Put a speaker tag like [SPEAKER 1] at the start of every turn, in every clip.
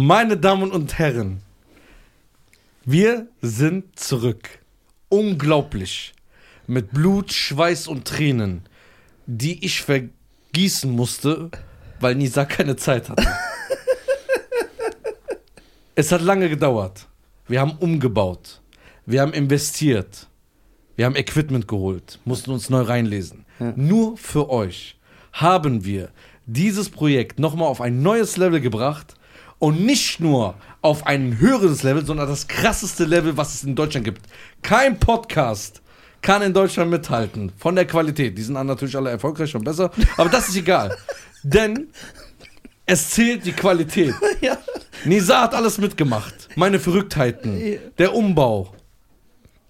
[SPEAKER 1] Meine Damen und Herren, wir sind zurück. Unglaublich. Mit Blut, Schweiß und Tränen, die ich vergießen musste, weil Nisa keine Zeit hatte. es hat lange gedauert. Wir haben umgebaut. Wir haben investiert. Wir haben Equipment geholt, mussten uns neu reinlesen. Nur für euch haben wir dieses Projekt nochmal auf ein neues Level gebracht und nicht nur auf ein höheres Level, sondern das krasseste Level, was es in Deutschland gibt. Kein Podcast kann in Deutschland mithalten von der Qualität. Die sind natürlich alle erfolgreich und besser, aber das ist egal. Denn es zählt die Qualität.
[SPEAKER 2] Ja.
[SPEAKER 1] Nisa hat alles mitgemacht. Meine Verrücktheiten, der Umbau,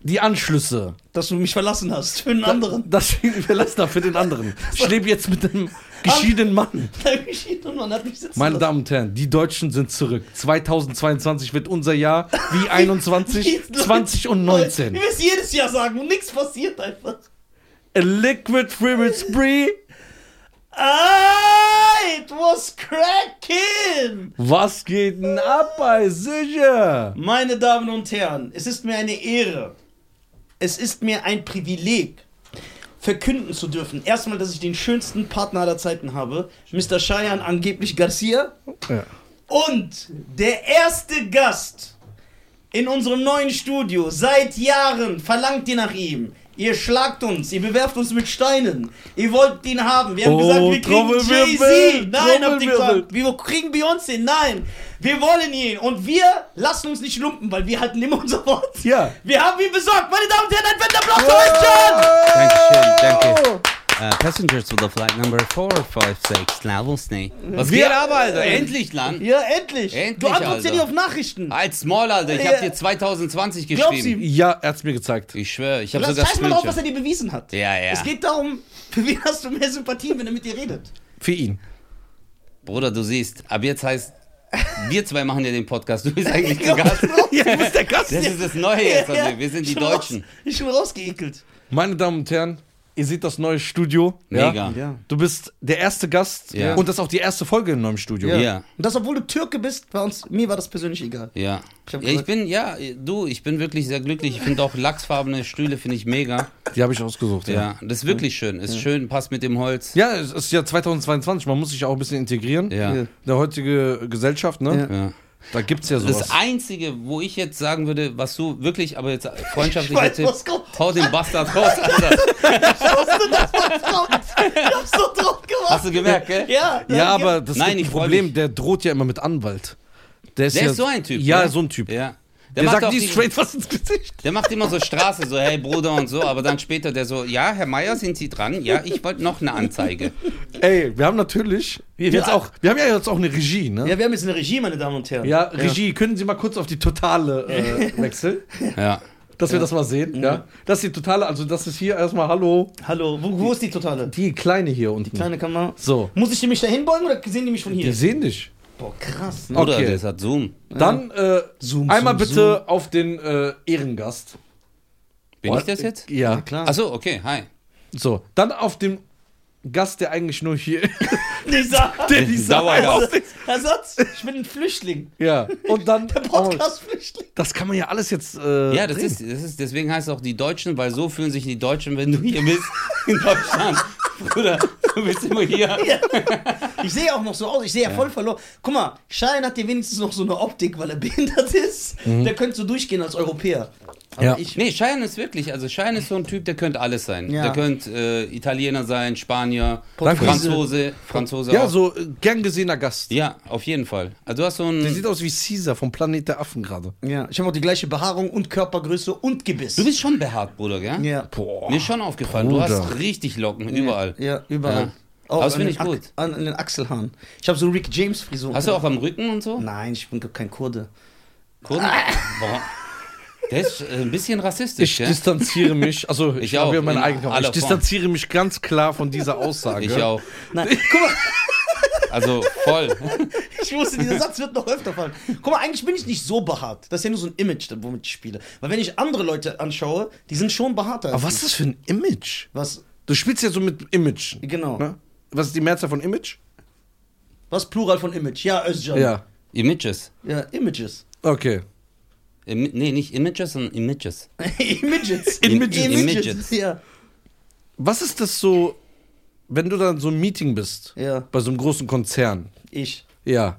[SPEAKER 1] die Anschlüsse,
[SPEAKER 2] Dass du mich verlassen hast für einen anderen.
[SPEAKER 1] das Verlaster für den anderen. Ich lebe jetzt mit einem geschiedenen Mann.
[SPEAKER 2] Dein geschiedenen Mann hat mich sitzen
[SPEAKER 1] Meine
[SPEAKER 2] lassen.
[SPEAKER 1] Damen und Herren, die Deutschen sind zurück. 2022 wird unser Jahr wie 21,
[SPEAKER 2] Wie-
[SPEAKER 1] 20 und
[SPEAKER 2] Leute,
[SPEAKER 1] 19.
[SPEAKER 2] Ihr müsst jedes Jahr sagen und nichts passiert einfach.
[SPEAKER 1] A liquid fluid spree.
[SPEAKER 2] Ah, it was cracking!
[SPEAKER 1] Was geht denn ab bei sicher?
[SPEAKER 2] Meine Damen und Herren, es ist mir eine Ehre. Es ist mir ein Privileg, verkünden zu dürfen. Erstmal, dass ich den schönsten Partner aller Zeiten habe, Mr. Cheyenne angeblich Garcia.
[SPEAKER 1] Ja.
[SPEAKER 2] Und der erste Gast in unserem neuen Studio seit Jahren verlangt ihr nach ihm. Ihr schlagt uns, ihr bewerft uns mit Steinen. Ihr wollt ihn haben. Wir haben
[SPEAKER 1] Oh,
[SPEAKER 2] gesagt, wir kriegen Jay-Z.
[SPEAKER 1] Trommelwirbel,
[SPEAKER 2] Nein, habt ihr
[SPEAKER 1] Trommelwirbel.
[SPEAKER 2] gesagt. Wir kriegen Beyoncé. Nein, wir wollen ihn. Und wir lassen uns nicht lumpen, weil wir halten immer unser Wort.
[SPEAKER 1] Ja.
[SPEAKER 2] Wir haben ihn besorgt. Meine Damen und Herren, ein fetter Applaus
[SPEAKER 1] Oh.
[SPEAKER 2] für
[SPEAKER 3] Dankeschön, danke. Uh, passengers with the flight number 456, Slavos, ne? Was
[SPEAKER 1] Wir-
[SPEAKER 3] geht ab, Alter?
[SPEAKER 2] euch,
[SPEAKER 3] Endlich,
[SPEAKER 2] John.
[SPEAKER 3] Land.
[SPEAKER 2] Ja, endlich.
[SPEAKER 3] Endlich,
[SPEAKER 2] du antwortest ja
[SPEAKER 3] Alter.
[SPEAKER 2] nicht auf Nachrichten.
[SPEAKER 3] Als Small, Alter, ich
[SPEAKER 2] Ja.
[SPEAKER 3] hab dir 2020
[SPEAKER 2] Glaub's
[SPEAKER 3] geschrieben.
[SPEAKER 1] Ja, er hat's mir gezeigt.
[SPEAKER 3] Ich schwöre, ich hab
[SPEAKER 2] Lass
[SPEAKER 3] sogar
[SPEAKER 2] scheiß mal drauf, was
[SPEAKER 3] Screenshot.
[SPEAKER 2] er dir bewiesen hat.
[SPEAKER 3] Ja, ja.
[SPEAKER 2] Es geht darum, für wen hast du mehr Sympathie, wenn er mit dir redet.
[SPEAKER 1] Für ihn.
[SPEAKER 3] Bruder, du siehst, ab jetzt heißt, wir zwei machen ja den Podcast, du bist eigentlich
[SPEAKER 2] Ja,
[SPEAKER 3] der Gast.
[SPEAKER 2] du bist der Gast.
[SPEAKER 3] Das
[SPEAKER 2] hier.
[SPEAKER 3] ist das Neue jetzt,
[SPEAKER 2] Ja, ja.
[SPEAKER 3] also wir sind die
[SPEAKER 2] Ich bin raus-
[SPEAKER 3] Deutschen.
[SPEAKER 2] Ich bin rausgeekelt.
[SPEAKER 1] Meine Damen und Herren, ihr seht das neue Studio.
[SPEAKER 3] Mega.
[SPEAKER 1] Ja?
[SPEAKER 2] Ja.
[SPEAKER 1] Du bist der erste Gast
[SPEAKER 3] Ja.
[SPEAKER 1] und das ist auch die erste Folge im neuen Studio.
[SPEAKER 3] Ja.
[SPEAKER 2] Und das, obwohl du Türke bist, bei uns, mir war das persönlich egal.
[SPEAKER 3] Ja.
[SPEAKER 2] Ich
[SPEAKER 3] ja.
[SPEAKER 2] hab
[SPEAKER 3] Ich
[SPEAKER 2] gesagt-
[SPEAKER 3] bin, ja, du, ich bin wirklich sehr glücklich. Ich finde auch lachsfarbene Stühle, finde ich mega.
[SPEAKER 1] Die habe ich ausgesucht.
[SPEAKER 3] Ja, das ist wirklich schön. Ist schön, passt mit dem Holz.
[SPEAKER 1] Ja, es ist ja 2022, man muss sich auch ein bisschen integrieren.
[SPEAKER 3] Ja.
[SPEAKER 2] Ja.
[SPEAKER 1] In der heutige Gesellschaft, ne?
[SPEAKER 3] ja.
[SPEAKER 1] Da gibt's ja sowas.
[SPEAKER 3] Das Einzige, wo ich jetzt sagen würde, was du wirklich, aber jetzt freundschaftlich
[SPEAKER 2] Ich weiß,
[SPEAKER 3] erzählst,
[SPEAKER 2] was kommt.
[SPEAKER 3] hau den Bastard raus, Alter.
[SPEAKER 2] Hast du das mal drauf? Ich hab's so drauf gemacht.
[SPEAKER 3] Hast du gemerkt, gell?
[SPEAKER 2] ja,
[SPEAKER 1] ja, aber das
[SPEAKER 3] Nein,
[SPEAKER 1] gibt
[SPEAKER 3] ich
[SPEAKER 1] ein
[SPEAKER 3] freu
[SPEAKER 1] Problem,
[SPEAKER 3] mich.
[SPEAKER 1] der droht ja immer mit Anwalt.
[SPEAKER 3] Der
[SPEAKER 1] ja,
[SPEAKER 3] ist so ein Typ.
[SPEAKER 1] Ja,
[SPEAKER 3] ne?
[SPEAKER 1] so ein Typ.
[SPEAKER 3] Ja.
[SPEAKER 1] Der,
[SPEAKER 3] macht auch
[SPEAKER 1] sagt
[SPEAKER 3] die-
[SPEAKER 1] nicht straight was ins Gesicht.
[SPEAKER 3] Der macht immer so Straße, so hey Bruder und so, aber dann später der so, ja, Herr Meier, sind Sie dran? Ja, ich wollte noch eine Anzeige.
[SPEAKER 1] Ey, wir haben natürlich jetzt
[SPEAKER 2] wir-
[SPEAKER 1] auch, wir haben ja jetzt auch eine Regie, ne?
[SPEAKER 2] Ja, wir haben jetzt eine Regie, meine Damen und Herren.
[SPEAKER 1] Ja, Regie, können Sie mal kurz auf die totale äh, wechseln,
[SPEAKER 3] Ja. Mhm.
[SPEAKER 1] dass wir das mal sehen. Ja. Das ist die totale, also das ist hier erstmal Hallo.
[SPEAKER 2] Hallo, wo, wo ist die totale?
[SPEAKER 1] Die kleine hier unten.
[SPEAKER 2] Kleine Kamera.
[SPEAKER 1] So.
[SPEAKER 2] Muss ich die mich da hinbeugen oder sehen die mich von
[SPEAKER 1] Die
[SPEAKER 2] hier?
[SPEAKER 1] sehen dich.
[SPEAKER 2] Boah, krass. Ne?
[SPEAKER 3] Bruder,
[SPEAKER 1] Okay.
[SPEAKER 3] das hat Zoom.
[SPEAKER 1] Dann äh,
[SPEAKER 2] Zoom,
[SPEAKER 1] einmal
[SPEAKER 2] zoom,
[SPEAKER 1] bitte auf den äh, Ehrengast.
[SPEAKER 3] Bin ich das jetzt?
[SPEAKER 1] Ja.
[SPEAKER 2] Klar.
[SPEAKER 3] Achso, okay, hi.
[SPEAKER 1] So, dann auf den Gast, der eigentlich nur hier.
[SPEAKER 2] Nisa.
[SPEAKER 1] der die Sache
[SPEAKER 3] Dauergast.
[SPEAKER 2] Ersatz? Ich bin ein Flüchtling.
[SPEAKER 1] Ja, und dann.
[SPEAKER 3] Oh.
[SPEAKER 1] oh,
[SPEAKER 2] Podcast-Flüchtling.
[SPEAKER 1] das kann man ja alles jetzt. Äh,
[SPEAKER 3] Ja, das
[SPEAKER 1] drehen.
[SPEAKER 3] ist, das ist, deswegen heißt es auch die Deutschen, weil so fühlen sich die Deutschen, wenn du hier bist in Deutschland. Bruder, du bist immer hier.
[SPEAKER 2] Ich sehe auch noch so aus, ich sehe ja, voll verloren. Guck mal, Schein hat ja wenigstens noch so eine Optik, weil er behindert ist.
[SPEAKER 3] Mhm.
[SPEAKER 2] Der könnte so durchgehen als Europäer. Aber
[SPEAKER 1] Ja.
[SPEAKER 2] ich.
[SPEAKER 3] Nee, Cheyenne ist wirklich, also Cheyenne ist so ein Typ, der könnte alles sein.
[SPEAKER 2] Ja.
[SPEAKER 3] Der könnte äh, Italiener sein, Spanier,
[SPEAKER 1] Danke.
[SPEAKER 3] Franzose, Franzose
[SPEAKER 1] Ja,
[SPEAKER 3] auch.
[SPEAKER 1] so äh, gern gesehener Gast.
[SPEAKER 3] Ja, auf jeden Fall. Also du hast so
[SPEAKER 1] Der
[SPEAKER 3] ein...
[SPEAKER 1] sieht aus wie Caesar vom Planet der Affen gerade.
[SPEAKER 2] Ja, ich habe auch die gleiche Behaarung und Körpergröße und Gebiss.
[SPEAKER 3] Du bist schon behaart, Bruder, gell?
[SPEAKER 2] ja.
[SPEAKER 1] Boah.
[SPEAKER 3] Mir ist schon aufgefallen, du
[SPEAKER 1] Bruder.
[SPEAKER 3] hast richtig Locken, überall.
[SPEAKER 2] Ja, überall.
[SPEAKER 3] Ja.
[SPEAKER 2] Auch
[SPEAKER 3] Aber das
[SPEAKER 2] an
[SPEAKER 3] finde
[SPEAKER 2] den
[SPEAKER 3] ich
[SPEAKER 2] Ach-
[SPEAKER 3] gut.
[SPEAKER 2] An, an den Achselhaaren. Ich habe so Rick James-Frisur.
[SPEAKER 3] Hast du auch am Rücken und so?
[SPEAKER 2] Nein, ich bin kein Kurde.
[SPEAKER 3] Kurden? Warum? Der ist äh, ein bisschen rassistisch,
[SPEAKER 1] Ich
[SPEAKER 3] gell?
[SPEAKER 1] distanziere mich, also ich,
[SPEAKER 3] Ich
[SPEAKER 1] habe
[SPEAKER 3] auch,
[SPEAKER 1] ja meine
[SPEAKER 3] in
[SPEAKER 1] eigene Meinung.
[SPEAKER 3] aller
[SPEAKER 1] Ich distanziere mich ganz klar von dieser Aussage.
[SPEAKER 3] Ich auch.
[SPEAKER 2] Nein, guck mal,
[SPEAKER 3] Also voll.
[SPEAKER 2] ich wusste, dieser Satz wird noch öfter fallen. Guck mal, eigentlich bin ich nicht so behaart. Das ist ja nur so ein Image, womit ich spiele. Weil wenn ich andere Leute anschaue, die sind schon behaarter. als
[SPEAKER 1] Aber was ist
[SPEAKER 2] ich.
[SPEAKER 1] das für ein Image?
[SPEAKER 2] Was,
[SPEAKER 1] Du spielst ja so mit Image.
[SPEAKER 2] genau.
[SPEAKER 1] Ne? Was ist die Mehrzahl von Image?
[SPEAKER 2] Was Plural von Image? Ja, Özcan.
[SPEAKER 1] Ja.
[SPEAKER 3] Images.
[SPEAKER 2] Ja, Images.
[SPEAKER 1] Okay.
[SPEAKER 3] Im, nee, nicht Images, sondern Images.
[SPEAKER 2] Images.
[SPEAKER 3] Images.
[SPEAKER 2] Images. Ja,
[SPEAKER 1] Was ist das so, wenn du dann so ein Meeting bist,
[SPEAKER 2] ja.
[SPEAKER 1] bei so einem großen Konzern?
[SPEAKER 2] Ich.
[SPEAKER 1] Ja.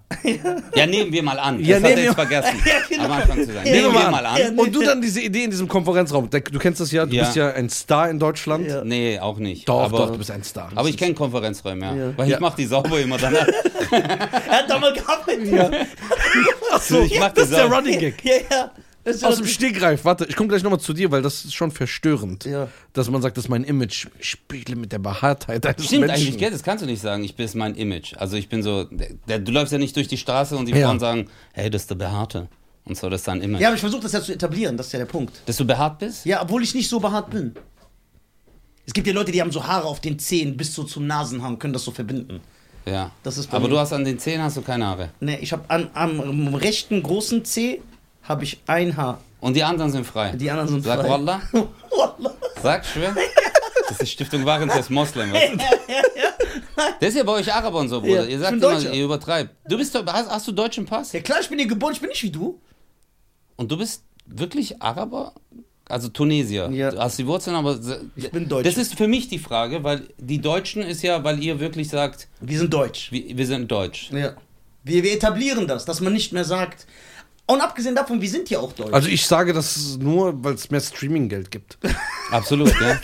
[SPEAKER 3] Ja, nehmen wir mal an.
[SPEAKER 1] Ja,
[SPEAKER 3] das hat er
[SPEAKER 1] nehmen
[SPEAKER 3] jetzt
[SPEAKER 1] wir-
[SPEAKER 3] vergessen, am Anfang zu sagen.
[SPEAKER 2] Ja,
[SPEAKER 3] Nehmen wir mal
[SPEAKER 2] Ja,
[SPEAKER 3] an.
[SPEAKER 2] nee.
[SPEAKER 1] Und du dann diese Idee in diesem Konferenzraum. Da- Du kennst das ja, du
[SPEAKER 3] Ja.
[SPEAKER 1] bist ja ein Star in Deutschland.
[SPEAKER 2] Ja.
[SPEAKER 3] Äh, Nee, auch nicht.
[SPEAKER 1] Doch,
[SPEAKER 3] aber,
[SPEAKER 1] doch, du bist ein Star.
[SPEAKER 3] aber ich kenne Konferenzräume, ja.
[SPEAKER 2] Ja.
[SPEAKER 3] Weil ich
[SPEAKER 1] Ja.
[SPEAKER 3] mache die sauber immer danach.
[SPEAKER 2] Er hat da mal gearbeitet. Ja.
[SPEAKER 1] Achso,
[SPEAKER 3] ich mach
[SPEAKER 1] das ist
[SPEAKER 3] das
[SPEAKER 1] der
[SPEAKER 3] auch.
[SPEAKER 1] Running Gag.
[SPEAKER 2] Ja, ja. Das ist ja
[SPEAKER 1] Aus dem
[SPEAKER 2] das-
[SPEAKER 1] Stegreif, warte, ich komme gleich nochmal zu dir, weil das ist schon verstörend,
[SPEAKER 2] Ja.
[SPEAKER 1] dass man sagt, dass mein Image spiele mit der Behaartheit eines
[SPEAKER 3] Stimmt
[SPEAKER 1] Menschen.
[SPEAKER 3] eigentlich, gell? Das kannst du nicht sagen. Ich bin ist mein Image. Also ich bin so, der, der, du läufst ja nicht durch die Straße und die
[SPEAKER 1] Ja.
[SPEAKER 3] Frauen sagen, hey, das ist der Behaarte. Und so, das ist dein Image.
[SPEAKER 2] ja, aber ich versuche das ja zu etablieren, das ist ja der Punkt.
[SPEAKER 3] Dass du behaart bist?
[SPEAKER 2] Ja, obwohl ich nicht so behaart bin. Es gibt ja Leute, die haben so Haare auf den Zähnen bis so zum Nasenhang, können das so verbinden.
[SPEAKER 3] Ja.
[SPEAKER 2] Das ist bei
[SPEAKER 3] aber
[SPEAKER 2] mir.
[SPEAKER 3] du hast an den Zähnen hast du keine Haare.
[SPEAKER 2] Ne, ich habe an, am, am rechten großen Zeh habe ich ein Haar.
[SPEAKER 3] Und die anderen sind frei.
[SPEAKER 2] Die anderen sind
[SPEAKER 3] Sag
[SPEAKER 2] frei.
[SPEAKER 3] Wallah.
[SPEAKER 2] Wallah.
[SPEAKER 3] Sag schwer. Das ist die Stiftung Warentest Moslem. Weißt du? Das ist ja bei euch Araber und so, Bruder.
[SPEAKER 2] Ja,
[SPEAKER 3] ihr
[SPEAKER 2] ich
[SPEAKER 3] sagt
[SPEAKER 2] bin
[SPEAKER 3] immer,
[SPEAKER 2] Deutscher.
[SPEAKER 3] ihr übertreibt. Du bist doch, hast, hast du deutschen Pass?
[SPEAKER 2] Ja klar, ich bin hier geboren, ich bin nicht wie du.
[SPEAKER 3] Und du bist wirklich Araber? Also Tunesier.
[SPEAKER 2] Ja.
[SPEAKER 3] Du hast die Wurzeln, aber. Ich
[SPEAKER 2] bin Deutscher.
[SPEAKER 3] Das ist für mich die Frage, weil die Deutschen ist ja, weil ihr wirklich sagt,
[SPEAKER 2] Wir sind deutsch.
[SPEAKER 3] wir, wir sind deutsch.
[SPEAKER 2] Ja. Wir, wir etablieren das, dass man nicht mehr sagt. Und abgesehen davon, wir sind ja auch deutsch.
[SPEAKER 1] Also ich sage das nur, weil es mehr Streaming-Geld gibt.
[SPEAKER 3] Absolut, ja.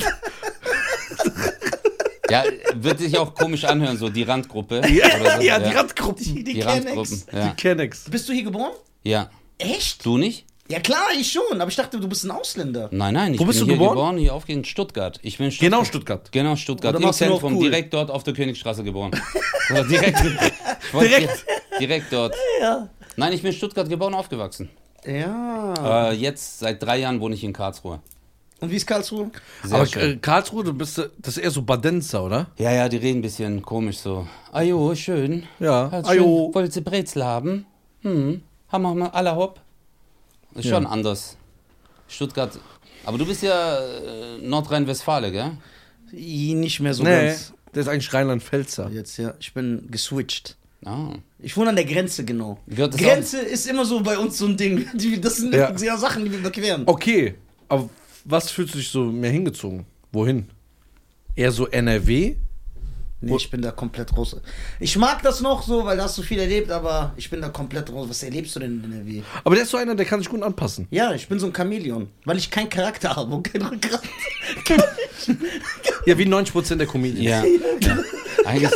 [SPEAKER 3] ja, wird sich auch komisch anhören, so die Randgruppe. oder so.
[SPEAKER 1] Randgruppen.
[SPEAKER 3] Die Randgruppen. Ja.
[SPEAKER 1] Kennex.
[SPEAKER 2] Bist du hier geboren?
[SPEAKER 3] ja.
[SPEAKER 2] Echt?
[SPEAKER 3] Du nicht?
[SPEAKER 2] Ja klar, ich schon, aber ich dachte, du bist ein Ausländer.
[SPEAKER 3] Nein, nein, ich
[SPEAKER 1] Wo bist
[SPEAKER 3] bin
[SPEAKER 1] du
[SPEAKER 3] hier
[SPEAKER 1] geboren?
[SPEAKER 3] hier aufgehend in Stuttgart. Ich bin in Stuttgart.
[SPEAKER 1] Genau, Stuttgart.
[SPEAKER 3] Genau, Stuttgart,
[SPEAKER 2] Oder
[SPEAKER 3] im
[SPEAKER 2] machst du nur auf
[SPEAKER 3] Zentrum,
[SPEAKER 2] cool?
[SPEAKER 3] direkt dort auf der Königstraße geboren. Oder direkt. Ich wollte
[SPEAKER 1] Direkt?
[SPEAKER 3] dir- Direkt dort.
[SPEAKER 2] Ja.
[SPEAKER 3] Nein, ich bin in Stuttgart geboren und aufgewachsen.
[SPEAKER 2] Ja.
[SPEAKER 3] Äh, jetzt, seit drei Jahren wohne ich in Karlsruhe.
[SPEAKER 2] Und wie ist Karlsruhe?
[SPEAKER 3] Sehr
[SPEAKER 1] Aber
[SPEAKER 3] schön.
[SPEAKER 1] äh, Karlsruhe, du bist, äh, das ist eher so Badenzer, oder?
[SPEAKER 3] Ja, ja, die reden ein bisschen komisch so. Ajo, schön.
[SPEAKER 1] Ja,
[SPEAKER 3] Hat's
[SPEAKER 1] ajo.
[SPEAKER 3] Schön. Wollt ihr Brezel haben? Hm. Haben wir mal alle hopp. Ist schon anders. Stuttgart. Aber du bist ja äh, Nordrhein-Westfale, gell?
[SPEAKER 2] Nicht mehr so ganz.
[SPEAKER 1] Der ist eigentlich Rheinland-Pfälzer.
[SPEAKER 2] Jetzt, ja. Ich bin geswitcht.
[SPEAKER 3] Ah.
[SPEAKER 2] Ich wohne an der Grenze, genau.
[SPEAKER 3] Gehört das
[SPEAKER 2] Grenze ist immer so bei uns so ein Ding. Die- Das sind
[SPEAKER 1] Ja.
[SPEAKER 2] ja, Sachen, die wir überqueren.
[SPEAKER 3] Oh.
[SPEAKER 1] Okay, aber was fühlst du dich so mehr hingezogen? Wohin? Eher so NRW?
[SPEAKER 2] Nee, ich bin da komplett raus. Ich mag das noch so, weil da hast du viel erlebt, aber ich bin da komplett raus. Was erlebst du denn in NRW?
[SPEAKER 1] Aber der ist so einer, der kann sich gut anpassen.
[SPEAKER 2] Ja, ich bin so ein Chamäleon, weil ich keinen Charakter habe und kein Rückgrat.
[SPEAKER 1] Ja, wie 90% der Comedians.
[SPEAKER 3] Ja. Eigentlich.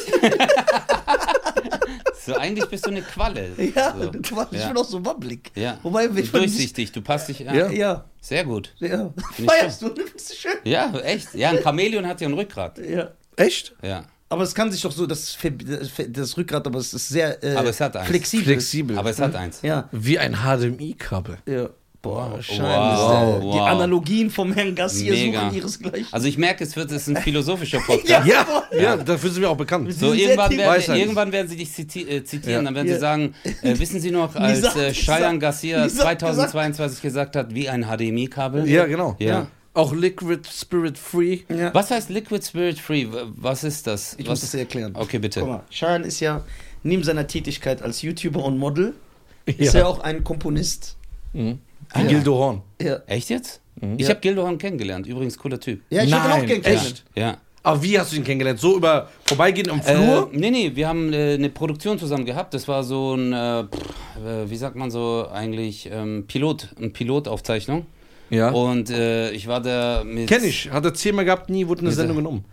[SPEAKER 3] so, eigentlich bist du eine Qualle.
[SPEAKER 2] Ja,
[SPEAKER 3] so.
[SPEAKER 2] Quatsch, ich
[SPEAKER 3] Ja.
[SPEAKER 2] bin auch so wabbelig.
[SPEAKER 3] ja.
[SPEAKER 2] Wobei, wenn ich
[SPEAKER 3] Durchsichtig, du passt dich an.
[SPEAKER 1] Ja.
[SPEAKER 2] Ja,
[SPEAKER 3] Sehr gut.
[SPEAKER 2] ja.
[SPEAKER 3] ne? ich
[SPEAKER 2] Feierst du, nimmst du schön.
[SPEAKER 3] Ja, echt. Ja, ein Chamäleon hat ja ein Rückgrat.
[SPEAKER 2] Ja.
[SPEAKER 1] Echt?
[SPEAKER 3] Ja.
[SPEAKER 2] Aber es kann sich doch so, das, ver- das Rückgrat, aber es ist sehr äh,
[SPEAKER 3] Aber es hat eins.
[SPEAKER 2] flexibel.
[SPEAKER 1] Flexibel.
[SPEAKER 3] Aber es hat eins.
[SPEAKER 2] Ja.
[SPEAKER 1] wie ein HDMI-Kabel.
[SPEAKER 2] ja. Boah,
[SPEAKER 3] Wow.
[SPEAKER 2] scheiße.
[SPEAKER 3] Wow.
[SPEAKER 2] Die Analogien vom Herrn Gassier
[SPEAKER 3] Mega.
[SPEAKER 2] suchen ihresgleichen.
[SPEAKER 3] Also ich merke, es wird es ist ein philosophischer Podcast.
[SPEAKER 1] Ja, ja, dafür sind wir auch bekannt.
[SPEAKER 3] So,
[SPEAKER 2] sind sehr
[SPEAKER 3] irgendwann
[SPEAKER 2] tief-
[SPEAKER 3] werden,
[SPEAKER 1] Weisheit.
[SPEAKER 3] irgendwann werden sie dich ziti äh, zitieren,
[SPEAKER 1] Ja.
[SPEAKER 3] dann werden
[SPEAKER 2] Ja.
[SPEAKER 3] sie sagen, äh, wissen Sie noch, als
[SPEAKER 2] Lisa hat
[SPEAKER 3] äh, Cheyenne
[SPEAKER 2] gesagt-
[SPEAKER 3] Garcia
[SPEAKER 2] Lisa hat
[SPEAKER 3] 2022 gesagt hat, wie ein HDMI-Kabel?
[SPEAKER 1] Ja, genau.
[SPEAKER 3] Ja.
[SPEAKER 2] Ja.
[SPEAKER 1] Auch Liquid Spirit Free.
[SPEAKER 2] ja.
[SPEAKER 3] Was heißt Liquid Spirit Free? W- Was ist das?
[SPEAKER 2] Ich
[SPEAKER 3] Was?
[SPEAKER 2] muss das dir erklären.
[SPEAKER 3] Okay, bitte.
[SPEAKER 2] Guck mal, Sharon ist ja neben seiner Tätigkeit als YouTuber und Model, ist
[SPEAKER 1] Ja.
[SPEAKER 2] er auch ein Komponist.
[SPEAKER 1] Wie Gildo Horn.
[SPEAKER 2] Ja,
[SPEAKER 3] Echt jetzt?
[SPEAKER 1] Mhm.
[SPEAKER 3] Ich habe Gildo Horn kennengelernt, übrigens cooler Typ.
[SPEAKER 2] ja ich würde ihn
[SPEAKER 1] Nein,
[SPEAKER 2] auch gerne kennen.
[SPEAKER 1] echt?
[SPEAKER 3] Ja.
[SPEAKER 1] Aber wie hast du ihn kennengelernt? So über vorbeigehen im
[SPEAKER 3] Äh,
[SPEAKER 1] Flur?
[SPEAKER 3] nee, nee, wir haben äh, eine Produktion zusammen gehabt. Das war so ein, äh, pff, äh, wie sagt man so eigentlich, ähm, Pilot, eine Pilotaufzeichnung.
[SPEAKER 1] ja.
[SPEAKER 3] Und äh, ich war da mit.
[SPEAKER 1] Kenn ich. Hat er zehnmal gehabt, nie wurde eine Sendung genommen.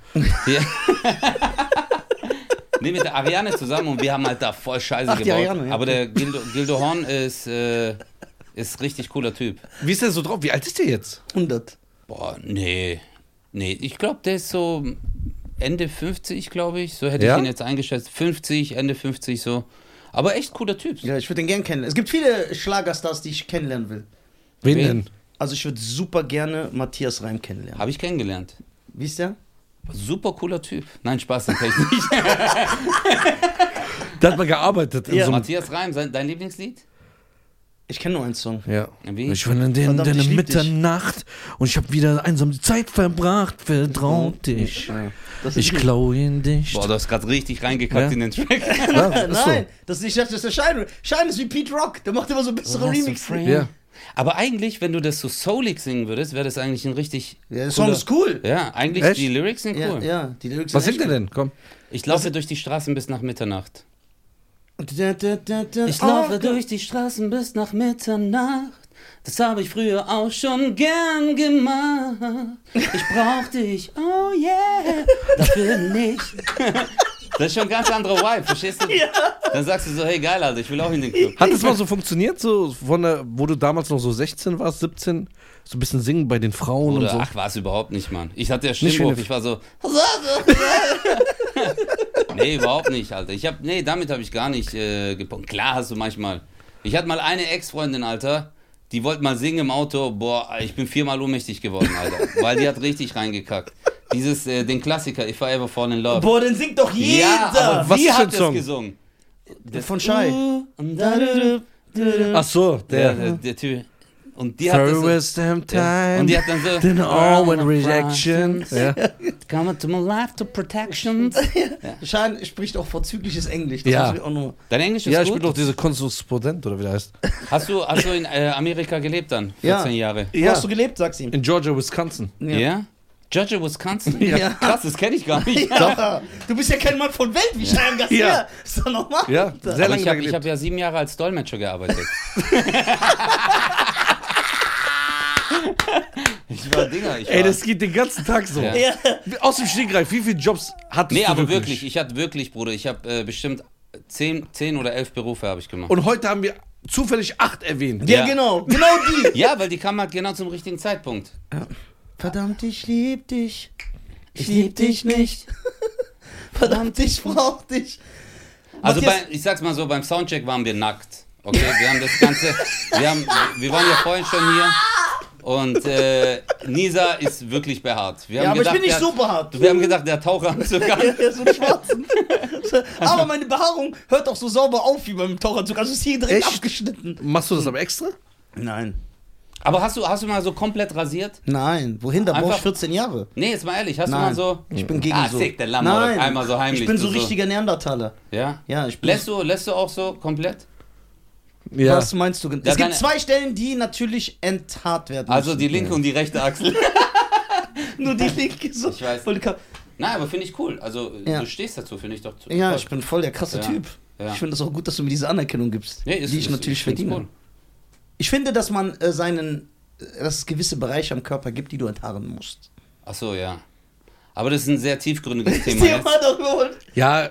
[SPEAKER 3] Ja. nee, mit der Ariane zusammen und wir haben halt da voll Scheiße
[SPEAKER 2] Ach, die
[SPEAKER 3] gebaut.
[SPEAKER 2] Ariane, ja.
[SPEAKER 3] Aber der Gildo, Gildo Horn ist, äh, ist richtig cooler Typ.
[SPEAKER 1] Wie ist der so drauf? Wie alt ist der jetzt?
[SPEAKER 2] 100.
[SPEAKER 3] Boah, nee. Nee, ich glaube, der ist so Ende 50, glaube ich. So hätte
[SPEAKER 1] Ja?
[SPEAKER 3] ich ihn jetzt eingeschätzt. 50, Ende 50 so. Aber echt cooler Typ.
[SPEAKER 2] Ja, ich würde ihn gerne kennenlernen. Es gibt viele Schlagerstars, die ich kennenlernen will.
[SPEAKER 1] Wen,
[SPEAKER 3] Wen?
[SPEAKER 1] denn?
[SPEAKER 2] Also ich würde super gerne Matthias Reim kennenlernen.
[SPEAKER 3] Habe ich kennengelernt.
[SPEAKER 2] Wie ist der?
[SPEAKER 3] Super cooler Typ. Nein, Spaß, den kenn ich nicht.
[SPEAKER 1] Der hat mal gearbeitet in
[SPEAKER 2] Ja.
[SPEAKER 1] so einem.
[SPEAKER 3] Matthias Reim, sein, dein Lieblingslied?
[SPEAKER 2] Ich kenne nur einen Song.
[SPEAKER 1] Ja.
[SPEAKER 3] Wie?
[SPEAKER 1] Ich war in den,
[SPEAKER 2] Verdammt,
[SPEAKER 1] deine
[SPEAKER 2] ich lieb dich.
[SPEAKER 1] Mitternacht und ich habe wieder einsam die Zeit verbracht. Vertrau dich.
[SPEAKER 2] Oh, Das
[SPEAKER 1] Ich
[SPEAKER 2] glaube.
[SPEAKER 1] klaue in dich.
[SPEAKER 3] Boah, du hast gerade richtig reingekackt
[SPEAKER 1] Ja.
[SPEAKER 3] in den Track.
[SPEAKER 1] Ja, ist so.
[SPEAKER 2] Nein, das ist nicht, das ist der Shine. Shine ist wie Pete Rock. Der macht immer so bessere Remixen.
[SPEAKER 1] Ja.
[SPEAKER 3] Aber eigentlich, wenn du das so soulig singen würdest, wäre das eigentlich ein richtig.
[SPEAKER 2] Der Song ist cool.
[SPEAKER 3] Ja, eigentlich
[SPEAKER 1] Echt?
[SPEAKER 3] die Lyrics sind
[SPEAKER 2] Ja, Also
[SPEAKER 3] cool.
[SPEAKER 2] ja, die Lyrics
[SPEAKER 1] Was
[SPEAKER 2] sind
[SPEAKER 1] singt er denn? Komm.
[SPEAKER 3] Ich laufe durch die Straßen bis nach Mitternacht.
[SPEAKER 2] denn?
[SPEAKER 3] Ich laufe durch die Straßen bis nach Mitternacht. Das habe ich früher auch schon gern gemacht. Ich brauch dich, oh yeah, dafür nicht. Das ist schon ein ganz anderer Vibe, verstehst du? Dann sagst du so, hey geil, Alter, ich will auch in den Club.
[SPEAKER 1] Hat das mal so funktioniert, so von der, wo du damals noch so 16 warst, 17, so ein bisschen singen bei den Frauen
[SPEAKER 3] Oder
[SPEAKER 1] und
[SPEAKER 3] ach, war es überhaupt nicht, Mann. Ich hatte ja
[SPEAKER 1] wie
[SPEAKER 3] Stimmbruch,
[SPEAKER 1] eine-
[SPEAKER 3] ich war so. nee, überhaupt nicht, Alter. Ich hab, nee, damit habe ich gar nicht äh, gepumpt. Klar hast du manchmal. Ich hatte mal eine Ex-Freundin, Alter, die wollte mal singen im Auto. Boah, ich bin viermal ohnmächtig geworden, Alter. weil die hat richtig reingekackt. Dieses, äh, den Klassiker, If I Ever Fall in Love.
[SPEAKER 2] Boah, den singt doch jeder.
[SPEAKER 3] ja, aber
[SPEAKER 1] Was
[SPEAKER 3] wie
[SPEAKER 1] ist für ein
[SPEAKER 3] hat das
[SPEAKER 1] Song?
[SPEAKER 3] gesungen? Das-
[SPEAKER 2] Von Shai.
[SPEAKER 3] Uh, und da, da, da, da, da.
[SPEAKER 1] so. Ach so,
[SPEAKER 3] Der,
[SPEAKER 1] der.
[SPEAKER 3] der, der Typ. Und die hat das so,
[SPEAKER 1] First time
[SPEAKER 3] ja.
[SPEAKER 1] time.
[SPEAKER 3] Und die hat dann so.
[SPEAKER 1] then all went rejection. Ja.
[SPEAKER 3] Come to my life to protections.
[SPEAKER 2] Shine spricht auch vorzügliches Englisch. Das
[SPEAKER 1] Ja.
[SPEAKER 2] muss ich auch nur.
[SPEAKER 3] Dein Englisch ist
[SPEAKER 1] ja, ich bin
[SPEAKER 3] gut.
[SPEAKER 1] doch diese Konsuspodent oder wie der heißt.
[SPEAKER 3] Hast du, hast du in äh, Amerika gelebt dann? 14
[SPEAKER 2] Ja.
[SPEAKER 3] Jahre.
[SPEAKER 2] Wo hast du gelebt, sag's ihm.
[SPEAKER 1] In Georgia, Wisconsin.
[SPEAKER 3] Ja. Georgia, Wisconsin?
[SPEAKER 2] Ja.
[SPEAKER 3] Krass, das kenne ich gar nicht.
[SPEAKER 2] Ja. Du bist ja kein Mann von Welt wie Shine Garcia.
[SPEAKER 1] Ja.
[SPEAKER 2] Ist doch normal.
[SPEAKER 1] Ja,
[SPEAKER 2] Alter.
[SPEAKER 1] sehr
[SPEAKER 3] Aber
[SPEAKER 1] lange
[SPEAKER 3] ich
[SPEAKER 1] da
[SPEAKER 3] habe ich hab
[SPEAKER 1] gelebt.
[SPEAKER 3] ja sieben Jahre als Dolmetscher gearbeitet. ich war Dinger. Ich war,
[SPEAKER 1] Ey, das geht den ganzen Tag so.
[SPEAKER 3] Ja.
[SPEAKER 2] Ja.
[SPEAKER 1] Aus dem Stegreif, wie viele Jobs hattest
[SPEAKER 3] nee,
[SPEAKER 1] du
[SPEAKER 3] aber wirklich, ich hatte wirklich, Bruder, ich habe äh, bestimmt zehn, zehn oder elf Berufe habe ich gemacht.
[SPEAKER 1] Und heute haben wir zufällig acht erwähnt.
[SPEAKER 2] Ja,
[SPEAKER 3] Ja.
[SPEAKER 2] genau. Genau die.
[SPEAKER 3] ja, weil die kam halt genau zum richtigen Zeitpunkt.
[SPEAKER 2] Verdammt, ich lieb dich. Ich lieb dich nicht. Verdammt, ich brauch dich.
[SPEAKER 3] Also
[SPEAKER 2] Matthias-
[SPEAKER 3] bei, ich sag's mal so, beim Soundcheck waren wir nackt. Okay, wir haben das Ganze, wir, haben, wir waren ja vorhin schon hier und äh, Nisa ist wirklich behaart. Wir haben
[SPEAKER 2] Ja, aber
[SPEAKER 3] gedacht,
[SPEAKER 2] ich bin nicht
[SPEAKER 3] der,
[SPEAKER 2] so behaart.
[SPEAKER 3] Wir haben gedacht, der Taucheranzug an.
[SPEAKER 2] Ja, so einen schwarzen. Aber meine Behaarung hört auch so sauber auf wie beim Tauchanzug. Also ist hier direkt
[SPEAKER 1] Echt?
[SPEAKER 2] abgeschnitten.
[SPEAKER 1] Machst du das aber extra?
[SPEAKER 2] Nein.
[SPEAKER 3] Aber hast du, hast du mal so komplett rasiert?
[SPEAKER 2] Nein. Wohin? Da brauch
[SPEAKER 3] Einfach-
[SPEAKER 2] ich 14 Jahre.
[SPEAKER 3] Nee, jetzt mal ehrlich, hast du mal
[SPEAKER 2] Nein.
[SPEAKER 3] so...
[SPEAKER 2] Ich bin gegen
[SPEAKER 3] ah,
[SPEAKER 2] so.
[SPEAKER 3] sick, der Lamm, Nein. einmal so heimlich.
[SPEAKER 2] Ich bin so
[SPEAKER 3] du
[SPEAKER 2] richtiger Neandertaler.
[SPEAKER 3] Ja?
[SPEAKER 2] Ja, ich bin.
[SPEAKER 3] Lässt du, lässt du auch so komplett?
[SPEAKER 1] Ja.
[SPEAKER 2] Was meinst du? gen-
[SPEAKER 3] Ja,
[SPEAKER 2] es gibt
[SPEAKER 3] deine-
[SPEAKER 2] zwei Stellen, die natürlich enthaart werden.
[SPEAKER 3] Also
[SPEAKER 2] müssen.
[SPEAKER 3] die linke und die rechte Achsel.
[SPEAKER 2] nur die linke so.
[SPEAKER 3] Ich weiß.
[SPEAKER 2] voll ka-
[SPEAKER 3] Nein, aber finde ich cool. Also
[SPEAKER 2] Ja.
[SPEAKER 3] du stehst dazu, finde ich doch. zu-
[SPEAKER 2] Ja,
[SPEAKER 3] voll.
[SPEAKER 2] ich bin voll der krasse
[SPEAKER 3] Ja.
[SPEAKER 2] Typ.
[SPEAKER 3] Ja.
[SPEAKER 2] Ich finde es auch gut, dass du mir diese Anerkennung gibst,
[SPEAKER 3] Nee, ist-
[SPEAKER 2] die ich
[SPEAKER 3] ist-
[SPEAKER 2] natürlich
[SPEAKER 3] ich find's
[SPEAKER 2] verdiene.
[SPEAKER 3] cool.
[SPEAKER 2] Ich finde, dass man äh, seinen, äh, dass es gewisse Bereiche am Körper gibt, die du enthaaren musst.
[SPEAKER 3] Ach so, ja. Aber das ist ein sehr tiefgründiges
[SPEAKER 2] Das
[SPEAKER 3] Thema. jetzt.
[SPEAKER 2] Thema doch geholt.
[SPEAKER 1] Ja.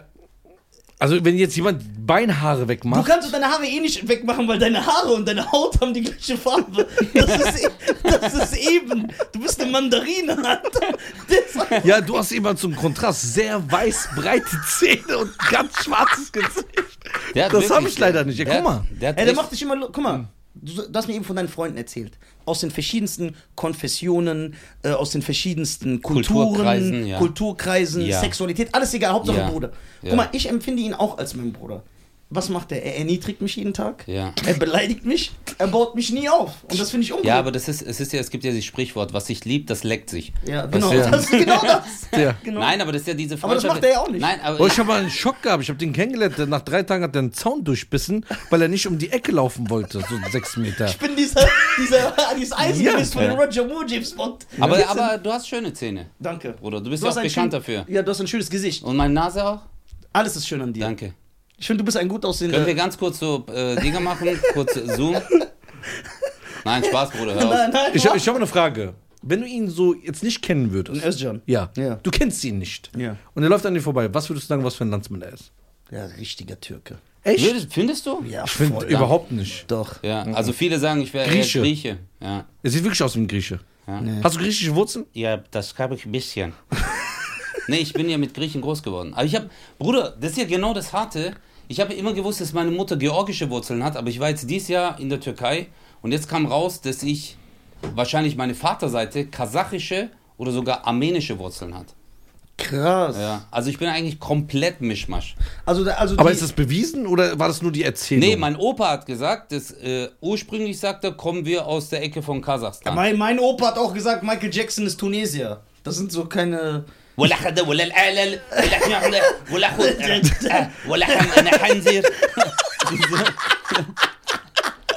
[SPEAKER 1] Also, wenn jetzt jemand Beinhaare
[SPEAKER 2] Du
[SPEAKER 1] wegmacht.
[SPEAKER 2] kannst doch deine Haare eh nicht wegmachen, weil deine Haare und deine Haut haben die gleiche Farbe. Das ist, e- das ist eben. Du bist eine Mandarine, Alter. Das,
[SPEAKER 1] ja, du hast immer zum Kontrast sehr weiß, breite Zähne und ganz schwarzes Gesicht.
[SPEAKER 3] Der hat
[SPEAKER 1] Das hab
[SPEAKER 3] wirklich-
[SPEAKER 1] ich leider nicht. Ja,
[SPEAKER 3] der
[SPEAKER 1] guck
[SPEAKER 3] hat-
[SPEAKER 1] mal.
[SPEAKER 3] Der hat
[SPEAKER 2] Ey, der
[SPEAKER 3] echt-
[SPEAKER 2] macht dich immer. lo- Guck
[SPEAKER 3] Hm.
[SPEAKER 2] mal, du, du hast mir eben von deinen Freunden erzählt. Aus den verschiedensten Konfessionen, äh, aus den verschiedensten Kulturen,
[SPEAKER 3] Kulturkreisen, ja.
[SPEAKER 2] Kulturkreisen,
[SPEAKER 3] Ja.
[SPEAKER 2] Sexualität, alles egal, Hauptsache
[SPEAKER 3] Ja.
[SPEAKER 2] Bruder. Guck
[SPEAKER 3] Ja.
[SPEAKER 2] mal, ich empfinde ihn auch als meinen Bruder. Was macht er? Er erniedrigt mich jeden Tag.
[SPEAKER 3] Ja.
[SPEAKER 2] Er beleidigt mich. Er baut mich nie auf. Und das finde ich ungerecht.
[SPEAKER 3] ja, aber das ist, es ist ja, es gibt ja dieses Sprichwort, was sich liebt, das leckt sich.
[SPEAKER 2] Ja,
[SPEAKER 3] Was
[SPEAKER 2] genau.
[SPEAKER 3] wir-
[SPEAKER 2] Das ist genau das.
[SPEAKER 1] Ja.
[SPEAKER 2] Genau.
[SPEAKER 3] Nein, aber das ist ja diese
[SPEAKER 2] Aber das
[SPEAKER 3] Freundschaft.
[SPEAKER 2] macht er ja auch nicht.
[SPEAKER 3] Nein, aber
[SPEAKER 1] Oh, ich habe mal einen Schock gehabt. Ich habe den kennengelernt. der- Nach drei Tagen hat er einen Zaun durchbissen, weil er nicht um die Ecke laufen wollte. So sechs Meter.
[SPEAKER 2] Ich bin dieser, dieser dieses Eisengebiss
[SPEAKER 3] Ja.
[SPEAKER 2] von Roger Moore James Bond.
[SPEAKER 3] aber, aber du hast schöne Zähne,
[SPEAKER 2] Danke.
[SPEAKER 3] Bruder. Du bist
[SPEAKER 2] Du
[SPEAKER 3] ja
[SPEAKER 2] hast
[SPEAKER 3] auch
[SPEAKER 2] ein
[SPEAKER 3] bekannt
[SPEAKER 2] schön-
[SPEAKER 3] dafür.
[SPEAKER 2] Ja, du hast ein schönes Gesicht.
[SPEAKER 3] Und meine Nase auch?
[SPEAKER 2] Alles ist schön an dir.
[SPEAKER 3] Danke.
[SPEAKER 2] Ich finde, du bist ein gut
[SPEAKER 3] Können wir
[SPEAKER 2] aussehender.
[SPEAKER 3] ganz kurz so äh, Dinger machen? Kurz Zoom? Nein, Spaß, Bruder. Hör auf.
[SPEAKER 2] Nein, nein.
[SPEAKER 1] Ich, hab- ich habe eine Frage. Wenn du ihn so jetzt nicht kennen
[SPEAKER 2] Ein
[SPEAKER 1] würdest.
[SPEAKER 2] Özcan.
[SPEAKER 1] Ja.
[SPEAKER 2] Ja.
[SPEAKER 1] Du kennst ihn nicht.
[SPEAKER 2] Ja.
[SPEAKER 1] Und er läuft an dir vorbei. Was würdest du sagen, was für ein Landsmann er ist?
[SPEAKER 2] Ja, richtiger Türke.
[SPEAKER 1] Echt?
[SPEAKER 3] Würdest, findest du?
[SPEAKER 2] Ja, Mhm.
[SPEAKER 1] Ich finde
[SPEAKER 2] voll.
[SPEAKER 1] überhaupt nicht.
[SPEAKER 2] Doch.
[SPEAKER 3] Ja, also viele sagen, ich wäre eher
[SPEAKER 1] Grieche.
[SPEAKER 3] Grieche. Ja.
[SPEAKER 1] Er sieht wirklich aus wie ein Grieche.
[SPEAKER 2] Nee.
[SPEAKER 1] Hast du griechische Wurzeln?
[SPEAKER 3] Ja, das habe ich ein bisschen. nee, ich bin ja mit Griechen groß geworden. Aber ich habe, Bruder, das ist ja genau das Harte. Ich habe immer gewusst, dass meine Mutter georgische Wurzeln hat, aber ich war jetzt dieses Jahr in der Türkei und jetzt kam raus, dass ich wahrscheinlich meine Vaterseite kasachische oder sogar armenische Wurzeln hat.
[SPEAKER 2] Krass.
[SPEAKER 3] Ja. Also ich bin eigentlich komplett Mischmasch.
[SPEAKER 2] Also, da- also
[SPEAKER 1] Aber
[SPEAKER 2] die,
[SPEAKER 1] ist das bewiesen oder war das nur die Erzählung?
[SPEAKER 3] Nee, mein Opa hat gesagt, dass, äh, ursprünglich sagt er, kommen wir aus der Ecke von Kasachstan.
[SPEAKER 2] mein, mein Opa hat auch gesagt, Michael Jackson ist Tunesier. Das sind so keine.
[SPEAKER 3] ولا خدا ولا العلل ولا حمل ولا خد ولا حم انا حنزير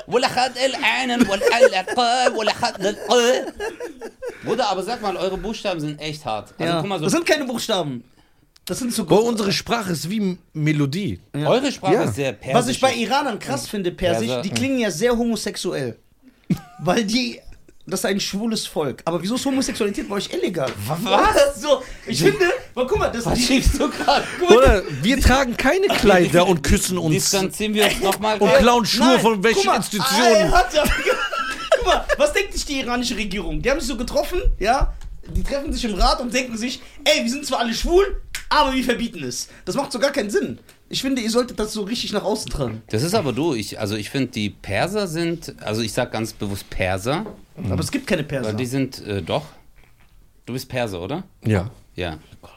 [SPEAKER 3] ولا خد العانن ولا العقاب ولا خد الق Bruder, aber sag mal, eure Buchstaben sind echt hart. Also
[SPEAKER 2] ja.
[SPEAKER 3] guck mal so,
[SPEAKER 2] Das sind keine Buchstaben. Das sind so.
[SPEAKER 1] Boah, unsere Sprache ist wie M- Melodie.
[SPEAKER 3] eure Sprache
[SPEAKER 1] Ja.
[SPEAKER 3] ist sehr persisch.
[SPEAKER 2] Was ich bei Iranern krass finde, Persisch,
[SPEAKER 3] Perser.
[SPEAKER 2] die klingen ja sehr homosexuell. weil die. Das ist ein schwules Volk. Aber wieso ist Homosexualität bei euch illegal? Was? So, ich finde. Aber guck mal, das
[SPEAKER 3] Was schiebst du gerade?
[SPEAKER 1] Oder wir tragen keine Kleider und küssen uns und
[SPEAKER 3] Distanzieren wir uns nochmal.
[SPEAKER 1] klauen Schuhe
[SPEAKER 2] Nein,
[SPEAKER 1] von welchen
[SPEAKER 2] guck mal,
[SPEAKER 1] Institutionen.
[SPEAKER 2] ah, er hat ja- Guck mal, was denkt sich die iranische Regierung? Die haben sich so getroffen, ja? Die treffen sich im Rat und denken sich, ey, wir sind zwar alle schwul, aber wir verbieten es. Das macht so gar keinen Sinn. Ich finde, ihr solltet das so richtig nach außen tragen.
[SPEAKER 3] Das ist aber du. Ich, also ich finde, die Perser sind, also ich sag ganz bewusst Perser,
[SPEAKER 2] Aber es gibt keine Perser.
[SPEAKER 3] Mhm. weil die sind, äh, doch. Du bist Perser, oder?
[SPEAKER 1] Ja.
[SPEAKER 3] Ja.
[SPEAKER 2] Oh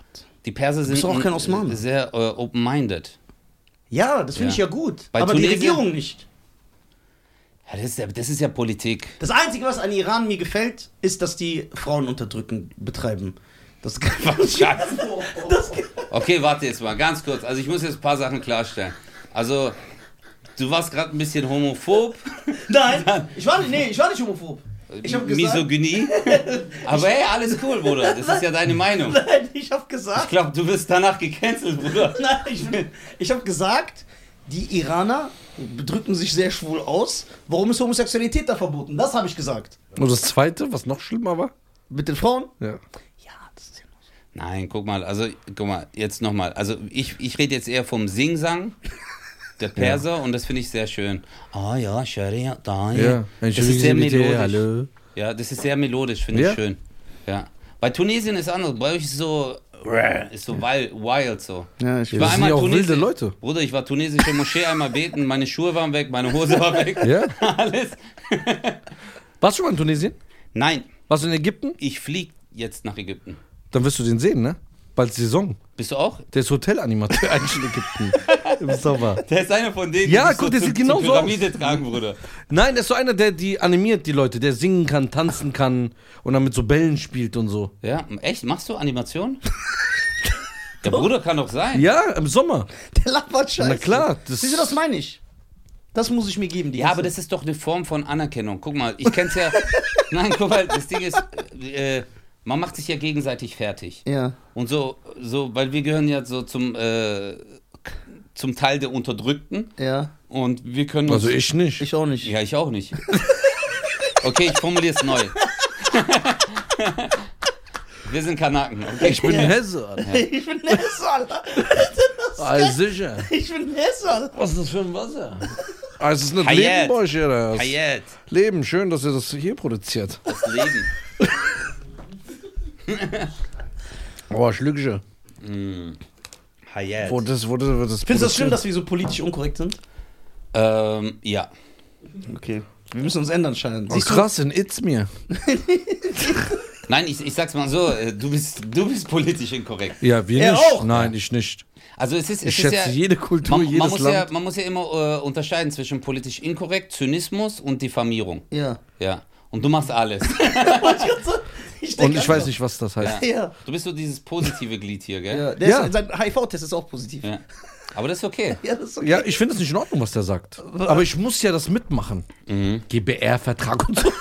[SPEAKER 3] Die Perser sind
[SPEAKER 2] doch auch kein
[SPEAKER 3] äh,
[SPEAKER 2] Osmane.
[SPEAKER 3] sehr äh, open-minded.
[SPEAKER 2] Ja, das finde ich
[SPEAKER 3] Ja.
[SPEAKER 2] ja gut.
[SPEAKER 3] Bei
[SPEAKER 2] aber die
[SPEAKER 3] Tunesien-
[SPEAKER 2] Regierung nicht.
[SPEAKER 3] Ja, das, ist ja, das ist ja Politik.
[SPEAKER 2] Das Einzige, was an Iran mir gefällt, ist, dass die Frauen unterdrücken, betreiben. Das
[SPEAKER 3] Was Schatz? Okay, warte jetzt mal, ganz kurz. Also ich muss jetzt ein paar Sachen klarstellen. Also, du warst gerade ein bisschen homophob,
[SPEAKER 2] Nein, ich war nicht, nee, ich war nicht homophob. Ich habe gesagt,
[SPEAKER 3] Misogynie. Aber hey, alles cool, Bruder. Das ist ja deine Meinung.
[SPEAKER 2] nein, ich habe gesagt,
[SPEAKER 3] Ich glaube, du wirst danach gecancelt, Bruder.
[SPEAKER 2] Nein, ich, bin- ich habe gesagt, die Iraner drücken sich sehr schwul aus. Warum ist Homosexualität da verboten? Das habe ich gesagt.
[SPEAKER 1] Und das zweite, was noch schlimmer war?
[SPEAKER 2] Mit den Frauen?
[SPEAKER 1] Ja.
[SPEAKER 2] Ja, das ist ja noch so.
[SPEAKER 3] Nein, guck mal, also guck mal, jetzt nochmal. Also ich, ich rede jetzt eher vom Singsang der Perser und das finde ich sehr schön. Ah ja, Sharia, da ja. Das ist sehr melodisch.
[SPEAKER 1] hallo.
[SPEAKER 3] Ja, das ist sehr melodisch, finde
[SPEAKER 1] Ja.
[SPEAKER 3] ich schön. Ja. Bei Tunesien ist anders, bei euch ist so ist so wild, wild so.
[SPEAKER 2] Ja, ich
[SPEAKER 1] Ja, das sind ja auch wilde
[SPEAKER 3] Tunesi-
[SPEAKER 1] Leute.
[SPEAKER 3] Bruder, ich war tunesische Moschee einmal beten, meine Schuhe waren weg, meine Hose war weg.
[SPEAKER 1] Ja.
[SPEAKER 3] Alles.
[SPEAKER 1] Warst du schon mal in Tunesien?
[SPEAKER 3] Nein,
[SPEAKER 1] Warst du in Ägypten?
[SPEAKER 3] ich fliege jetzt nach Ägypten.
[SPEAKER 1] Dann wirst du den sehen, ne? Bald Saison.
[SPEAKER 3] Bist du auch?
[SPEAKER 1] Der ist Hotelanimateur eigentlich in Ägypten. Im Sommer.
[SPEAKER 3] Der ist einer von denen,
[SPEAKER 1] Ja,
[SPEAKER 3] die dich
[SPEAKER 1] guck, der
[SPEAKER 3] zur-
[SPEAKER 1] sieht genau
[SPEAKER 3] zur
[SPEAKER 1] so aus.
[SPEAKER 3] Pyramide tragen, Bruder.
[SPEAKER 1] Nein, das ist so einer, der die animiert, die Leute, der singen kann, tanzen kann und dann mit so Bällen spielt und so.
[SPEAKER 3] Ja, echt? Machst du Animation? Der Bruder kann doch sein.
[SPEAKER 1] Ja, im Sommer.
[SPEAKER 2] Der labert scheiße.
[SPEAKER 1] Na klar, das-
[SPEAKER 2] Siehst du, das meine ich. Das muss ich mir geben. die
[SPEAKER 3] Ja, aber
[SPEAKER 2] ganze-
[SPEAKER 3] das ist doch eine Form von Anerkennung. Guck mal, ich kenn's ja. Nein, guck mal, das Ding ist, äh, man macht sich ja gegenseitig fertig.
[SPEAKER 2] Ja.
[SPEAKER 3] Und so, so, weil wir gehören ja so zum, äh, zum Teil der Unterdrückten
[SPEAKER 2] Ja,
[SPEAKER 3] und wir können uns.
[SPEAKER 1] Also ich nicht.
[SPEAKER 2] ich auch nicht.
[SPEAKER 3] Ja, ich auch nicht. Okay, ich formuliere es neu. Wir sind Kanaken. Okay.
[SPEAKER 1] Ich bin Hesse, Alter.
[SPEAKER 2] Ich bin Hesse, Alter.
[SPEAKER 1] Ah, sicher.
[SPEAKER 2] Ich bin Hesse, Alter.
[SPEAKER 1] Was ist das für ein Wasser? Ah, es ist nicht
[SPEAKER 3] Hayat.
[SPEAKER 1] Leben bei euch, hier, oder? was?
[SPEAKER 3] Hayat,
[SPEAKER 1] Leben, schön, dass ihr das hier produziert.
[SPEAKER 3] das Leben.
[SPEAKER 1] Oh, Schlückische.
[SPEAKER 3] Hayat.
[SPEAKER 1] Wo das, wo das, wo das
[SPEAKER 2] Findest du das schlimm,
[SPEAKER 1] produziert?
[SPEAKER 2] dass wir so politisch unkorrekt sind?
[SPEAKER 3] Ähm, ja.
[SPEAKER 2] Okay. Wir müssen uns ändern, scheinen.
[SPEAKER 1] Oh, krass, in Itzmir.
[SPEAKER 3] Nein, ich, ich sag's mal so, äh, du bist, du bist politisch inkorrekt.
[SPEAKER 1] Ja, wir
[SPEAKER 2] Er
[SPEAKER 1] nicht.
[SPEAKER 2] auch.
[SPEAKER 1] Nein, ich nicht.
[SPEAKER 3] Also es ist, es
[SPEAKER 1] Ich
[SPEAKER 3] ist
[SPEAKER 1] schätze
[SPEAKER 3] ja,
[SPEAKER 1] jede Kultur,
[SPEAKER 3] man, man,
[SPEAKER 1] jedes
[SPEAKER 3] muss
[SPEAKER 1] Land.
[SPEAKER 3] ja, man muss ja immer äh, unterscheiden zwischen politisch inkorrekt, Zynismus und Diffamierung.
[SPEAKER 2] Ja.
[SPEAKER 3] Ja. Und du machst alles.
[SPEAKER 2] Ich
[SPEAKER 1] Und
[SPEAKER 2] denk
[SPEAKER 1] ich weiß nicht, was das heißt.
[SPEAKER 3] Ja.
[SPEAKER 2] Ja.
[SPEAKER 3] Du bist so dieses positive Glied hier, gell?
[SPEAKER 2] ja. Der
[SPEAKER 1] Ja.
[SPEAKER 2] Ist, sein HIV-Test ist auch positiv.
[SPEAKER 3] Ja. Aber das ist okay.
[SPEAKER 2] Ja, das ist okay.
[SPEAKER 1] Ja, ich finde es nicht in Ordnung, was der sagt. Aber ich muss ja das mitmachen. GBR-Vertrag und so.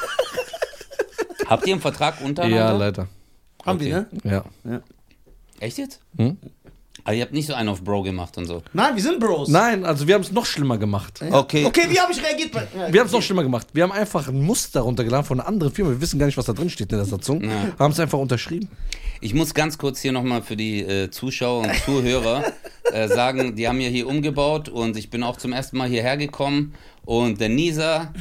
[SPEAKER 3] Habt ihr einen Vertrag
[SPEAKER 1] Ja,
[SPEAKER 3] untereinander?
[SPEAKER 1] leider.
[SPEAKER 2] Haben wir,
[SPEAKER 3] okay.
[SPEAKER 2] ne?
[SPEAKER 1] Ja.
[SPEAKER 3] Echt jetzt?
[SPEAKER 1] Hm?
[SPEAKER 3] Aber ihr habt nicht so einen auf Bro gemacht und so.
[SPEAKER 2] Nein, wir sind Bros.
[SPEAKER 1] Nein, also wir haben es noch schlimmer gemacht.
[SPEAKER 3] Okay.
[SPEAKER 2] Okay, wie habe ich reagiert? Bei, ja,
[SPEAKER 1] Wir haben es noch schlimmer gemacht. Wir haben einfach ein Muster runtergeladen von einer anderen Firma. Wir wissen gar nicht, was da drin steht in der Satzung. Haben es einfach unterschrieben.
[SPEAKER 3] Ich muss ganz kurz hier nochmal für die äh, Zuschauer und Zuhörer äh, sagen, die haben ja hier umgebaut und ich bin auch zum ersten Mal hierher gekommen und der Nisa,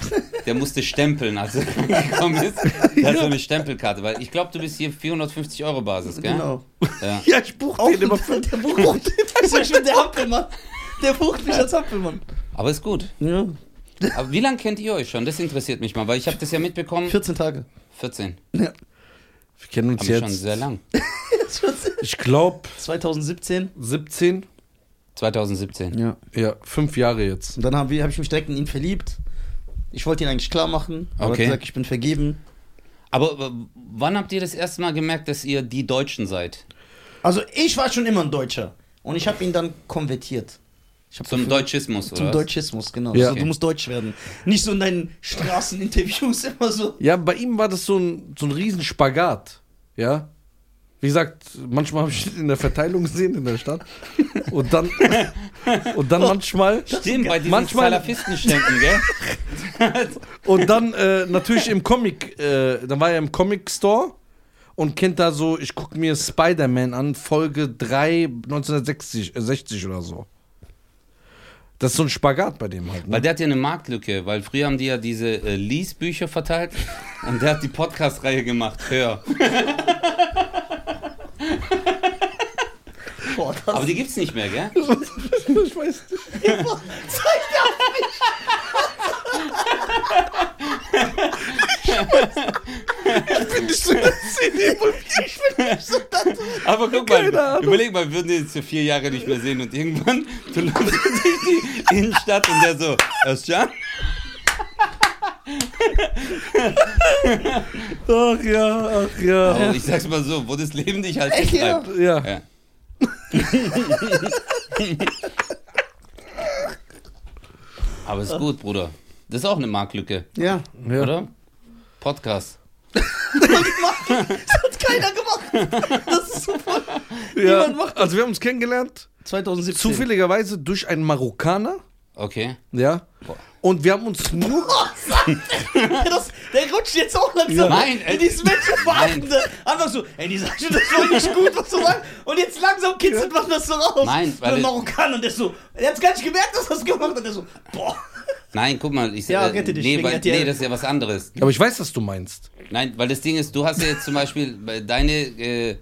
[SPEAKER 3] der musste stempeln, als er gekommen ist. Der hat so eine Stempelkarte, weil ich glaube, du bist hier 450 Euro Basis, gell?
[SPEAKER 2] Genau.
[SPEAKER 3] Ja.
[SPEAKER 1] Ja, ich buche
[SPEAKER 2] Auch der bucht. Das ist schon der Hampelmann. Der bucht mich als Hampelmann.
[SPEAKER 3] Aber ist gut.
[SPEAKER 2] Ja.
[SPEAKER 3] Aber wie lange kennt ihr euch schon? Das interessiert mich mal, weil ich habe das ja mitbekommen.
[SPEAKER 2] 14 Tage.
[SPEAKER 3] 14.
[SPEAKER 2] Ja.
[SPEAKER 1] Wir kennen uns
[SPEAKER 3] Aber schon
[SPEAKER 1] jetzt.
[SPEAKER 3] sehr lang.
[SPEAKER 1] ich glaube,
[SPEAKER 2] 2017.
[SPEAKER 1] 17,
[SPEAKER 3] 2017.
[SPEAKER 2] Ja.
[SPEAKER 1] ja, fünf Jahre jetzt.
[SPEAKER 2] Und dann habe hab ich mich direkt in ihn verliebt. Ich wollte ihn eigentlich klar machen, aber
[SPEAKER 3] Okay.
[SPEAKER 2] okay. gesagt, ich bin vergeben.
[SPEAKER 3] Aber w- wann habt ihr das erste Mal gemerkt, dass ihr die Deutschen seid?
[SPEAKER 2] Also ich war schon immer ein Deutscher und ich habe ihn dann konvertiert. Ich hab
[SPEAKER 3] Zum
[SPEAKER 2] dafür-
[SPEAKER 3] Deutschismus, oder?
[SPEAKER 2] Zum
[SPEAKER 3] was?
[SPEAKER 2] Deutschismus, genau.
[SPEAKER 1] Ja.
[SPEAKER 2] Also, du musst deutsch werden. Nicht so in deinen Straßeninterviews immer so.
[SPEAKER 1] Ja, bei ihm war das so ein, so ein Riesenspagat. Ja. Wie gesagt, manchmal habe ich ihn in der Verteilung gesehen in der Stadt. Und dann, und dann manchmal.
[SPEAKER 3] Stimmt, bei diesen
[SPEAKER 1] Manchmal-
[SPEAKER 3] Salafistenständen, gell?
[SPEAKER 1] Und dann äh, natürlich im Comic, äh, dann war er im Comic Store und kennt da so, ich gucke mir Spider-Man an, Folge 3, 1960 äh, 60 oder so. Das ist so ein Spagat bei dem halt.
[SPEAKER 3] Weil
[SPEAKER 1] Ne?
[SPEAKER 3] der hat ja eine Marktlücke, weil früher haben die ja diese äh, Lies-Bücher verteilt und der hat die Podcast-Reihe gemacht. Hör.
[SPEAKER 2] Boah, das
[SPEAKER 3] Aber die gibt's nicht mehr, gell?
[SPEAKER 1] ich weiß nicht.
[SPEAKER 2] bin ich so Ich bin nicht so
[SPEAKER 3] Aber guck mal,
[SPEAKER 1] Keine Ahnung.
[SPEAKER 3] überleg mal, wir würden den jetzt für vier Jahre nicht mehr sehen und irgendwann, du läufst durch die Innenstadt und der so, Özcan?
[SPEAKER 1] Ach ja, ach ja.
[SPEAKER 3] Aber ich sag's mal so, wo das Leben dich halt
[SPEAKER 2] Echt, ja?
[SPEAKER 3] hinschreibt.
[SPEAKER 1] Ja.
[SPEAKER 3] Ja. Aber ist gut, Bruder. Das ist auch eine Marktlücke,
[SPEAKER 2] Ja.
[SPEAKER 1] Ja.
[SPEAKER 3] oder? Podcast.
[SPEAKER 2] Das hat keiner gemacht. Das ist so voll.
[SPEAKER 1] ja.
[SPEAKER 2] Niemand macht
[SPEAKER 1] Also wir haben uns kennengelernt,
[SPEAKER 2] 2017.
[SPEAKER 1] zufälligerweise durch einen Marokkaner,
[SPEAKER 3] Okay.
[SPEAKER 1] ja. Und wir haben uns nur.
[SPEAKER 2] Der, das, der rutscht jetzt auch langsam.
[SPEAKER 3] Ja. Nein, äh, ey.
[SPEAKER 2] ey. Dieses Menschenverachtende. Einfach so, ey, die sagen schon, das war nicht gut, was du sagst. Und jetzt langsam kitzelt man das so raus.
[SPEAKER 3] Nein, weil
[SPEAKER 2] weil. Der
[SPEAKER 3] ich-
[SPEAKER 2] Marokkaner, der ist so, der hat's gar nicht gemerkt, dass er das gemacht hat. Der so, boah.
[SPEAKER 3] Nein, guck mal, ich
[SPEAKER 2] Ja,
[SPEAKER 3] äh,
[SPEAKER 2] rette dich,
[SPEAKER 3] nee,
[SPEAKER 2] wegen
[SPEAKER 3] weil,
[SPEAKER 2] RTL.
[SPEAKER 3] nee, das ist ja was anderes.
[SPEAKER 1] Aber ich weiß, was du meinst.
[SPEAKER 3] Nein, weil das Ding ist, du hast ja jetzt zum Beispiel äh, deine, äh,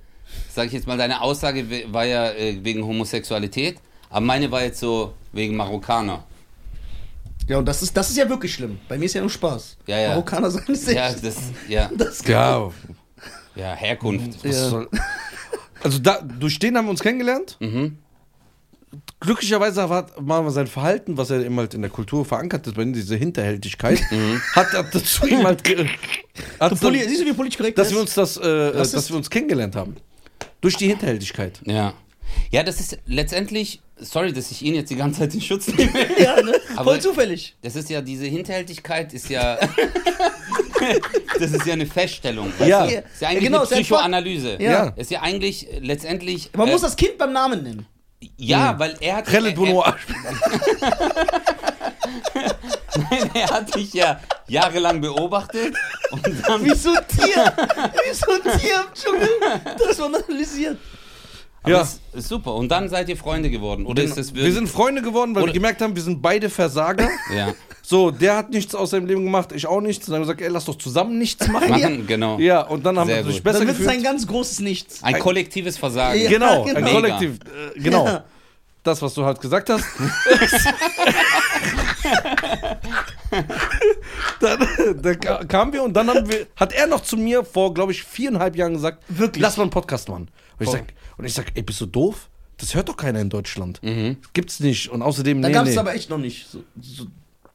[SPEAKER 3] sag ich jetzt mal, deine Aussage we- war ja äh, wegen Homosexualität, aber meine war jetzt so wegen Marokkaner.
[SPEAKER 2] Ja, und das ist, das ist ja wirklich schlimm. Bei mir ist ja nur Spaß.
[SPEAKER 3] Ja, ja.
[SPEAKER 2] Marokkaner sein ist echt.
[SPEAKER 3] Ja, das, ja,
[SPEAKER 2] das
[SPEAKER 1] Ja.
[SPEAKER 3] ja Herkunft.
[SPEAKER 1] Was
[SPEAKER 2] Ja.
[SPEAKER 1] soll- Also da, durch den haben wir uns kennengelernt.
[SPEAKER 3] Mhm.
[SPEAKER 1] Glücklicherweise hat mal sein Verhalten, was er eben halt in der Kultur verankert ist, bei ihm diese Hinterhältigkeit,
[SPEAKER 3] Mhm.
[SPEAKER 1] hat, hat dazu ihm halt, ge-
[SPEAKER 2] Du
[SPEAKER 1] hat
[SPEAKER 2] poli-
[SPEAKER 1] dann,
[SPEAKER 2] siehst du, wie politisch korrekt
[SPEAKER 1] dass
[SPEAKER 2] das
[SPEAKER 1] wir uns das, äh,
[SPEAKER 2] Das
[SPEAKER 1] dass
[SPEAKER 2] ist-
[SPEAKER 1] wir uns kennengelernt haben. Durch die Hinterhältigkeit.
[SPEAKER 3] Ja. Ja, das ist letztendlich, sorry, dass ich ihn jetzt die ganze Zeit in Schutz nehme.
[SPEAKER 2] Ja, ne?
[SPEAKER 3] Aber-
[SPEAKER 2] Voll zufällig.
[SPEAKER 3] Das ist ja, diese Hinterhältigkeit ist ja, das ist ja eine Feststellung. weißt
[SPEAKER 1] Ja.
[SPEAKER 3] du?
[SPEAKER 2] Ja,
[SPEAKER 3] Ist ja eigentlich
[SPEAKER 2] genau,
[SPEAKER 3] eine
[SPEAKER 2] ist ja ein Fakt.
[SPEAKER 3] Psychoanalyse.
[SPEAKER 2] Ja.
[SPEAKER 1] Ja.
[SPEAKER 3] Ist ja eigentlich äh, letztendlich.
[SPEAKER 2] Man
[SPEAKER 3] äh,
[SPEAKER 2] muss das Kind beim Namen nennen.
[SPEAKER 3] Ja, weil er hat.
[SPEAKER 1] Relle
[SPEAKER 3] er, er,
[SPEAKER 1] Bonoir.
[SPEAKER 3] er hat dich ja jahrelang beobachtet und dann.
[SPEAKER 2] Wie so ein Tier. wie so ein Tier im Dschungel. Das man analysiert.
[SPEAKER 3] Aber
[SPEAKER 1] Ja. Genau.
[SPEAKER 3] ist, ist super. Und dann seid ihr Freunde geworden. Oder ist das
[SPEAKER 1] Wir sind Freunde geworden, weil wir
[SPEAKER 3] Oder-
[SPEAKER 1] gemerkt haben, wir sind beide Versager.
[SPEAKER 3] Ja.
[SPEAKER 1] So, der hat nichts aus seinem Leben gemacht, ich auch nichts. Und dann haben wir gesagt, ey, lass doch zusammen nichts machen.
[SPEAKER 3] Machen, genau.
[SPEAKER 1] Ja, und dann haben
[SPEAKER 3] Sehr
[SPEAKER 1] wir uns
[SPEAKER 3] gut.
[SPEAKER 1] besser
[SPEAKER 2] Dann wird es ein
[SPEAKER 1] gefühlt.
[SPEAKER 2] ganz großes Nichts.
[SPEAKER 1] Ah,
[SPEAKER 3] Ein kollektives Versagen.
[SPEAKER 2] Ja.
[SPEAKER 1] Genau, ein
[SPEAKER 2] Mega.
[SPEAKER 1] Kollektiv. Äh, genau.
[SPEAKER 2] Ja.
[SPEAKER 1] Das, was du halt gesagt hast. dann, dann ka- kamen wir und dann haben wir, hat er noch zu mir vor, glaube ich, viereinhalb Jahren gesagt,
[SPEAKER 2] Wirklich?
[SPEAKER 1] lass mal einen Podcast machen. Und ich,
[SPEAKER 3] Oh.
[SPEAKER 1] sag, und ich sag, ey, bist du doof? Das hört doch keiner in Deutschland. Gibt's nicht. Und außerdem,
[SPEAKER 2] Mhm. Da
[SPEAKER 1] nee,
[SPEAKER 2] gab es
[SPEAKER 1] nee.
[SPEAKER 2] aber echt noch nicht. So, so,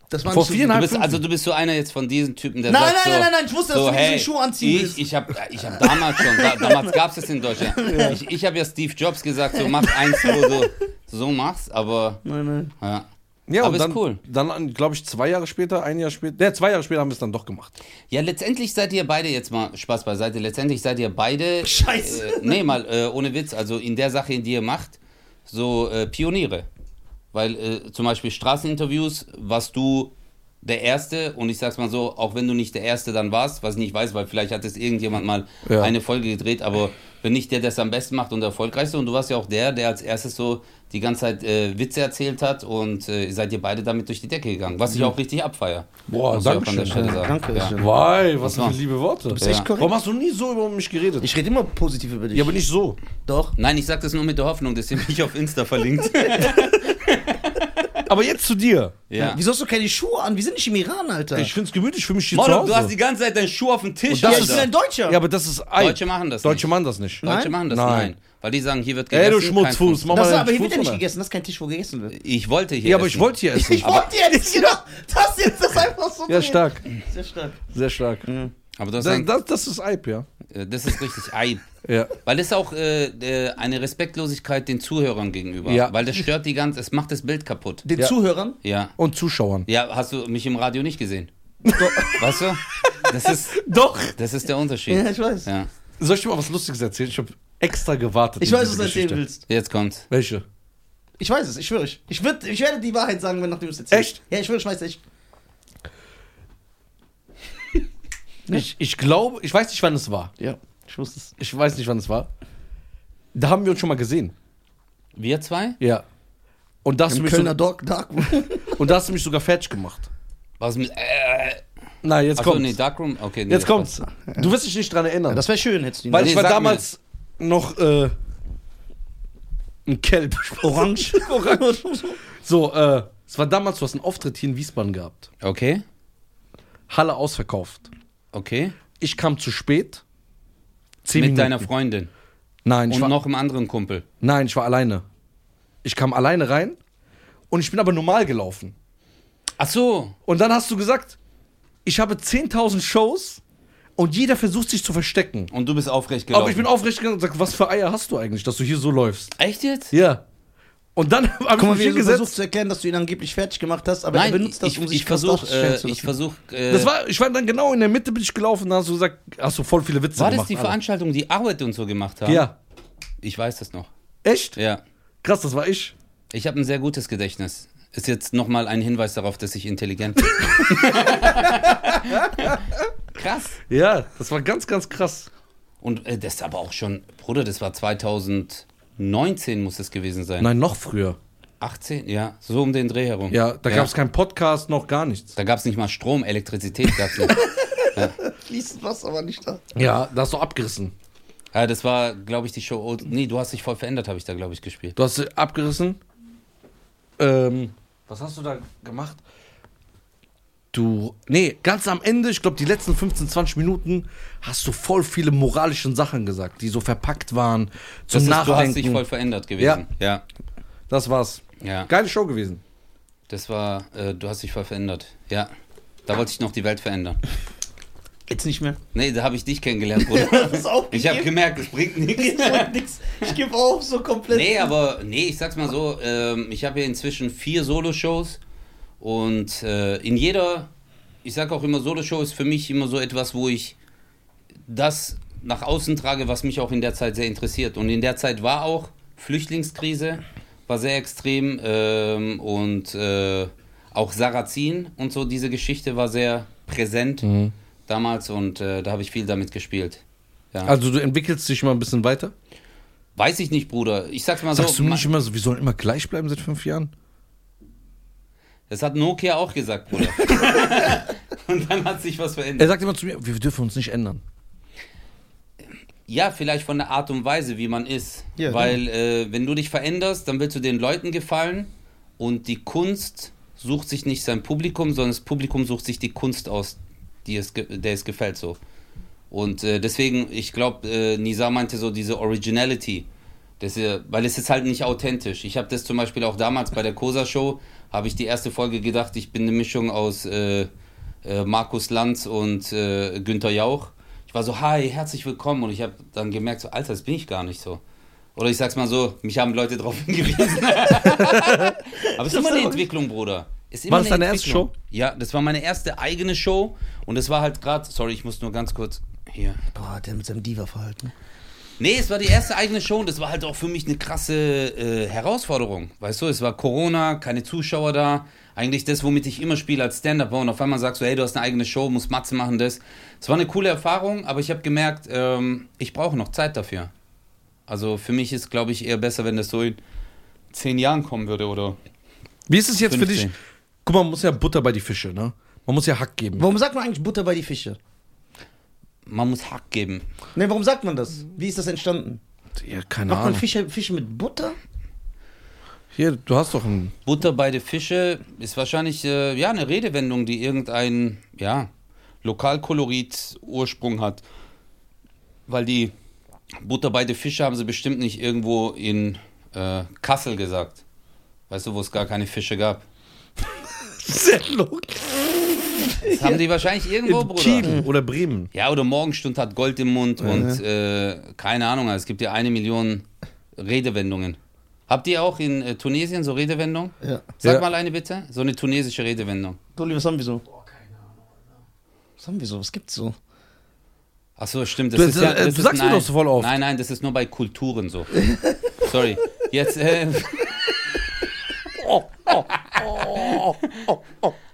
[SPEAKER 2] das war
[SPEAKER 1] Vor
[SPEAKER 2] nicht so-
[SPEAKER 1] viereinhalb-
[SPEAKER 3] Du bist, also du bist so einer jetzt von diesen Typen, der
[SPEAKER 2] Nein,
[SPEAKER 3] sagt
[SPEAKER 2] nein,
[SPEAKER 3] so,
[SPEAKER 2] nein, nein, nein, ich wusste, dass
[SPEAKER 3] so,
[SPEAKER 2] du mir
[SPEAKER 3] hey,
[SPEAKER 2] diesen Schuh anziehen
[SPEAKER 3] ich,
[SPEAKER 2] willst.
[SPEAKER 3] Ich habe ich hab damals schon, da, damals gab es das in Deutschland. Ich, ich habe ja Steve Jobs gesagt, so mach eins, wo du so machst, aber
[SPEAKER 2] Nein, nein.
[SPEAKER 3] ja.
[SPEAKER 1] ja,
[SPEAKER 3] aber
[SPEAKER 1] und
[SPEAKER 3] ist
[SPEAKER 1] dann,
[SPEAKER 3] cool.
[SPEAKER 1] Dann, glaube ich, zwei Jahre später, ein Jahr später, ne, zwei Jahre später haben wir es dann doch gemacht.
[SPEAKER 3] Ja, letztendlich seid ihr beide jetzt mal Spaß beiseite. Letztendlich seid ihr beide.
[SPEAKER 2] Scheiße.
[SPEAKER 3] Äh, nee, mal äh, ohne Witz. Also in der Sache, in die ihr macht, so äh, Pioniere. Weil äh, zum Beispiel Straßeninterviews warst du der Erste und ich sag's mal so, auch wenn du nicht der Erste dann warst, was ich nicht weiß, weil vielleicht hat es irgendjemand mal
[SPEAKER 1] Ja.
[SPEAKER 3] eine Folge gedreht, aber wenn nicht der, der es am besten macht und der erfolgreichste und du warst ja auch der, der als erstes so die ganze Zeit äh, Witze erzählt hat und äh, seid ihr beide damit durch die Decke gegangen, was ich auch richtig abfeier.
[SPEAKER 1] Mhm. Boah,
[SPEAKER 3] Muss ich auch an
[SPEAKER 1] Dankeschön.
[SPEAKER 3] der Stelle
[SPEAKER 1] Ja,
[SPEAKER 3] sagen.
[SPEAKER 2] Dankeschön.
[SPEAKER 1] Wei, was
[SPEAKER 3] war?
[SPEAKER 1] für liebe Worte.
[SPEAKER 2] Ist echt
[SPEAKER 3] Ja.
[SPEAKER 2] korrekt.
[SPEAKER 1] Warum hast du nie so über mich geredet?
[SPEAKER 2] Ich rede immer positiv über dich.
[SPEAKER 1] ja, aber nicht so.
[SPEAKER 2] Doch.
[SPEAKER 3] Nein, ich sag das nur mit der Hoffnung, dass ihr mich auf Insta verlinkt.
[SPEAKER 1] Aber jetzt zu dir.
[SPEAKER 3] Ja.
[SPEAKER 2] Wieso hast du keine Schuhe an? Wir sind nicht im Iran, Alter.
[SPEAKER 1] Ich find's gemütlich, ich fühl mich hier zu
[SPEAKER 3] Moloch,
[SPEAKER 1] Hause.
[SPEAKER 3] du hast die ganze Zeit deinen Schuh auf dem Tisch.
[SPEAKER 1] Und das
[SPEAKER 2] ja, ich
[SPEAKER 1] ist-
[SPEAKER 2] bin ein Deutscher.
[SPEAKER 1] ja, aber das ist Ei.
[SPEAKER 3] Deutsche machen das
[SPEAKER 1] Deutsche machen das nicht.
[SPEAKER 3] Deutsche
[SPEAKER 2] Nein?
[SPEAKER 3] machen das
[SPEAKER 1] Nein.
[SPEAKER 3] nein. Weil die sagen, hier wird gegessen.
[SPEAKER 1] Ey, du
[SPEAKER 3] kein
[SPEAKER 1] Schmutzfuß,
[SPEAKER 3] Fuß.
[SPEAKER 1] mach
[SPEAKER 2] das,
[SPEAKER 1] mal
[SPEAKER 2] aber
[SPEAKER 1] deinen
[SPEAKER 2] hier wird ja
[SPEAKER 1] Fuß
[SPEAKER 2] nicht
[SPEAKER 1] runter.
[SPEAKER 2] gegessen. Das ist kein Tisch, wo gegessen wird.
[SPEAKER 3] Ich wollte hier
[SPEAKER 1] Ja, aber ich
[SPEAKER 3] essen.
[SPEAKER 1] wollte hier essen.
[SPEAKER 2] Ich wollte ja nicht genau das jetzt, das einfach so
[SPEAKER 1] Ja,
[SPEAKER 2] drehen.
[SPEAKER 1] stark.
[SPEAKER 2] Sehr stark.
[SPEAKER 1] Sehr stark.
[SPEAKER 3] Aber das,
[SPEAKER 1] Das,
[SPEAKER 3] das,
[SPEAKER 1] das, das ist Eib, ja.
[SPEAKER 3] das ist richtig Ei.
[SPEAKER 1] Ja.
[SPEAKER 3] Weil das ist auch äh, äh, eine Respektlosigkeit den Zuhörern gegenüber.
[SPEAKER 1] Ja.
[SPEAKER 3] Weil das stört die ganze, es macht das Bild kaputt.
[SPEAKER 2] Den
[SPEAKER 1] Ja.
[SPEAKER 2] Zuhörern?
[SPEAKER 3] Ja.
[SPEAKER 1] Und Zuschauern.
[SPEAKER 3] Ja, hast du mich im Radio nicht gesehen? weißt du? Das ist,
[SPEAKER 1] Doch.
[SPEAKER 3] das ist der Unterschied.
[SPEAKER 2] Ja, ich weiß.
[SPEAKER 3] Ja.
[SPEAKER 1] Soll ich dir mal was Lustiges erzählen? Ich habe extra gewartet.
[SPEAKER 2] Ich
[SPEAKER 1] mit
[SPEAKER 2] weiß, was
[SPEAKER 1] dieser
[SPEAKER 2] du erzählen
[SPEAKER 1] Geschichte.
[SPEAKER 2] willst.
[SPEAKER 3] Jetzt kommt's.
[SPEAKER 1] Welche?
[SPEAKER 2] Ich weiß es, ich schwöre. Ich, ich, würd, ich werde die Wahrheit sagen, wenn nachdem du es erzählst.
[SPEAKER 1] Echt?
[SPEAKER 2] Ja, ich schwöre, ich weiß echt.
[SPEAKER 1] Ich, ich glaube, ich weiß nicht, wann es war.
[SPEAKER 2] Ja, ich wusste es.
[SPEAKER 1] Ich weiß nicht, wann es war. Da haben wir uns schon mal gesehen.
[SPEAKER 3] Wir zwei?
[SPEAKER 1] Ja. Und da hast, du
[SPEAKER 2] Im
[SPEAKER 1] mich,
[SPEAKER 2] Kölner
[SPEAKER 1] so,
[SPEAKER 2] Dog Darkroom.
[SPEAKER 1] und da hast du mich sogar fertig gemacht.
[SPEAKER 3] Was mit. Äh,
[SPEAKER 1] Nein, jetzt
[SPEAKER 3] achso,
[SPEAKER 1] kommt's.
[SPEAKER 3] nee, Darkroom? Okay, nee,
[SPEAKER 1] jetzt
[SPEAKER 3] das
[SPEAKER 1] kommt's. Du wirst dich nicht dran erinnern.
[SPEAKER 2] Das wäre schön, hättest du ihn.
[SPEAKER 1] weil
[SPEAKER 3] Nee,
[SPEAKER 1] ich war
[SPEAKER 3] sag mir.
[SPEAKER 1] damals noch äh, ein Kelb.
[SPEAKER 2] Orange. Orange.
[SPEAKER 1] So, äh, es war damals, du hast einen Auftritt hier in Wiesbaden gehabt.
[SPEAKER 3] passt. Okay,
[SPEAKER 1] Halle ausverkauft.
[SPEAKER 3] okay.
[SPEAKER 1] Ich kam zu spät. Zehn
[SPEAKER 3] Mit
[SPEAKER 1] Minuten.
[SPEAKER 3] deiner Freundin.
[SPEAKER 1] Nein, ich
[SPEAKER 3] Und
[SPEAKER 1] war,
[SPEAKER 3] noch einem anderen Kumpel.
[SPEAKER 1] nein, ich war alleine. Ich kam alleine rein und ich bin aber normal gelaufen.
[SPEAKER 3] Ach so.
[SPEAKER 1] Und dann hast du gesagt, ich habe 10.000 Shows und jeder versucht sich zu verstecken.
[SPEAKER 3] Und du bist aufrecht gelaufen.
[SPEAKER 1] Aber ich bin aufrecht gegangen und sag, was für Eier hast du eigentlich, dass du hier so läufst?
[SPEAKER 3] Echt jetzt?
[SPEAKER 1] Ja. Und dann habe ich
[SPEAKER 2] Guck mal,
[SPEAKER 1] mich
[SPEAKER 2] wie du versuchst
[SPEAKER 1] hingesetzt.
[SPEAKER 2] zu erklären, dass du ihn angeblich fertig gemacht hast, aber
[SPEAKER 3] Nein,
[SPEAKER 2] er benutzt das,
[SPEAKER 3] ich,
[SPEAKER 2] um sich
[SPEAKER 3] ich versuche.
[SPEAKER 2] krass darstellen
[SPEAKER 3] Äh,
[SPEAKER 2] zu
[SPEAKER 3] ich
[SPEAKER 2] lassen.
[SPEAKER 3] versuch, äh,
[SPEAKER 1] Das war, ich war dann genau in der Mitte, bin ich gelaufen und dann hast du gesagt, hast du voll viele Witze
[SPEAKER 3] war das
[SPEAKER 1] gemacht.
[SPEAKER 3] die
[SPEAKER 1] alle.
[SPEAKER 3] Veranstaltung, die Arbeit und so gemacht haben?
[SPEAKER 1] Ja.
[SPEAKER 3] Ich weiß das noch.
[SPEAKER 1] Echt?
[SPEAKER 3] Ja.
[SPEAKER 1] Krass, das war ich.
[SPEAKER 3] Ich habe ein sehr gutes Gedächtnis. Ist jetzt nochmal ein Hinweis darauf, dass ich intelligent bin. Krass.
[SPEAKER 1] Ja, das war ganz, ganz krass.
[SPEAKER 3] Und äh, das ist aber auch schon, Bruder, das war 2019 muss es gewesen sein.
[SPEAKER 1] Nein, noch früher.
[SPEAKER 3] 18, ja, so um den Dreh herum.
[SPEAKER 1] Ja, da gab es keinen Podcast, noch gar nichts.
[SPEAKER 3] Da gab es nicht mal Strom, Elektrizität gab es nicht.
[SPEAKER 2] Fließend Wasser war nicht da.
[SPEAKER 1] Ja, da hast du abgerissen.
[SPEAKER 3] ja, das war, glaube ich, die Show. Old- Nee, du hast dich voll verändert, habe ich da, glaube ich, gespielt.
[SPEAKER 1] Du hast äh, abgerissen. Ähm, was hast du da gemacht? Du, nee, ganz am Ende, ich glaube, die letzten 15, 20 Minuten hast du voll viele moralische Sachen gesagt, die so verpackt waren zum
[SPEAKER 3] Das ist, du hast
[SPEAKER 1] Nachdenken.
[SPEAKER 3] dich voll verändert gewesen. Ja.
[SPEAKER 1] das war's.
[SPEAKER 3] Ja.
[SPEAKER 1] Geile Show gewesen.
[SPEAKER 3] Das war, äh, du hast dich voll verändert. Ja. Da wollte ich noch die Welt verändern.
[SPEAKER 2] Jetzt nicht mehr.
[SPEAKER 3] Nee, da habe ich dich kennengelernt, Bruder.
[SPEAKER 2] Das ist auch
[SPEAKER 3] Ich habe gemerkt, es bringt nichts.
[SPEAKER 2] nichts. Ich gebe auf, so komplett.
[SPEAKER 3] Nee, aber nee, ich sag's mal so, ähm, ich habe ja inzwischen vier Solo-Shows und äh, in jeder, ich sag auch immer, Solo-Show ist für mich immer so etwas, wo ich das nach außen trage, was mich auch in der Zeit sehr interessiert. Und in der Zeit war auch Flüchtlingskrise, war sehr extrem ähm, und äh, auch Sarrazin und so, diese Geschichte war sehr präsent
[SPEAKER 1] Mhm.
[SPEAKER 3] damals und äh, da habe ich viel damit gespielt. Ja.
[SPEAKER 1] Also du entwickelst dich mal ein bisschen weiter.
[SPEAKER 3] Weiß ich nicht, Bruder. Ich sag's mal so.
[SPEAKER 1] Sagst du
[SPEAKER 3] Also ma-
[SPEAKER 1] nicht immer so, wir sollen immer gleich bleiben seit fünf Jahren?
[SPEAKER 3] Das hat Nokia auch gesagt, Bruder. Und dann hat sich was
[SPEAKER 1] Er
[SPEAKER 3] verändert.
[SPEAKER 1] sagt immer zu mir, wir dürfen uns nicht ändern.
[SPEAKER 3] Ja, vielleicht von der Art und Weise, wie man ist.
[SPEAKER 2] Ja,
[SPEAKER 3] Weil äh, wenn du dich veränderst, dann willst du den Leuten gefallen und die Kunst sucht sich nicht sein Publikum, sondern das Publikum sucht sich die Kunst aus, die es, ge- der es gefällt so. Und äh, deswegen, ich glaube, äh, Nisa meinte so diese Originality, dass ihr, weil es ist halt nicht authentisch. Ich habe das zum Beispiel auch damals bei der Cosa Show, habe ich die erste Folge gedacht, ich bin eine Mischung aus äh, äh, Markus Lanz und äh, Günther Jauch. Ich war so, hi, herzlich willkommen. Und ich habe dann gemerkt, so, Alter, das bin ich gar nicht so. Oder ich sag's mal so, mich haben Leute darauf hingewiesen. Aber es ist immer eine Entwicklung, Bruder. Ist immer
[SPEAKER 1] War das
[SPEAKER 3] eine
[SPEAKER 1] deine erste
[SPEAKER 3] Entwicklung.
[SPEAKER 1] Show?
[SPEAKER 3] Ja, das war meine erste eigene Show und es war halt gerade, sorry, ich muss nur ganz kurz hier.
[SPEAKER 2] Boah, der mit seinem Diva-Verhalten.
[SPEAKER 3] Nee, es war die erste eigene Show und das war halt auch für mich eine krasse äh, Herausforderung. Weißt du, es war Corona, keine Zuschauer da. Eigentlich das, womit ich immer spiele als Stand-Up. Und auf einmal sagst du, hey, du hast eine eigene Show, musst Matze machen, das. Es war eine coole Erfahrung, aber ich habe gemerkt, ähm, ich brauche noch Zeit dafür. Also für mich ist, glaube ich, eher besser, wenn das so in zehn Jahren kommen würde, oder?
[SPEAKER 1] Wie ist es jetzt für
[SPEAKER 3] 15.
[SPEAKER 1] dich? Guck mal, man muss ja Butter bei die Fische, ne? Man muss ja Hack geben.
[SPEAKER 2] Warum sagt man eigentlich Butter bei die Fische?
[SPEAKER 3] Man muss Hack geben.
[SPEAKER 2] Ne, warum sagt man das? Wie ist das entstanden?
[SPEAKER 1] Ja, keine
[SPEAKER 2] Macht man
[SPEAKER 1] Ahnung.
[SPEAKER 2] Fische, Fische mit Butter?
[SPEAKER 1] Hier, du hast doch einen.
[SPEAKER 3] Butter bei den Fische ist wahrscheinlich äh, ja, eine Redewendung, die irgendeinen ja, Lokalkolorit-Ursprung hat. Weil die Butter bei den Fische haben sie bestimmt nicht irgendwo in äh, Kassel gesagt. Weißt du, wo es gar keine Fische gab.
[SPEAKER 1] Sendung.
[SPEAKER 3] Das haben die wahrscheinlich irgendwo,
[SPEAKER 1] In
[SPEAKER 3] Bruder.
[SPEAKER 1] Kiel oder Bremen.
[SPEAKER 3] Ja, oder Morgenstund hat Gold im Mund und äh, keine Ahnung, es gibt ja eine Million Redewendungen. Habt ihr auch in äh, Tunesien so Redewendung?
[SPEAKER 2] Ja.
[SPEAKER 3] Sag
[SPEAKER 1] Ja.
[SPEAKER 3] mal eine bitte, so eine tunesische Redewendung.
[SPEAKER 2] Dolly, was haben wir so? Was haben wir so? Was gibt's so?
[SPEAKER 3] Achso, stimmt. Das
[SPEAKER 1] Du-
[SPEAKER 3] ist ja,
[SPEAKER 1] äh,
[SPEAKER 3] das
[SPEAKER 1] du
[SPEAKER 3] ist,
[SPEAKER 1] sagst mir
[SPEAKER 3] nein.
[SPEAKER 1] doch so voll oft.
[SPEAKER 3] Nein, nein, das ist nur bei Kulturen so. Sorry. Jetzt. Äh,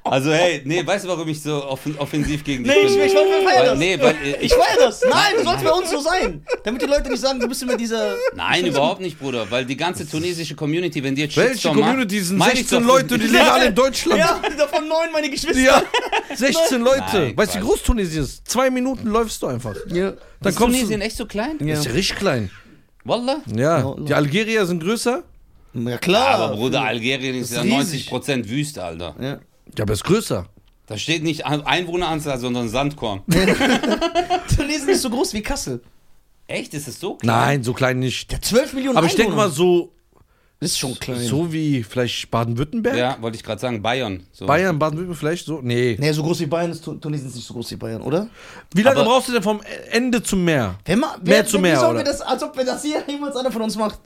[SPEAKER 3] also, hey, nee, weißt du, warum ich so offen, offensiv gegen dich
[SPEAKER 2] Nee,
[SPEAKER 3] bin?
[SPEAKER 2] ich, ich feier
[SPEAKER 3] Äh, weil,
[SPEAKER 2] das.
[SPEAKER 3] nee, weil, äh,
[SPEAKER 2] Ich feier das. Nein, das soll's bei uns so sein. Damit die Leute nicht sagen, du bist immer dieser.
[SPEAKER 3] Nein, überhaupt nicht, Bruder, weil die ganze tunesische Community, wenn die jetzt
[SPEAKER 1] Welche
[SPEAKER 3] Shitstorm macht,
[SPEAKER 1] Community sind
[SPEAKER 3] meine ich
[SPEAKER 1] 16
[SPEAKER 3] doch-
[SPEAKER 1] Leute, die leben alle in Deutschland?
[SPEAKER 2] Ja, davon neun meine Geschwister.
[SPEAKER 1] Ja, 16 Leute.
[SPEAKER 3] Nein,
[SPEAKER 1] weißt du, wie
[SPEAKER 3] Quatsch.
[SPEAKER 1] groß Tunesien ist? Zwei Minuten läufst du einfach.
[SPEAKER 2] Ja.
[SPEAKER 1] Dann
[SPEAKER 3] Ist
[SPEAKER 1] kommst
[SPEAKER 3] Tunesien echt so klein?
[SPEAKER 1] du.
[SPEAKER 2] Ja.
[SPEAKER 1] Ist ja richtig klein.
[SPEAKER 3] Wallah?
[SPEAKER 1] Ja,
[SPEAKER 2] Ja.
[SPEAKER 1] die Algerier sind größer.
[SPEAKER 2] ja klar.
[SPEAKER 3] Aber Bruder, Algerien ist ja
[SPEAKER 2] riesig.
[SPEAKER 3] 90% Wüste, Alter.
[SPEAKER 2] Ja.
[SPEAKER 1] Ja, aber ist größer.
[SPEAKER 3] Da steht nicht Ein- Einwohneranzahl, sondern Sandkorn.
[SPEAKER 2] Tunesien ist so groß wie Kassel.
[SPEAKER 3] Echt? Ist es so klein?
[SPEAKER 1] Nein, so klein nicht.
[SPEAKER 2] Ja, 12 Millionen
[SPEAKER 1] Aber ich denke mal so,
[SPEAKER 2] das ist schon klein.
[SPEAKER 1] so wie vielleicht Baden-Württemberg.
[SPEAKER 3] Ja, wollte ich gerade sagen, Bayern. So.
[SPEAKER 1] Bayern, Baden-Württemberg vielleicht so? Nee.
[SPEAKER 2] Nee, so groß wie Bayern ist Tu- Tunesien ist nicht so groß wie Bayern, oder?
[SPEAKER 1] Wie lange
[SPEAKER 3] Aber-
[SPEAKER 1] brauchst du denn vom Ende zum Meer?
[SPEAKER 2] Wenn man,
[SPEAKER 1] Mehr
[SPEAKER 2] wer,
[SPEAKER 1] zu
[SPEAKER 2] wie
[SPEAKER 1] mehr,
[SPEAKER 2] sollen
[SPEAKER 1] oder?
[SPEAKER 2] Wir das, als ob wir das hier jemals einer von uns macht.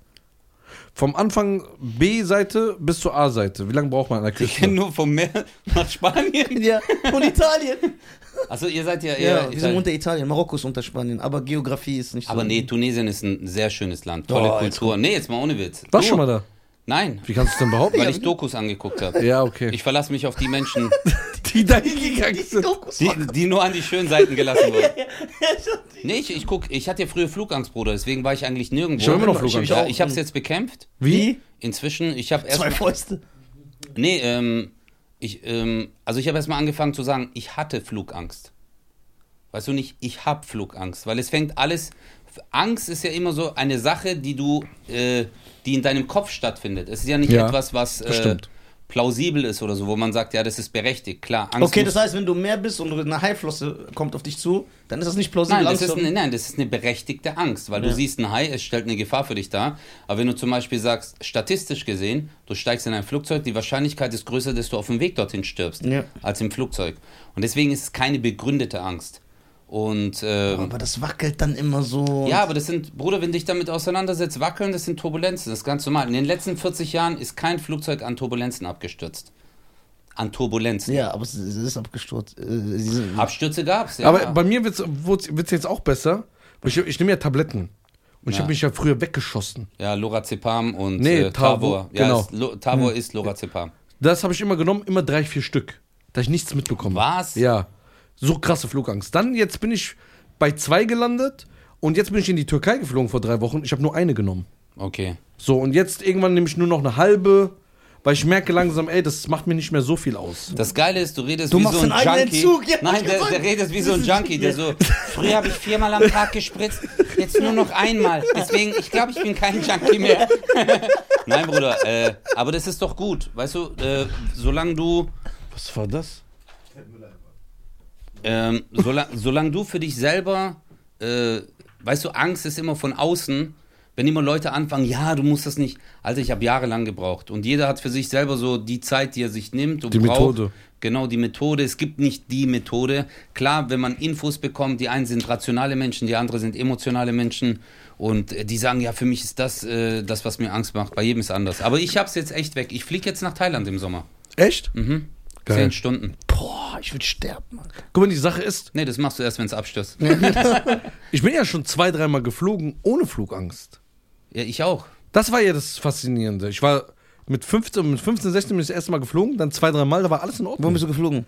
[SPEAKER 1] Vom Anfang B-Seite bis zur A-Seite. Wie lange braucht man an der
[SPEAKER 3] Ich
[SPEAKER 1] Küste?
[SPEAKER 3] kenne nur vom Meer nach Spanien.
[SPEAKER 2] Ja, und Italien.
[SPEAKER 3] Achso, ihr seid ja eher.
[SPEAKER 2] Ja, wir sind unter Italien. Marokko ist unter Spanien, aber Geografie ist nicht so.
[SPEAKER 3] aber nee, Tunesien ist ein sehr schönes Land. Tolle
[SPEAKER 2] Boah, jetzt
[SPEAKER 3] Kultur. Nee, jetzt mal ohne Witz.
[SPEAKER 1] Warst
[SPEAKER 3] Du?
[SPEAKER 1] schon mal da?
[SPEAKER 3] Nein,
[SPEAKER 1] Wie kannst du es denn behaupten?
[SPEAKER 3] weil ich Dokus angeguckt habe.
[SPEAKER 1] ja, okay.
[SPEAKER 3] Ich verlasse mich auf die Menschen,
[SPEAKER 1] die da
[SPEAKER 2] Die
[SPEAKER 1] hingegangen sind.
[SPEAKER 2] Dokus
[SPEAKER 3] die, die nur an die schönen Seiten gelassen wurden.
[SPEAKER 2] machen-
[SPEAKER 3] Nee, ich, ich guck, ich hatte ja früher Flugangst, Bruder, deswegen war ich eigentlich nirgendwo.
[SPEAKER 1] Ich hab immer noch
[SPEAKER 3] Ich-
[SPEAKER 1] Flugangst.
[SPEAKER 3] Ja, ich hab's jetzt bekämpft.
[SPEAKER 1] Wie?
[SPEAKER 3] Inzwischen, ich habe erst
[SPEAKER 2] Zwei Fäuste.
[SPEAKER 3] Nee, ähm, ich, ähm, also ich habe erstmal angefangen zu sagen, ich hatte Flugangst. Weißt du nicht, ich habe Flugangst, weil es fängt alles. Angst ist ja immer so eine Sache, die du, äh, die in deinem Kopf stattfindet. Es ist ja nicht
[SPEAKER 1] Ja,
[SPEAKER 3] etwas, was
[SPEAKER 1] das
[SPEAKER 3] äh,
[SPEAKER 1] stimmt.
[SPEAKER 3] plausibel ist oder so, wo man sagt, ja, das ist berechtigt. Klar, Angst
[SPEAKER 2] Okay,
[SPEAKER 3] muss-
[SPEAKER 2] das heißt, wenn du mehr bist und eine Haiflosse kommt auf dich zu, dann ist das nicht plausibel.
[SPEAKER 3] Nein das, ist
[SPEAKER 2] Angst
[SPEAKER 3] eine,
[SPEAKER 2] haben.
[SPEAKER 3] nein, das ist eine berechtigte Angst, weil du
[SPEAKER 2] Ja.
[SPEAKER 3] siehst einen Hai, es stellt eine Gefahr für dich dar. Aber wenn du zum Beispiel sagst, statistisch gesehen, du steigst in ein Flugzeug, die Wahrscheinlichkeit ist größer, dass du auf dem Weg dorthin stirbst,
[SPEAKER 2] Ja.
[SPEAKER 3] als im Flugzeug. Und deswegen ist es keine begründete Angst. Und ähm,
[SPEAKER 2] aber das wackelt dann immer so.
[SPEAKER 3] ja, aber das sind, Bruder, wenn du dich damit auseinandersetzt, wackeln, das sind Turbulenzen, das ist ganz normal. In den letzten 40 Jahren ist kein Flugzeug an Turbulenzen abgestürzt. An Turbulenzen.
[SPEAKER 2] Ja, aber es es ist abgestürzt. Äh, sie sind-
[SPEAKER 3] Abstürze gab es, ja.
[SPEAKER 1] Aber bei mir wird es jetzt auch besser. weil Ich, ich nehme ja Tabletten. Und ich
[SPEAKER 3] Ja.
[SPEAKER 1] habe mich ja früher weggeschossen.
[SPEAKER 3] ja, Lorazepam und
[SPEAKER 1] Nee,
[SPEAKER 3] äh, Tavor.
[SPEAKER 1] Tavor,
[SPEAKER 3] Ja,
[SPEAKER 1] genau.
[SPEAKER 3] ist, Lo, Tavor ist Lorazepam.
[SPEAKER 1] Das habe ich immer genommen, immer drei, vier Stück. Da ich nichts mitbekomme.
[SPEAKER 3] Was?
[SPEAKER 1] Ja. So krasse Flugangst. Dann jetzt bin ich bei zwei gelandet und jetzt bin ich in die Türkei geflogen vor drei Wochen. Ich habe nur eine genommen.
[SPEAKER 3] Okay.
[SPEAKER 1] So, und jetzt irgendwann nehme ich nur noch eine halbe, weil ich merke langsam, ey, das macht mir nicht mehr so viel aus.
[SPEAKER 3] Das Geile ist, du redest
[SPEAKER 2] Du
[SPEAKER 3] wie
[SPEAKER 2] machst
[SPEAKER 3] so ein
[SPEAKER 2] einen eigenen
[SPEAKER 3] Junkie.
[SPEAKER 2] Zug, ja, hab
[SPEAKER 3] Nein,
[SPEAKER 2] ich
[SPEAKER 3] der,
[SPEAKER 2] gesagt.
[SPEAKER 3] der redet wie so ein Junkie, der so, früher habe ich viermal am Tag gespritzt, jetzt nur noch einmal. Deswegen, ich glaube, ich bin kein Junkie mehr. Nein, Bruder, äh, aber das ist doch gut. Weißt du, äh, solange du,
[SPEAKER 1] Was war das?
[SPEAKER 3] ähm, solang, solange du für dich selber, äh, weißt du, Angst ist immer von außen. Wenn immer Leute anfangen, ja, du musst das nicht. Alter, ich habe jahrelang gebraucht. Und jeder hat für sich selber so die Zeit, die er sich nimmt. Und
[SPEAKER 1] Die
[SPEAKER 3] braucht.
[SPEAKER 1] Methode.
[SPEAKER 3] Genau, die Methode. Es gibt nicht die Methode. Klar, wenn man Infos bekommt, die einen sind rationale Menschen, die anderen sind emotionale Menschen. Und äh, die sagen, ja, für mich ist das äh, das, was mir Angst macht. Bei jedem ist anders. Aber ich hab's jetzt echt weg. Ich fliege jetzt nach Thailand im Sommer.
[SPEAKER 1] Echt?
[SPEAKER 3] Mhm.
[SPEAKER 1] Geil.
[SPEAKER 3] Zehn Stunden.
[SPEAKER 2] Boah, ich würde sterben, Mann.
[SPEAKER 1] Guck mal, die Sache ist,
[SPEAKER 3] Nee, das machst du erst, wenn es abstürzt.
[SPEAKER 1] ich bin ja schon zwei, dreimal geflogen ohne Flugangst.
[SPEAKER 3] Ja, ich auch.
[SPEAKER 1] Das war ja das Faszinierende. Ich war mit 15, mit 15 16 bin ich das erste Mal geflogen, dann zwei, dreimal, da war alles in
[SPEAKER 2] Wohin
[SPEAKER 1] Ordnung.
[SPEAKER 2] bist du geflogen?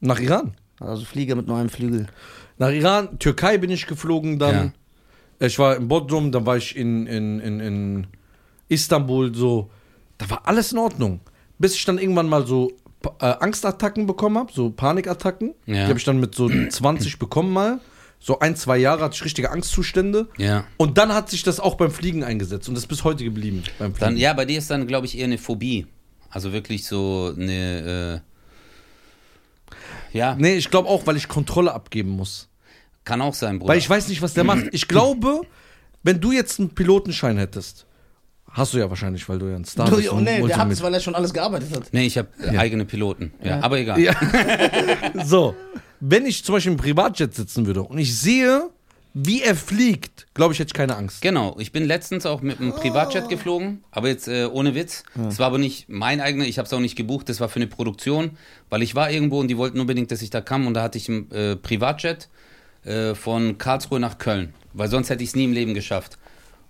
[SPEAKER 1] Nach Iran.
[SPEAKER 2] Also Flieger mit nur einem Flügel.
[SPEAKER 1] Nach Iran, Türkei bin ich geflogen dann. Ich war in Bodrum, dann war ich in, in, in, in Istanbul, so. Da war alles in Ordnung. Bis ich dann irgendwann mal so pa- äh, Angstattacken bekommen habe, so Panikattacken.
[SPEAKER 3] Ja.
[SPEAKER 1] Die habe ich dann mit so 20 bekommen mal. So ein, zwei Jahre hatte ich richtige Angstzustände.
[SPEAKER 3] Ja.
[SPEAKER 1] Und dann hat sich das auch beim Fliegen eingesetzt und das ist bis heute geblieben. Beim Fliegen.
[SPEAKER 3] Dann, ja, bei dir ist dann, glaube ich, eher eine Phobie. Also wirklich so eine. Äh, ja,
[SPEAKER 1] Nee, ich glaube auch, weil ich Kontrolle abgeben muss.
[SPEAKER 3] kann auch sein, Bruder.
[SPEAKER 1] Weil ich weiß nicht, was der macht. Ich glaube, wenn du jetzt einen Pilotenschein hättest, hast du ja wahrscheinlich, weil du ja ein Star
[SPEAKER 2] Du,
[SPEAKER 1] bist.
[SPEAKER 2] oh,
[SPEAKER 1] und
[SPEAKER 2] nee, der hat es,
[SPEAKER 1] Multimed-
[SPEAKER 2] weil er schon alles gearbeitet hat.
[SPEAKER 3] nee, ich habe eigene Piloten. Ja, aber egal.
[SPEAKER 1] Ja. so, wenn ich zum Beispiel im Privatjet sitzen würde und ich sehe, wie er fliegt, glaube ich, hätte ich keine Angst.
[SPEAKER 3] Genau, ich bin letztens auch mit einem Privatjet geflogen, aber jetzt äh, ohne Witz. Es war aber nicht mein eigener, ich habe es auch nicht gebucht, das war für eine Produktion, weil ich war irgendwo und die wollten unbedingt, dass ich da kam und da hatte ich einen äh, Privatjet äh, von Karlsruhe nach Köln, weil sonst hätte ich es nie im Leben geschafft.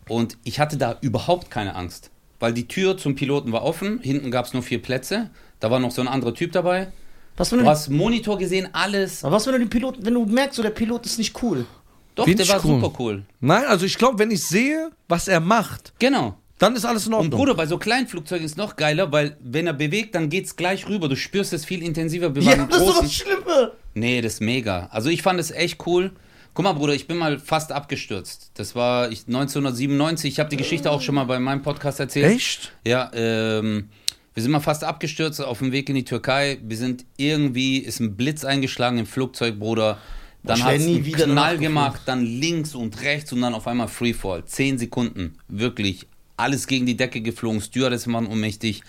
[SPEAKER 3] Und ich hatte da überhaupt keine Angst, weil die Tür zum Piloten war offen, hinten gab es nur vier Plätze, da war noch so ein anderer Typ dabei.
[SPEAKER 2] Was, wenn
[SPEAKER 3] Du
[SPEAKER 2] du, was?
[SPEAKER 3] hast Monitor gesehen, alles.
[SPEAKER 2] was, wenn du den Piloten, wenn du merkst, so der Pilot ist nicht cool?
[SPEAKER 3] Doch,
[SPEAKER 1] Find
[SPEAKER 3] der
[SPEAKER 1] ich
[SPEAKER 3] war
[SPEAKER 1] cool.
[SPEAKER 3] super cool.
[SPEAKER 1] Nein, also ich glaube, wenn ich sehe, was er macht,
[SPEAKER 3] Genau.
[SPEAKER 1] dann ist alles in
[SPEAKER 3] Und
[SPEAKER 1] Ordnung.
[SPEAKER 3] Bruder, bei so kleinen Flugzeugen ist noch geiler, weil wenn er bewegt, dann geht's gleich rüber. Du spürst es viel intensiver. Wir waren
[SPEAKER 2] Ja,
[SPEAKER 3] im
[SPEAKER 2] das ist doch
[SPEAKER 3] großen.
[SPEAKER 2] das Schlimme.
[SPEAKER 3] Nee, das ist mega. Also ich fand es echt cool. Guck mal, Bruder, ich bin mal fast abgestürzt. Das war ich, 1997. Ich habe die Geschichte auch schon mal bei meinem Podcast erzählt.
[SPEAKER 1] Echt?
[SPEAKER 3] Ja, ähm, wir sind mal fast abgestürzt auf dem Weg in die Türkei. Wir sind irgendwie, ist ein Blitz eingeschlagen im Flugzeug, Bruder. Dann
[SPEAKER 2] ich
[SPEAKER 3] hat
[SPEAKER 2] wär
[SPEAKER 3] es
[SPEAKER 2] nie
[SPEAKER 3] einen
[SPEAKER 2] wieder
[SPEAKER 3] Knall
[SPEAKER 2] nachgeflogen.
[SPEAKER 3] gemacht, dann links und rechts und dann auf einmal Freefall. Zehn Sekunden, wirklich. Alles gegen die Decke geflogen, Stewardess waren ohnmächtig.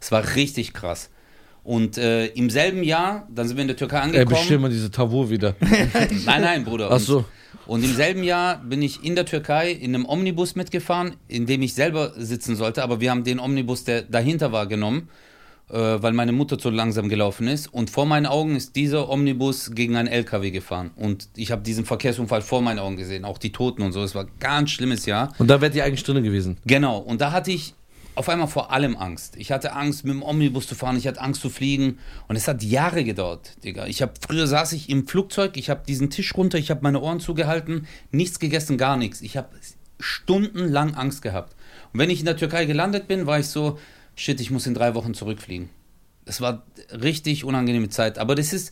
[SPEAKER 3] Es war richtig krass. Und äh, im selben Jahr, dann sind wir in der Türkei
[SPEAKER 1] Ey,
[SPEAKER 3] angekommen.
[SPEAKER 1] bestell mal diese Tavur wieder.
[SPEAKER 3] Nein, nein, Bruder.
[SPEAKER 1] Ach so.
[SPEAKER 3] Und im selben Jahr bin ich in der Türkei in einem Omnibus mitgefahren, in dem ich selber sitzen sollte, aber wir haben den Omnibus, der dahinter war, genommen, äh, weil meine Mutter zu langsam gelaufen ist. Und vor meinen Augen ist dieser Omnibus gegen einen LKW gefahren. Und ich habe diesen Verkehrsunfall vor meinen Augen gesehen, auch die Toten und so. Es war ein ganz schlimmes Jahr.
[SPEAKER 1] Und da wärt ihr eigentlich drin gewesen.
[SPEAKER 3] Genau, und da hatte ich auf einmal vor allem Angst. Ich hatte Angst, mit dem Omnibus zu fahren, ich hatte Angst zu fliegen und es hat Jahre gedauert, Digga. Ich habe früher saß ich im Flugzeug, ich habe diesen Tisch runter, ich habe meine Ohren zugehalten, nichts gegessen, gar nichts. Ich habe stundenlang Angst gehabt. Und wenn ich in der Türkei gelandet bin, war ich so, shit, ich muss in drei Wochen zurückfliegen. Es war richtig unangenehme Zeit, aber das ist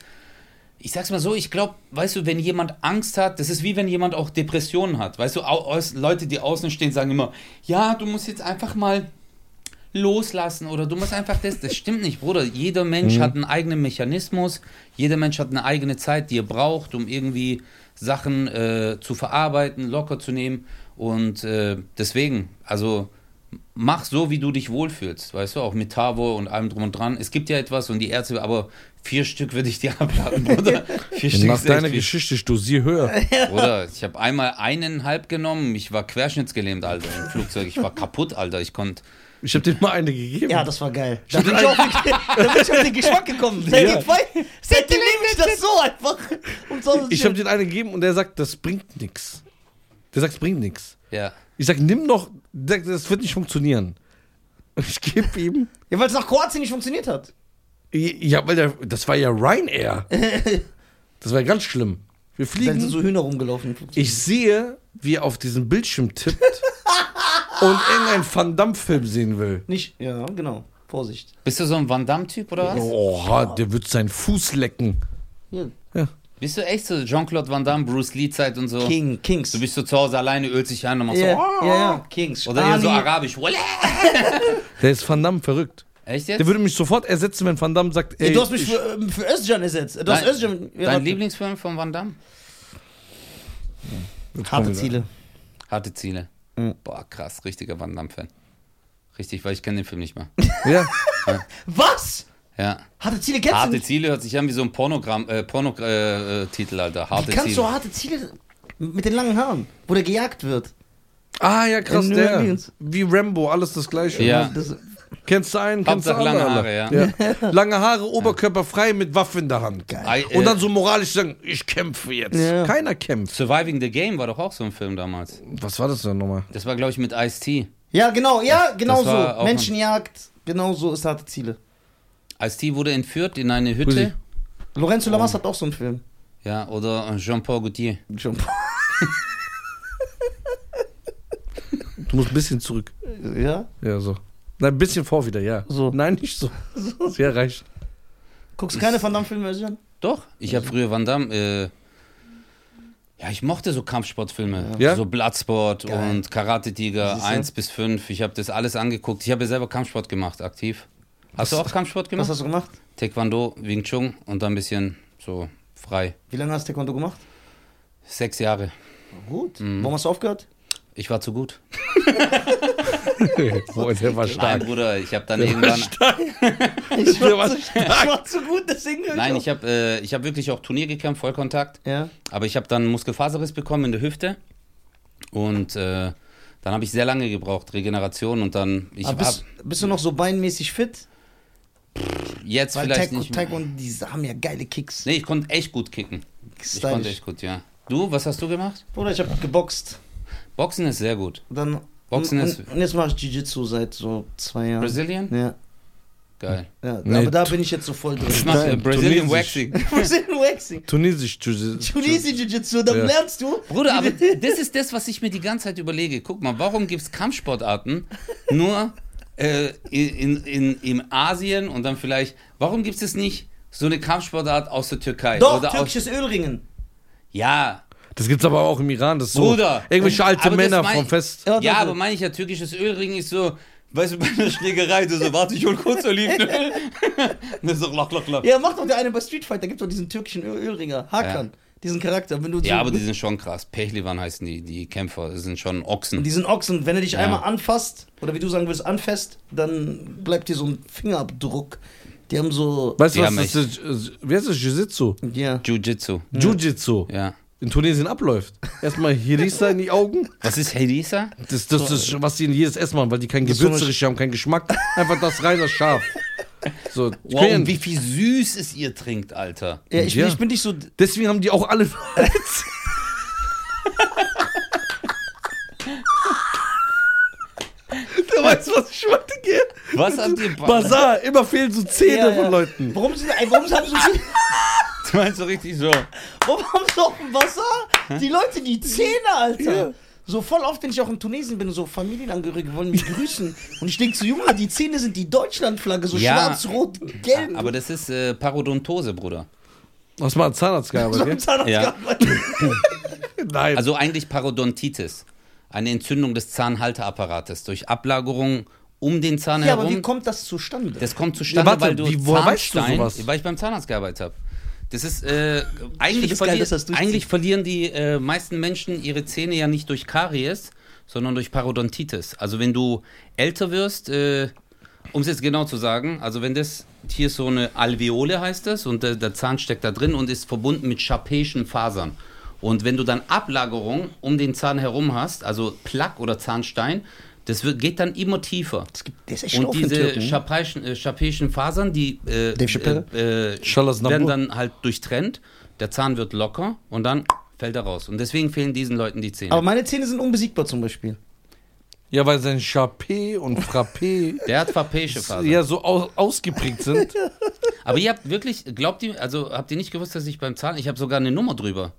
[SPEAKER 3] ich sag's mal so, ich glaube, weißt du, wenn jemand Angst hat, das ist wie wenn jemand auch Depressionen hat. Weißt du, au- aus, Leute, die außen stehen, sagen immer, ja, du musst jetzt einfach mal loslassen oder du musst einfach das. Das stimmt nicht, Bruder. Jeder Mensch hat einen eigenen Mechanismus, jeder Mensch hat eine eigene Zeit, die er braucht, um irgendwie Sachen äh, zu verarbeiten, locker zu nehmen. Und äh, deswegen, also mach so, wie du dich wohlfühlst, weißt du, auch mit Tavo und allem drum und dran. Es gibt ja etwas und die Ärzte, aber vier Stück würde ich dir abladen, Bruder. Vier Stück
[SPEAKER 1] Nach
[SPEAKER 3] ist echt
[SPEAKER 1] deiner
[SPEAKER 3] viel.
[SPEAKER 1] Geschichte, ich dosiere höher.
[SPEAKER 3] Bruder, ich habe einmal eineinhalb genommen, ich war querschnittsgelähmt, Alter, im Flugzeug, ich war kaputt, Alter, ich konnte
[SPEAKER 1] Ich habe dir mal eine gegeben.
[SPEAKER 2] Ja, das war geil. Da bin ich auf den, da bin ich auf den Geschmack gekommen.
[SPEAKER 1] Ja.
[SPEAKER 2] Seitdem wei- seitdem nehme ich das so einfach. Und so
[SPEAKER 1] Ich habe den einen gegeben und der sagt, das bringt nichts. Der sagt, es bringt nichts.
[SPEAKER 3] ja.
[SPEAKER 1] Ich sag, nimm doch, der sagt, das wird nicht funktionieren. Und ich gebe ihm.
[SPEAKER 2] ja, weil es nach Kroatien nicht funktioniert hat.
[SPEAKER 1] Ja, weil der, das war ja Ryanair. Das war ganz schlimm. Wir
[SPEAKER 2] Dann
[SPEAKER 1] fliegen.
[SPEAKER 2] sind so Hühner rumgelaufen.
[SPEAKER 1] Ich sehe, wie er auf diesen Bildschirm tippt und irgendeinen Van Damme-Film sehen will.
[SPEAKER 2] Nicht, ja, genau. Vorsicht.
[SPEAKER 3] Bist du so ein Van Damme-Typ oder was?
[SPEAKER 1] Oha, der wird seinen Fuß lecken.
[SPEAKER 2] Hier.
[SPEAKER 1] Ja.
[SPEAKER 3] Bist du echt so Jean-Claude Van Damme, Bruce Lee-Zeit und so?
[SPEAKER 2] King, Kings.
[SPEAKER 3] Du bist so zu Hause alleine, ölst dich ein und machst
[SPEAKER 2] ja,
[SPEAKER 3] so.
[SPEAKER 2] ja, ja, Kings.
[SPEAKER 3] "Oh!" Oder hier so
[SPEAKER 2] Ali.
[SPEAKER 3] arabisch. "Wale!"
[SPEAKER 1] Der ist Van Damme verrückt.
[SPEAKER 3] Echt
[SPEAKER 1] Der
[SPEAKER 3] jetzt?
[SPEAKER 1] würde mich sofort ersetzen, wenn Van Damme sagt, ey,
[SPEAKER 2] Ey, du hast mich
[SPEAKER 1] ich-
[SPEAKER 2] für, ähm, für Özcan ersetzt. Du hast
[SPEAKER 3] Dein-
[SPEAKER 2] Özcan. ja,
[SPEAKER 3] Dein
[SPEAKER 2] warte.
[SPEAKER 3] Lieblingsfilm von Van Damme?
[SPEAKER 2] Harte Ziele.
[SPEAKER 3] Harte Ziele.
[SPEAKER 2] Mhm.
[SPEAKER 3] Boah, krass, richtiger Van Damme-Fan. Richtig, weil ich kenne den Film nicht mehr.
[SPEAKER 1] ja,
[SPEAKER 2] Was?
[SPEAKER 3] Ja.
[SPEAKER 2] Harte Ziele kennst du
[SPEAKER 3] Harte
[SPEAKER 2] nicht?
[SPEAKER 3] Ziele hört sich an wie so ein Pornogramm, äh, Porno-Titel, äh, Titel, Alter. Harte
[SPEAKER 2] Wie kannst du
[SPEAKER 3] Ziele.
[SPEAKER 2] harte Ziele mit den langen Haaren, wo der gejagt wird?
[SPEAKER 1] Ah ja, krass,
[SPEAKER 2] In New
[SPEAKER 1] der.
[SPEAKER 2] Orleans.
[SPEAKER 1] Wie Rambo, alles das gleiche.
[SPEAKER 3] Ja.
[SPEAKER 2] Das,
[SPEAKER 1] Kennst du einen, kennst du
[SPEAKER 3] Hauptsache
[SPEAKER 1] alle,
[SPEAKER 3] lange
[SPEAKER 1] alle.
[SPEAKER 3] Haare,
[SPEAKER 1] ja. Lange Haare, Oberkörper frei mit Waffe in der Hand.
[SPEAKER 3] Ei, äh,
[SPEAKER 1] Und dann so moralisch sagen, ich kämpfe jetzt.
[SPEAKER 2] Ja.
[SPEAKER 1] Keiner kämpft.
[SPEAKER 3] Surviving the Game war doch auch so ein Film damals.
[SPEAKER 1] Was war das denn nochmal?
[SPEAKER 3] Das war, glaube ich, mit Ice-T.
[SPEAKER 2] ja, genau, ja, genau
[SPEAKER 3] das war
[SPEAKER 2] so.
[SPEAKER 3] auch
[SPEAKER 2] Menschenjagd, genau so ist harte Ziele.
[SPEAKER 3] Ice-T wurde entführt in eine
[SPEAKER 1] Pussy.
[SPEAKER 3] Hütte.
[SPEAKER 2] Lorenzo
[SPEAKER 3] Oh.
[SPEAKER 2] Lamas hat auch so einen Film.
[SPEAKER 3] Ja, oder Jean-Paul Gaultier.
[SPEAKER 2] Jump.
[SPEAKER 1] Du musst ein bisschen zurück.
[SPEAKER 2] Ja?
[SPEAKER 1] Ja, so. Nein, ein bisschen vor wieder, ja.
[SPEAKER 2] So.
[SPEAKER 1] Nein, nicht so. Ja, reicht.
[SPEAKER 2] Guckst keine Van Damme-Filme, Özcan?
[SPEAKER 3] Doch, ich habe früher Van Damme. Äh, Ja, ich mochte so Kampfsportfilme.
[SPEAKER 1] Ja?
[SPEAKER 3] So Bloodsport und Karate Tiger 1 bis 5. Ich habe das alles angeguckt. Ich habe ja selber Kampfsport gemacht, aktiv. Hast du auch Kampfsport
[SPEAKER 2] Was
[SPEAKER 3] gemacht?
[SPEAKER 2] hast du gemacht?
[SPEAKER 3] Taekwondo, Wing Chun und dann ein bisschen so frei.
[SPEAKER 2] Wie lange hast du Taekwondo gemacht?
[SPEAKER 3] Sechs Jahre.
[SPEAKER 2] Gut.
[SPEAKER 3] Mhm.
[SPEAKER 2] Warum hast du aufgehört?
[SPEAKER 3] Ich war zu gut.
[SPEAKER 1] Boah, der war
[SPEAKER 3] Nein,
[SPEAKER 1] stark.
[SPEAKER 3] Bruder, ich habe dann irgendwann.
[SPEAKER 2] Ich
[SPEAKER 1] Der war
[SPEAKER 2] zu, ich war zu gut, deswegen höre
[SPEAKER 3] Nein,
[SPEAKER 2] auf.
[SPEAKER 3] ich habe äh, ich hab wirklich auch Turnier gekämpft, Vollkontakt.
[SPEAKER 2] Ja.
[SPEAKER 3] Aber ich habe dann Muskelfaserriss bekommen in der Hüfte. Und äh, dann habe ich sehr lange gebraucht, Regeneration. Und dann, ich
[SPEAKER 2] Aber bist,
[SPEAKER 3] habe
[SPEAKER 2] bist du noch so beinmäßig fit?
[SPEAKER 3] jetzt
[SPEAKER 2] Weil
[SPEAKER 3] vielleicht
[SPEAKER 2] Taek-
[SPEAKER 3] nicht mehr.
[SPEAKER 2] Taekwondo, die haben ja geile Kicks.
[SPEAKER 3] Nee, ich konnte echt gut kicken. Ich konnte
[SPEAKER 2] Stylisch.
[SPEAKER 3] echt gut, ja. Du, was hast du gemacht?
[SPEAKER 2] Bruder, ich habe geboxt.
[SPEAKER 3] Boxen ist sehr gut.
[SPEAKER 2] Und Dann,
[SPEAKER 3] Boxen
[SPEAKER 2] und,
[SPEAKER 3] ist-
[SPEAKER 2] und jetzt mache ich Jiu-Jitsu seit so zwei Jahren.
[SPEAKER 3] Brazilian?
[SPEAKER 2] Ja.
[SPEAKER 3] Geil.
[SPEAKER 2] ja
[SPEAKER 1] Nee,
[SPEAKER 2] aber da bin ich jetzt so voll
[SPEAKER 3] Ich
[SPEAKER 2] drin.
[SPEAKER 3] mache äh,
[SPEAKER 1] Nein,
[SPEAKER 3] Brazilian
[SPEAKER 1] Tunesisch.
[SPEAKER 3] Waxing.
[SPEAKER 2] Brazilian Waxing.
[SPEAKER 1] Tunesisch. Tunesisch.
[SPEAKER 2] Tunesian Jiu-Jitsu, dann
[SPEAKER 1] Ja.
[SPEAKER 2] lernst du.
[SPEAKER 3] Bruder, aber das ist das, was ich mir die ganze Zeit überlege. Guck mal, warum gibt es Kampfsportarten nur äh, in, in, in Asien und dann vielleicht, warum gibt es nicht so eine Kampfsportart aus der Türkei?
[SPEAKER 2] Doch,
[SPEAKER 3] oder aus,
[SPEAKER 2] türkisches Ölringen.
[SPEAKER 3] ja,
[SPEAKER 1] Das gibt's aber auch im Iran. Das ist so
[SPEAKER 3] Bruder. äh,
[SPEAKER 1] irgendwelche alte
[SPEAKER 3] Aber das
[SPEAKER 1] Männer
[SPEAKER 3] mein-
[SPEAKER 1] vom Fest.
[SPEAKER 2] Ja,
[SPEAKER 3] ja,
[SPEAKER 2] doch.
[SPEAKER 3] aber meine ich ja, türkisches Ölring ist so, weißt du, bei einer Schlägerei, du so, warte, ich hol kurz Olivenöl. das ist so, lock, lock, lock.
[SPEAKER 2] Ja, macht doch der eine bei Street Fighter, gibt doch diesen türkischen Ö- Ölringer, Hakan. Diesen Charakter. Wenn du
[SPEAKER 3] Ja,
[SPEAKER 2] so-
[SPEAKER 3] aber die sind schon krass. Pehlivan heißen die, die Kämpfer, das sind schon Ochsen.
[SPEAKER 2] diesen Ochsen, wenn er dich einmal anfasst, oder wie du sagen würdest, anfasst, dann bleibt dir so ein Fingerabdruck. Die haben so.
[SPEAKER 1] Weißt du
[SPEAKER 3] Ja,
[SPEAKER 1] was? Das ist, äh, wie heißt das? Jiu-Jitsu.
[SPEAKER 2] Ja.
[SPEAKER 3] Jiu-Jitsu,
[SPEAKER 1] Jiu-Jitsu.
[SPEAKER 3] ja.
[SPEAKER 1] In Tunesien abläuft. Erstmal Hirisa in die Augen.
[SPEAKER 3] Was ist Hedisa?
[SPEAKER 1] Das, das, ist, was sie in jedes Essen machen, weil die kein
[SPEAKER 2] Das ist so
[SPEAKER 1] Gewürz
[SPEAKER 2] eine-
[SPEAKER 1] richtig haben, keinen Geschmack. Einfach das reine Schaf. So, ich
[SPEAKER 3] Wow,
[SPEAKER 1] bin-
[SPEAKER 3] und wie viel süß es ihr trinkt, Alter.
[SPEAKER 2] Ja, ich,
[SPEAKER 1] Ja.
[SPEAKER 2] Bin, ich bin nicht so.
[SPEAKER 1] Deswegen haben die auch alle. Der weiß, was ich wollte, gell?
[SPEAKER 3] Was habt ihr
[SPEAKER 1] Bazar, immer fehlen so Zähne
[SPEAKER 2] Ja, ja.
[SPEAKER 1] von Leuten.
[SPEAKER 2] Warum, sind, ey, warum haben so viel,
[SPEAKER 3] Du meinst so richtig so.
[SPEAKER 2] warum haben so auf dem Wasser die Leute die Zähne, Alter? So voll oft, wenn ich auch in Tunesien bin, so Familienangehörige wollen mich grüßen. Und ich denke so, Junge, die Zähne sind die Deutschlandflagge, so
[SPEAKER 3] Ja.
[SPEAKER 2] schwarz, rot, gelb.
[SPEAKER 3] Aber das ist äh, Parodontose, Bruder.
[SPEAKER 1] Was mal ein Zahnarzt
[SPEAKER 2] so
[SPEAKER 1] gearbeitet,
[SPEAKER 2] ein Zahnarzt
[SPEAKER 3] Ja.
[SPEAKER 2] gearbeitet.
[SPEAKER 1] gell? Nein.
[SPEAKER 3] Also eigentlich Parodontitis. Eine Entzündung des Zahnhalteapparates durch Ablagerung um den Zahn
[SPEAKER 2] Ja, aber wie
[SPEAKER 3] herum.
[SPEAKER 2] kommt das zustande?
[SPEAKER 3] das kommt zustande,
[SPEAKER 1] Ja, warte,
[SPEAKER 3] weil du
[SPEAKER 1] wie- woher weißt du
[SPEAKER 3] Zahnstein,
[SPEAKER 1] sowas?
[SPEAKER 3] weil ich beim Zahnarzt gearbeitet habe. Das ist äh, eigentlich,
[SPEAKER 2] das geil,
[SPEAKER 3] verlier
[SPEAKER 2] dass das durchzieht.
[SPEAKER 3] eigentlich verlieren die äh, meisten Menschen ihre Zähne ja nicht durch Karies, sondern durch Parodontitis. Also wenn du älter wirst, äh, um es jetzt genau zu sagen, also wenn das hier ist so eine Alveole heißt das und äh, der, der Zahn steckt da drin und ist verbunden mit scharpeischen Fasern. Und wenn du dann Ablagerung um den Zahn herum hast, also Plaque oder Zahnstein, das wird, geht dann immer tiefer.
[SPEAKER 2] Es gibt- der ist echt schlau
[SPEAKER 3] Und
[SPEAKER 2] für einen
[SPEAKER 3] diese
[SPEAKER 2] Türken. ne?
[SPEAKER 3] scharpeischen, äh, scharpeischen Fasern, die äh,
[SPEAKER 2] Dave Chappelle?
[SPEAKER 3] äh, äh,
[SPEAKER 1] Schallas
[SPEAKER 3] werden
[SPEAKER 1] Nabur.
[SPEAKER 3] dann halt durchtrennt, der Zahn wird locker und dann fällt er raus. Und deswegen fehlen diesen Leuten die Zähne.
[SPEAKER 2] Aber meine Zähne sind unbesiegbar zum Beispiel.
[SPEAKER 1] ja, weil sein Chappé und Frappé
[SPEAKER 3] der hat verpäische Fasern.
[SPEAKER 1] ja so aus, ausgeprägt sind.
[SPEAKER 3] Aber ihr habt wirklich, glaubt ihr, also habt ihr nicht gewusst, dass ich beim Zahn, ich habe sogar eine Nummer drüber.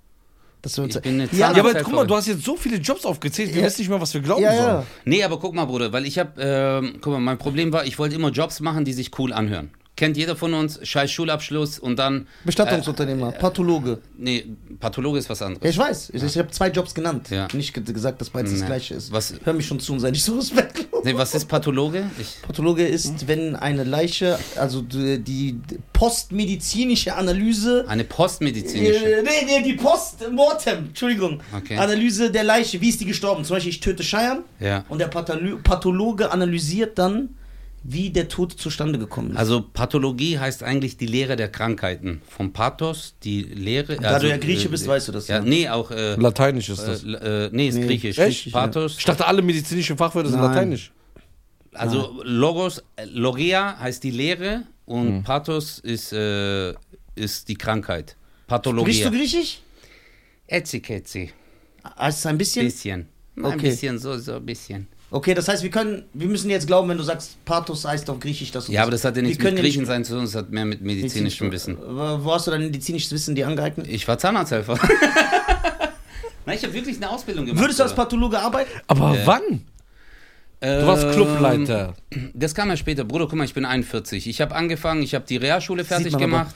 [SPEAKER 2] Das sind
[SPEAKER 3] Ich bin eine
[SPEAKER 2] ja,
[SPEAKER 1] Ja,
[SPEAKER 2] aber,
[SPEAKER 1] aber guck mal, du hast jetzt so viele Jobs aufgezählt, wir
[SPEAKER 2] Ja.
[SPEAKER 1] wissen nicht mehr, was wir glauben
[SPEAKER 2] ja,
[SPEAKER 1] sollen.
[SPEAKER 2] ja.
[SPEAKER 3] Nee, aber guck mal, Bruder, weil ich habe, ähm, guck mal, mein Problem war, ich wollte immer Jobs machen, die sich cool anhören. Kennt jeder von uns, scheiß Schulabschluss und dann,
[SPEAKER 2] Bestattungsunternehmer,
[SPEAKER 3] Äh,
[SPEAKER 2] Pathologe.
[SPEAKER 3] nee, Pathologe ist was anderes.
[SPEAKER 2] Ja, ich weiß. Ich, ich habe zwei Jobs genannt.
[SPEAKER 3] Ja.
[SPEAKER 2] Nicht ge gesagt, dass beides das
[SPEAKER 3] Nee.
[SPEAKER 2] gleiche ist.
[SPEAKER 3] Was-
[SPEAKER 2] Hör mich schon zu und sei nicht so respektlos.
[SPEAKER 3] Nee, was ist Pathologe? Ich,
[SPEAKER 2] Pathologe ist, wenn eine Leiche, also die, die postmedizinische Analyse.
[SPEAKER 3] eine postmedizinische.
[SPEAKER 2] Äh, nee, nee, die Postmortem, Entschuldigung.
[SPEAKER 3] Okay.
[SPEAKER 2] Analyse der Leiche. Wie ist die gestorben? Zum Beispiel, ich töte Scheiern
[SPEAKER 3] Ja.
[SPEAKER 2] und der Patholo Pathologe analysiert dann, wie der Tod zustande gekommen ist.
[SPEAKER 3] Also Pathologie heißt eigentlich die Lehre der Krankheiten. Vom Pathos, die Lehre.
[SPEAKER 2] Da du ja Grieche bist, weißt du das,
[SPEAKER 3] also, äh, Ja,
[SPEAKER 2] ne?
[SPEAKER 3] nee, auch. Äh,
[SPEAKER 1] Lateinisch ist das.
[SPEAKER 3] äh, äh, nee, ist
[SPEAKER 2] Nee.
[SPEAKER 3] griechisch.
[SPEAKER 1] Echt?
[SPEAKER 3] Nicht Pathos.
[SPEAKER 1] Ich dachte, alle medizinischen Fachwörter sind
[SPEAKER 2] Nein.
[SPEAKER 1] lateinisch.
[SPEAKER 2] Ah.
[SPEAKER 3] Also Logos, äh, Logia heißt die Lehre und Pathos ist, äh, ist die Krankheit.
[SPEAKER 2] Sprichst
[SPEAKER 3] Pathologie.
[SPEAKER 2] du Griechisch?
[SPEAKER 3] Etziketzi.
[SPEAKER 2] Also ein bisschen?
[SPEAKER 3] Bisschen. Ein
[SPEAKER 2] Okay.
[SPEAKER 3] bisschen, so, so ein bisschen.
[SPEAKER 2] Okay, das heißt, wir können, wir müssen jetzt glauben, wenn du sagst, Pathos heißt auf Griechisch das. und
[SPEAKER 3] Ja, aber das hat ja
[SPEAKER 2] Wir
[SPEAKER 3] nichts
[SPEAKER 2] also können
[SPEAKER 3] mit Griechen sein zu tun, das hat mehr mit medizinischem Wissen.
[SPEAKER 2] Wo wo hast du dein medizinisches Wissen dir angeeignet?
[SPEAKER 3] Ich war Zahnarzthelfer. Nein, ich habe wirklich eine Ausbildung gemacht.
[SPEAKER 2] Würdest du als
[SPEAKER 3] Bruder.
[SPEAKER 2] Pathologe arbeiten?
[SPEAKER 1] Aber wann? Du warst
[SPEAKER 3] Ähm,
[SPEAKER 1] Clubleiter.
[SPEAKER 3] Das kam ja später. Bruder, guck mal, ich bin 41. Ich habe angefangen, ich habe die Realschule fertig
[SPEAKER 2] man aber.
[SPEAKER 3] gemacht.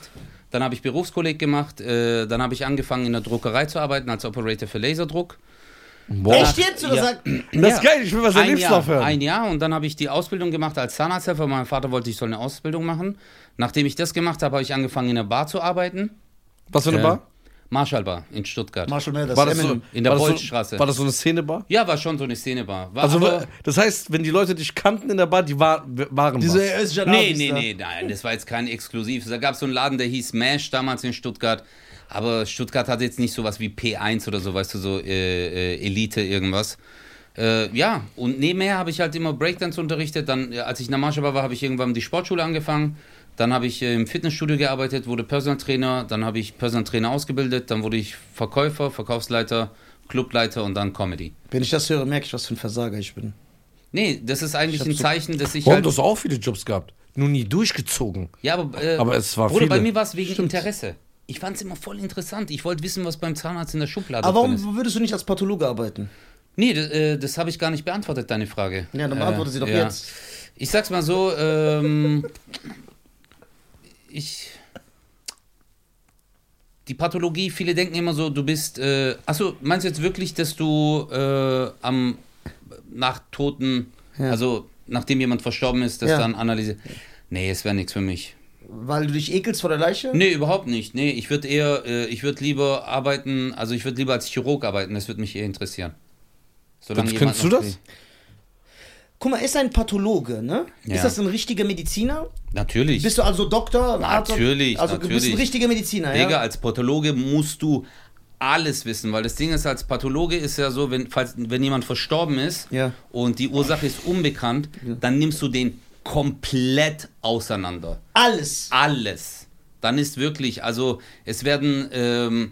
[SPEAKER 3] Dann habe ich Berufskolleg gemacht. Äh, dann habe ich angefangen, in der Druckerei zu arbeiten als Operator für Laserdruck.
[SPEAKER 1] Boah.
[SPEAKER 2] Echt jetzt? Oder
[SPEAKER 3] Äh, Ja.
[SPEAKER 2] sagt,
[SPEAKER 1] Das ist
[SPEAKER 3] Ja.
[SPEAKER 1] geil, ich will was an
[SPEAKER 3] Ein
[SPEAKER 1] Lebenslauf
[SPEAKER 3] Jahr,
[SPEAKER 1] hören.
[SPEAKER 3] ein Jahr und dann habe ich die Ausbildung gemacht als Zahnarzthelfer. Mein Vater wollte, ich soll eine Ausbildung machen. Nachdem ich das gemacht habe, habe ich angefangen, in der Bar zu arbeiten.
[SPEAKER 1] Was für eine
[SPEAKER 3] Äh,
[SPEAKER 1] Bar?
[SPEAKER 3] Marshall Bar in Stuttgart.
[SPEAKER 2] Marshall Mathers,
[SPEAKER 1] War das so,
[SPEAKER 2] Eminem.
[SPEAKER 3] in der
[SPEAKER 1] war das so-
[SPEAKER 3] Bolzstraße.
[SPEAKER 1] War das so eine Szenebar?
[SPEAKER 3] ja, war schon so eine Szenebar. War
[SPEAKER 1] Also,
[SPEAKER 3] aber,
[SPEAKER 1] das heißt, wenn die Leute dich kannten in der Bar, die war, waren
[SPEAKER 2] Diese
[SPEAKER 1] was.
[SPEAKER 2] Özcan
[SPEAKER 3] nee,
[SPEAKER 2] Abis
[SPEAKER 3] nee,
[SPEAKER 2] da.
[SPEAKER 3] nee, nein, das war jetzt kein Exklusiv. Da gab es so einen Laden, der hieß Smash damals in Stuttgart. Aber Stuttgart hatte jetzt nicht sowas wie P1 oder so, weißt du, so äh, äh, Elite irgendwas. Äh, ja, und nebenher habe ich halt immer Breakdance unterrichtet. Dann, äh, als ich in der Marschall war, habe ich irgendwann die Sportschule angefangen. Dann habe ich äh, im Fitnessstudio gearbeitet, wurde Personal Trainer. Dann habe ich Personal Trainer ausgebildet. Dann wurde ich Verkäufer, Verkaufsleiter, Clubleiter und dann Comedy.
[SPEAKER 2] Wenn ich das höre, merke ich, was für ein Versager ich bin.
[SPEAKER 3] Nee, das ist eigentlich
[SPEAKER 2] hab
[SPEAKER 3] ein
[SPEAKER 2] so-
[SPEAKER 3] Zeichen, dass ich
[SPEAKER 1] Warum
[SPEAKER 3] halt...
[SPEAKER 1] du hast auch viele Jobs gehabt? Nur nie durchgezogen.
[SPEAKER 3] Ja, aber, äh,
[SPEAKER 1] Aber es war
[SPEAKER 3] Bruder, bei
[SPEAKER 1] viele.
[SPEAKER 3] mir war es wegen Interesse. Ich fand es immer voll interessant. Ich wollte wissen, was beim Zahnarzt in der Schublade
[SPEAKER 2] Aber
[SPEAKER 3] drin ist.
[SPEAKER 2] warum würdest du nicht als Pathologe arbeiten?
[SPEAKER 3] Nee, das, äh, das habe ich gar nicht beantwortet, deine Frage.
[SPEAKER 2] Äh,
[SPEAKER 3] Äh,
[SPEAKER 2] Ja, dann beantworte sie doch
[SPEAKER 3] ja.
[SPEAKER 2] jetzt.
[SPEAKER 3] Ich sag's mal so, ähm, ich... Die Pathologie, viele denken immer so, du bist... Äh, achso, meinst du jetzt wirklich, dass du äh, am... nach Toten...
[SPEAKER 2] Ja.
[SPEAKER 3] Also, nachdem jemand verstorben ist, das
[SPEAKER 2] Ja.
[SPEAKER 3] dann analysiert... Nee, es wäre nichts für mich.
[SPEAKER 2] Weil du dich ekelst vor der Leiche?
[SPEAKER 3] Nee, überhaupt nicht. Nee, ich würde eher, äh, ich würde lieber arbeiten, also ich würde lieber als Chirurg arbeiten, das würde mich eher interessieren. Solange
[SPEAKER 1] Dann
[SPEAKER 3] jemand
[SPEAKER 1] könntest du
[SPEAKER 3] noch-
[SPEAKER 1] das?
[SPEAKER 2] Guck mal, ist ein Pathologe, ne?
[SPEAKER 3] Ja.
[SPEAKER 2] Ist das ein richtiger Mediziner?
[SPEAKER 3] Natürlich.
[SPEAKER 2] Bist du also Doktor? Arzt?
[SPEAKER 3] Natürlich,
[SPEAKER 2] Also du bist ein
[SPEAKER 3] natürlich.
[SPEAKER 2] richtiger Mediziner,
[SPEAKER 3] Digga,
[SPEAKER 2] ja?
[SPEAKER 3] als Pathologe musst du alles wissen, weil das Ding ist, als Pathologe ist ja so, wenn, falls, wenn jemand verstorben ist
[SPEAKER 2] Ja.
[SPEAKER 3] und die Ursache ist unbekannt, dann nimmst du den komplett auseinander.
[SPEAKER 2] Alles.
[SPEAKER 3] alles. Dann ist wirklich, also es werden, ähm,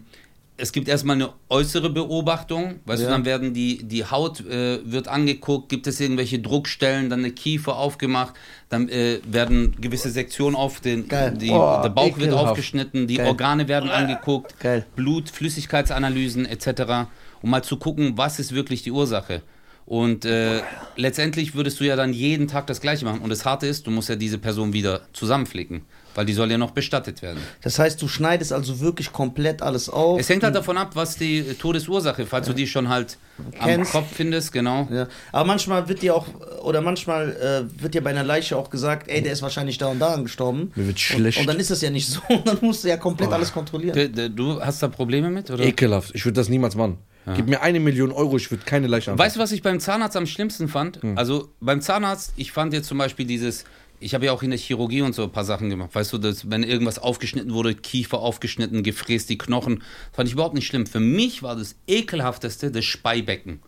[SPEAKER 3] es gibt erstmal eine äußere Beobachtung, weißt
[SPEAKER 2] Ja.
[SPEAKER 3] du, dann werden die, die Haut äh, wird angeguckt, gibt es irgendwelche Druckstellen, dann eine Kiefer aufgemacht, dann äh, werden gewisse Sektionen auf den,
[SPEAKER 2] Geil.
[SPEAKER 3] die,
[SPEAKER 1] Oh,
[SPEAKER 3] der Bauch wird
[SPEAKER 1] ekelhaft.
[SPEAKER 3] aufgeschnitten, die
[SPEAKER 2] Geil.
[SPEAKER 3] Organe werden angeguckt,
[SPEAKER 2] Geil.
[SPEAKER 3] Blut, Flüssigkeitsanalysen etc., um mal zu gucken, was ist wirklich die Ursache. Und äh, letztendlich würdest du ja dann jeden Tag das Gleiche machen. Und das Harte ist, du musst ja diese Person wieder zusammenflicken, weil die soll ja noch bestattet werden.
[SPEAKER 2] Das heißt, du schneidest also wirklich komplett alles auf.
[SPEAKER 3] Es hängt halt davon ab, was die äh, Todesursache, falls du die schon halt
[SPEAKER 2] Kennst.
[SPEAKER 3] am Kopf findest, genau.
[SPEAKER 2] ja. Aber manchmal wird dir auch, oder manchmal äh, wird dir bei einer Leiche auch gesagt, ey, der ist wahrscheinlich da und da gestorben.
[SPEAKER 1] Mir wird schlecht.
[SPEAKER 2] Und, und dann ist das ja nicht so. Und dann musst du ja komplett alles kontrollieren.
[SPEAKER 3] D- d- Äh, Du hast da Probleme mit, oder?
[SPEAKER 1] Ekelhaft. Ich würde das niemals machen. Gib mir eine Million Euro, ich würde keine Leiche anfassen.
[SPEAKER 3] Weißt du, was ich beim Zahnarzt am schlimmsten fand? Also beim Zahnarzt, ich fand jetzt zum Beispiel dieses, ich habe ja auch in der Chirurgie und so ein paar Sachen gemacht. Weißt du, dass, wenn irgendwas aufgeschnitten wurde, Kiefer aufgeschnitten, gefräst die Knochen, fand ich überhaupt nicht schlimm. Für mich war das ekelhafteste das Speibecken.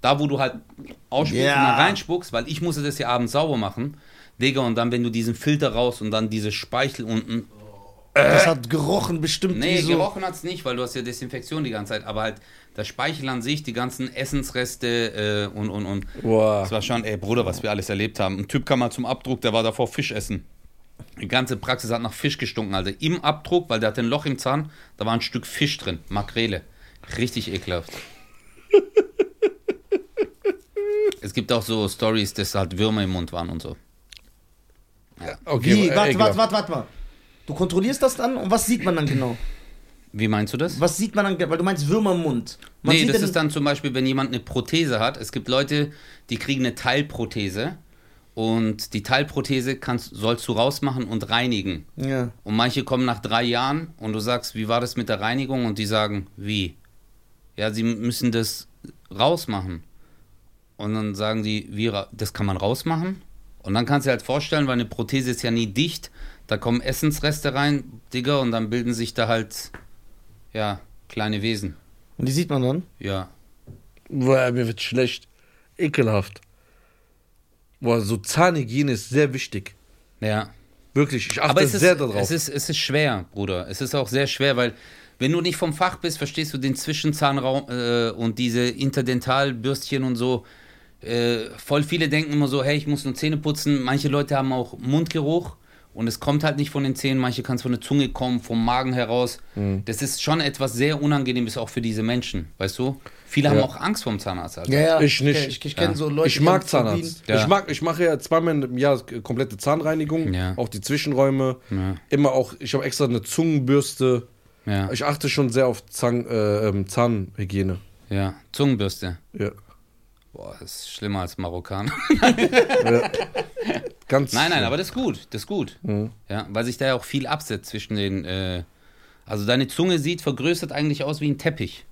[SPEAKER 3] Da, wo du halt ausspuckst
[SPEAKER 2] Ja.
[SPEAKER 3] und dann reinspuckst, weil ich musste das ja abends sauber machen. Digga, und dann, wenn du diesen Filter raus und dann diese Speichel unten.
[SPEAKER 2] Das hat gerochen bestimmt
[SPEAKER 3] Nee,
[SPEAKER 2] wie so.
[SPEAKER 3] gerochen hat's nicht, weil du hast ja Desinfektion die ganze Zeit, aber halt das Speichel an sich, die ganzen Essensreste äh, und, und, und.
[SPEAKER 1] Boah.
[SPEAKER 3] Das war schon, ey Bruder, was wir alles erlebt haben. Ein Typ kam mal zum Abdruck, der war davor Fisch essen. Die ganze Praxis hat nach Fisch gestunken, Alter. Im Abdruck, weil der hatte ein Loch im Zahn, da war ein Stück Fisch drin, Makrele. Richtig ekelhaft. es gibt auch so Stories, dass halt Würmer im Mund waren und so.
[SPEAKER 1] Okay,
[SPEAKER 2] Wie?
[SPEAKER 1] äh,
[SPEAKER 2] Warte,
[SPEAKER 1] ekelhaft.
[SPEAKER 2] warte, warte, warte mal. Du kontrollierst das dann und was sieht man dann genau?
[SPEAKER 3] Wie meinst du das?
[SPEAKER 2] Was sieht man dann, ge- weil du meinst Würmer im Mund. Man
[SPEAKER 3] nee,
[SPEAKER 2] sieht
[SPEAKER 3] das
[SPEAKER 2] denn-
[SPEAKER 3] ist dann zum Beispiel, wenn jemand eine Prothese hat. Es gibt Leute, die kriegen eine Teilprothese und die Teilprothese kannst, sollst du rausmachen und reinigen.
[SPEAKER 2] Ja.
[SPEAKER 3] Und manche kommen nach drei Jahren und du sagst, wie war das mit der Reinigung? Und die sagen, wie? Ja, sie müssen das rausmachen. Und dann sagen die, wie, ra- das kann man rausmachen? Und dann kannst du dir halt vorstellen, weil eine Prothese ist ja nie dicht, da kommen Essensreste rein, Digga, und dann bilden sich da halt, ja, kleine Wesen.
[SPEAKER 2] Und die sieht man dann?
[SPEAKER 3] Ja.
[SPEAKER 1] Boah, mir wird schlecht. Ekelhaft. Boah, so Zahnhygiene ist sehr wichtig.
[SPEAKER 3] Ja.
[SPEAKER 1] Wirklich, ich achte
[SPEAKER 3] Aber es ist,
[SPEAKER 1] sehr darauf.
[SPEAKER 3] es, ist, es ist schwer, Bruder. Es ist auch sehr schwer, weil wenn du nicht vom Fach bist, verstehst du den Zwischenzahnraum äh, und diese Interdentalbürstchen und so. Äh, voll viele denken immer so, hey, ich muss nur Zähne putzen. Manche Leute haben auch Mundgeruch Und es kommt halt nicht von den Zähnen, manche kann es von der Zunge kommen, vom Magen heraus. Das ist schon etwas sehr Unangenehmes auch für diese Menschen, weißt du? Viele haben
[SPEAKER 1] Ja.
[SPEAKER 3] auch Angst vom Zahnarzt. Also, Alter.
[SPEAKER 2] Ja, ja,
[SPEAKER 1] Ich nicht.
[SPEAKER 2] Ich, ich kenne so Leute.
[SPEAKER 1] ich
[SPEAKER 2] die
[SPEAKER 1] mag
[SPEAKER 2] haben Phobien.
[SPEAKER 1] Zahnarzt.
[SPEAKER 3] Ja.
[SPEAKER 1] Ich, mag, ich mache ja zweimal im Jahr komplette Zahnreinigung,
[SPEAKER 3] Ja.
[SPEAKER 1] auch die Zwischenräume.
[SPEAKER 3] Ja.
[SPEAKER 1] Immer auch, ich habe extra eine Zungenbürste.
[SPEAKER 3] Ja,
[SPEAKER 1] Ich achte schon sehr auf Zahn, äh, ähm, Zahnhygiene.
[SPEAKER 3] ja. Zungenbürste.
[SPEAKER 1] Ja.
[SPEAKER 3] Boah, das ist schlimmer als Marokkaner.
[SPEAKER 1] Ganz
[SPEAKER 3] Nein, nein, aber das ist gut, das ist gut. Ja, weil sich da ja auch viel absetzt zwischen den. Äh, also deine Zunge sieht vergrößert eigentlich aus wie ein Teppich.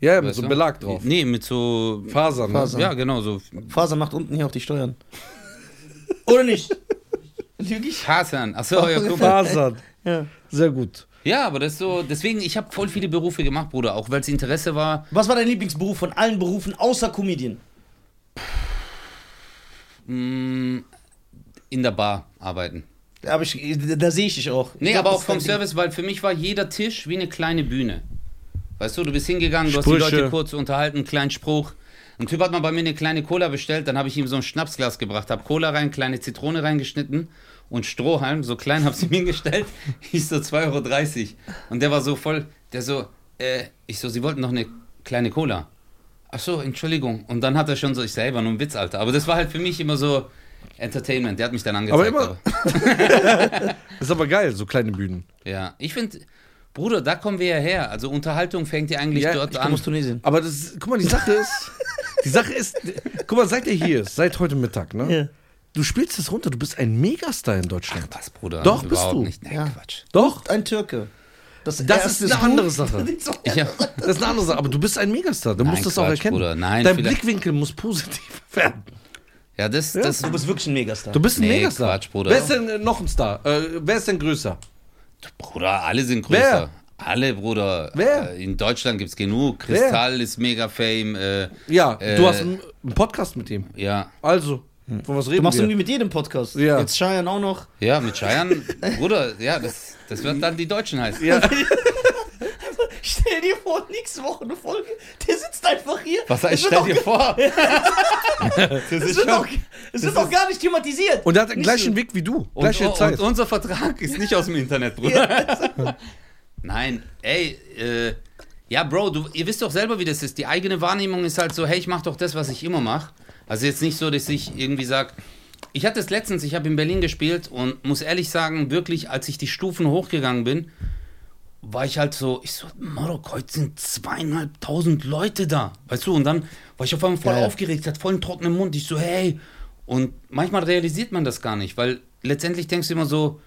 [SPEAKER 1] Ja, ja, mit
[SPEAKER 3] weißt
[SPEAKER 1] so
[SPEAKER 3] du?
[SPEAKER 1] einem Belag drauf.
[SPEAKER 3] Nee, mit so.
[SPEAKER 1] Fasern. ne?
[SPEAKER 2] Fasern.
[SPEAKER 3] Ja, genau, so.
[SPEAKER 2] Faser macht unten hier auch die Steuern. Oder nicht? Wirklich?
[SPEAKER 3] Fasern. Achso, ja,
[SPEAKER 1] Ne?
[SPEAKER 3] guck mal.
[SPEAKER 1] Fasern.
[SPEAKER 2] Ja.
[SPEAKER 1] Sehr gut.
[SPEAKER 3] Ja, aber das ist so. Deswegen, ich habe voll viele Berufe gemacht, Bruder, auch weil es Interesse war.
[SPEAKER 2] Was war dein Lieblingsberuf von allen Berufen außer Comedian?
[SPEAKER 3] Mh, mm, in der Bar arbeiten.
[SPEAKER 2] Da, hab ich, da, da sehe ich dich auch. Ich
[SPEAKER 3] Nee,
[SPEAKER 2] glaub,
[SPEAKER 3] aber
[SPEAKER 2] das
[SPEAKER 3] auch
[SPEAKER 2] ist
[SPEAKER 3] vom
[SPEAKER 2] dein Ding.
[SPEAKER 3] Service, weil für mich war jeder Tisch wie eine kleine Bühne. Weißt du, du bist hingegangen, du hast die
[SPEAKER 1] Sprüche.
[SPEAKER 3] Leute kurz unterhalten, einen kleinen Spruch. Ein Typ hat mal bei mir eine kleine Cola bestellt, dann habe ich ihm so ein Schnapsglas gebracht, habe Cola rein, kleine Zitrone reingeschnitten und Strohhalm, so klein habe ich ihm hingestellt, hieß so 2,30 Euro. Und der war so voll, der so, äh, ich so, sie wollten noch eine kleine Cola. Ach so, Entschuldigung. Und dann hat er schon so, ich selber nur ein Witz, Alter. Aber das war halt für mich immer so Entertainment, der hat mich dann angezeigt.
[SPEAKER 1] Aber immer- Ist aber geil, so kleine Bühnen.
[SPEAKER 3] Ja, ich finde, Bruder, da kommen wir ja her. Also Unterhaltung fängt ja eigentlich
[SPEAKER 1] Ja,
[SPEAKER 3] dort
[SPEAKER 1] ich
[SPEAKER 3] an.
[SPEAKER 2] Aus Tunesien.
[SPEAKER 1] Aber das, guck mal, die Sache ist, die Sache ist, guck mal, seit ihr hier ist, seit heute Mittag, ne?
[SPEAKER 2] Ja.
[SPEAKER 1] Du spielst das runter, du bist ein Megastar in Deutschland.
[SPEAKER 3] Was, Bruder?
[SPEAKER 1] Doch, bist
[SPEAKER 3] überhaupt
[SPEAKER 1] du.
[SPEAKER 3] Nicht. Nee,
[SPEAKER 2] Ja.
[SPEAKER 3] Quatsch.
[SPEAKER 1] Doch,
[SPEAKER 2] Ein Türke. Das,
[SPEAKER 1] das
[SPEAKER 2] erste
[SPEAKER 1] ist eine
[SPEAKER 2] gut.
[SPEAKER 1] andere Sache.
[SPEAKER 2] Die zweite-
[SPEAKER 3] Ich, ja,
[SPEAKER 1] Das ist eine andere Sache, aber du bist ein Megastar, du
[SPEAKER 3] Nein,
[SPEAKER 1] musst das auch
[SPEAKER 3] Quatsch,
[SPEAKER 1] erkennen.
[SPEAKER 3] Bruder, nein,
[SPEAKER 1] Dein
[SPEAKER 3] vielleicht-
[SPEAKER 1] Blickwinkel muss positiv werden.
[SPEAKER 3] ja, das, das,
[SPEAKER 2] Du bist wirklich ein Megastar.
[SPEAKER 1] Du bist ein
[SPEAKER 3] Nee,
[SPEAKER 1] Megastar.
[SPEAKER 3] Quatsch, Bruder.
[SPEAKER 1] Wer ist denn äh, noch ein Star? Äh, wer ist denn größer?
[SPEAKER 3] Bruder, alle sind größer. Alle, Bruder.
[SPEAKER 1] Wer?
[SPEAKER 3] Äh, In Deutschland gibt's genug.
[SPEAKER 1] Wer?
[SPEAKER 3] Kristall ist mega Fame. Äh,
[SPEAKER 1] Ja,
[SPEAKER 3] Äh,
[SPEAKER 1] du hast einen, einen Podcast mit ihm.
[SPEAKER 3] ja.
[SPEAKER 1] Also, von was reden
[SPEAKER 2] Du machst
[SPEAKER 1] wir?
[SPEAKER 2] irgendwie mit jedem Podcast.
[SPEAKER 1] Ja.
[SPEAKER 2] Jetzt Scheiern auch noch.
[SPEAKER 3] Ja, mit Cheyenne, Bruder, ja, das, das wird dann die Deutschen heißen.
[SPEAKER 1] Ja.
[SPEAKER 2] Stell dir vor, nächste Woche eine Folge. Der sitzt einfach hier.
[SPEAKER 3] Was
[SPEAKER 2] Es
[SPEAKER 3] ich
[SPEAKER 2] wird
[SPEAKER 3] stell
[SPEAKER 2] auch-
[SPEAKER 3] dir vor? das
[SPEAKER 2] Es wird
[SPEAKER 3] ist schon-
[SPEAKER 2] auch- es wird auch gar nicht thematisiert.
[SPEAKER 1] Und er hat den
[SPEAKER 2] Nicht
[SPEAKER 1] gleichen
[SPEAKER 2] so.
[SPEAKER 1] Weg wie du.
[SPEAKER 3] Und,
[SPEAKER 1] Gleiche Zeit.
[SPEAKER 3] und unser Vertrag ist nicht aus dem Internet, Bruder. Nein, ey, äh, ja, Bro, du, ihr wisst doch selber, wie das ist. Die eigene Wahrnehmung ist halt so, hey, ich mach doch das, was ich immer mache. Also jetzt nicht so, dass ich irgendwie sag, ich hatte es letztens, ich habe in Berlin gespielt und muss ehrlich sagen, wirklich, als ich die Stufen hochgegangen bin, war ich halt so, ich so, Marok, heute sind zweieinhalbtausend Leute da, weißt du? Und dann war ich auf einmal voll
[SPEAKER 2] Geil.
[SPEAKER 3] aufgeregt, hat voll einen trockenen Mund. Ich so, hey. Und manchmal realisiert man das gar nicht, weil letztendlich denkst du immer so,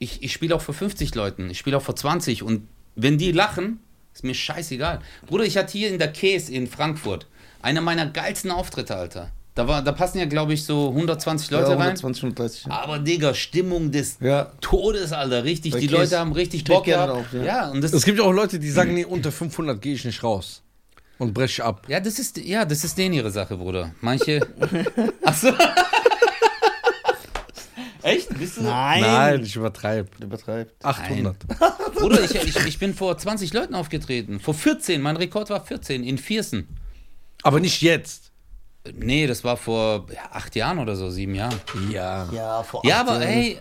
[SPEAKER 3] ich, ich spiele auch vor 50 Leuten, ich spiele auch vor 20 und wenn die lachen, ist mir scheißegal. Bruder, ich hatte hier in der Käse in Frankfurt einer meiner geilsten Auftritte, Alter. Da, war, da passen ja, glaube ich, so 120
[SPEAKER 2] Ja,
[SPEAKER 3] Leute rein.
[SPEAKER 2] 120, 130. ja.
[SPEAKER 3] Aber Digga, Stimmung des
[SPEAKER 2] Ja.
[SPEAKER 3] Todes, Alter, richtig.
[SPEAKER 2] Bei
[SPEAKER 3] die
[SPEAKER 2] Käse
[SPEAKER 3] Leute haben richtig
[SPEAKER 2] steht
[SPEAKER 3] Bock
[SPEAKER 2] gerne
[SPEAKER 3] gehabt.
[SPEAKER 2] drauf, ja.
[SPEAKER 3] ja. und das,
[SPEAKER 1] Es gibt ja auch Leute, die sagen, nee, unter 500 gehe ich nicht raus. Und breche ab.
[SPEAKER 3] ja, das ist, ja, das ist denen ihre Sache, Bruder. Manche. Achso. Echt? Bist du?
[SPEAKER 2] Nein.
[SPEAKER 1] Nein, ich übertreibe.
[SPEAKER 2] Übertreibt.
[SPEAKER 1] 800.
[SPEAKER 3] Bruder, ich, ich, ich bin vor 20 Leuten aufgetreten. Vor 14. Mein Rekord war 14 in Viersen.
[SPEAKER 1] Aber nicht jetzt.
[SPEAKER 3] Nee, das war vor ja, acht Jahren oder so, sieben Jahren.
[SPEAKER 1] Ja.
[SPEAKER 2] Ja, vor
[SPEAKER 3] Ja,
[SPEAKER 2] acht
[SPEAKER 3] aber
[SPEAKER 2] Jahren.
[SPEAKER 3] ey,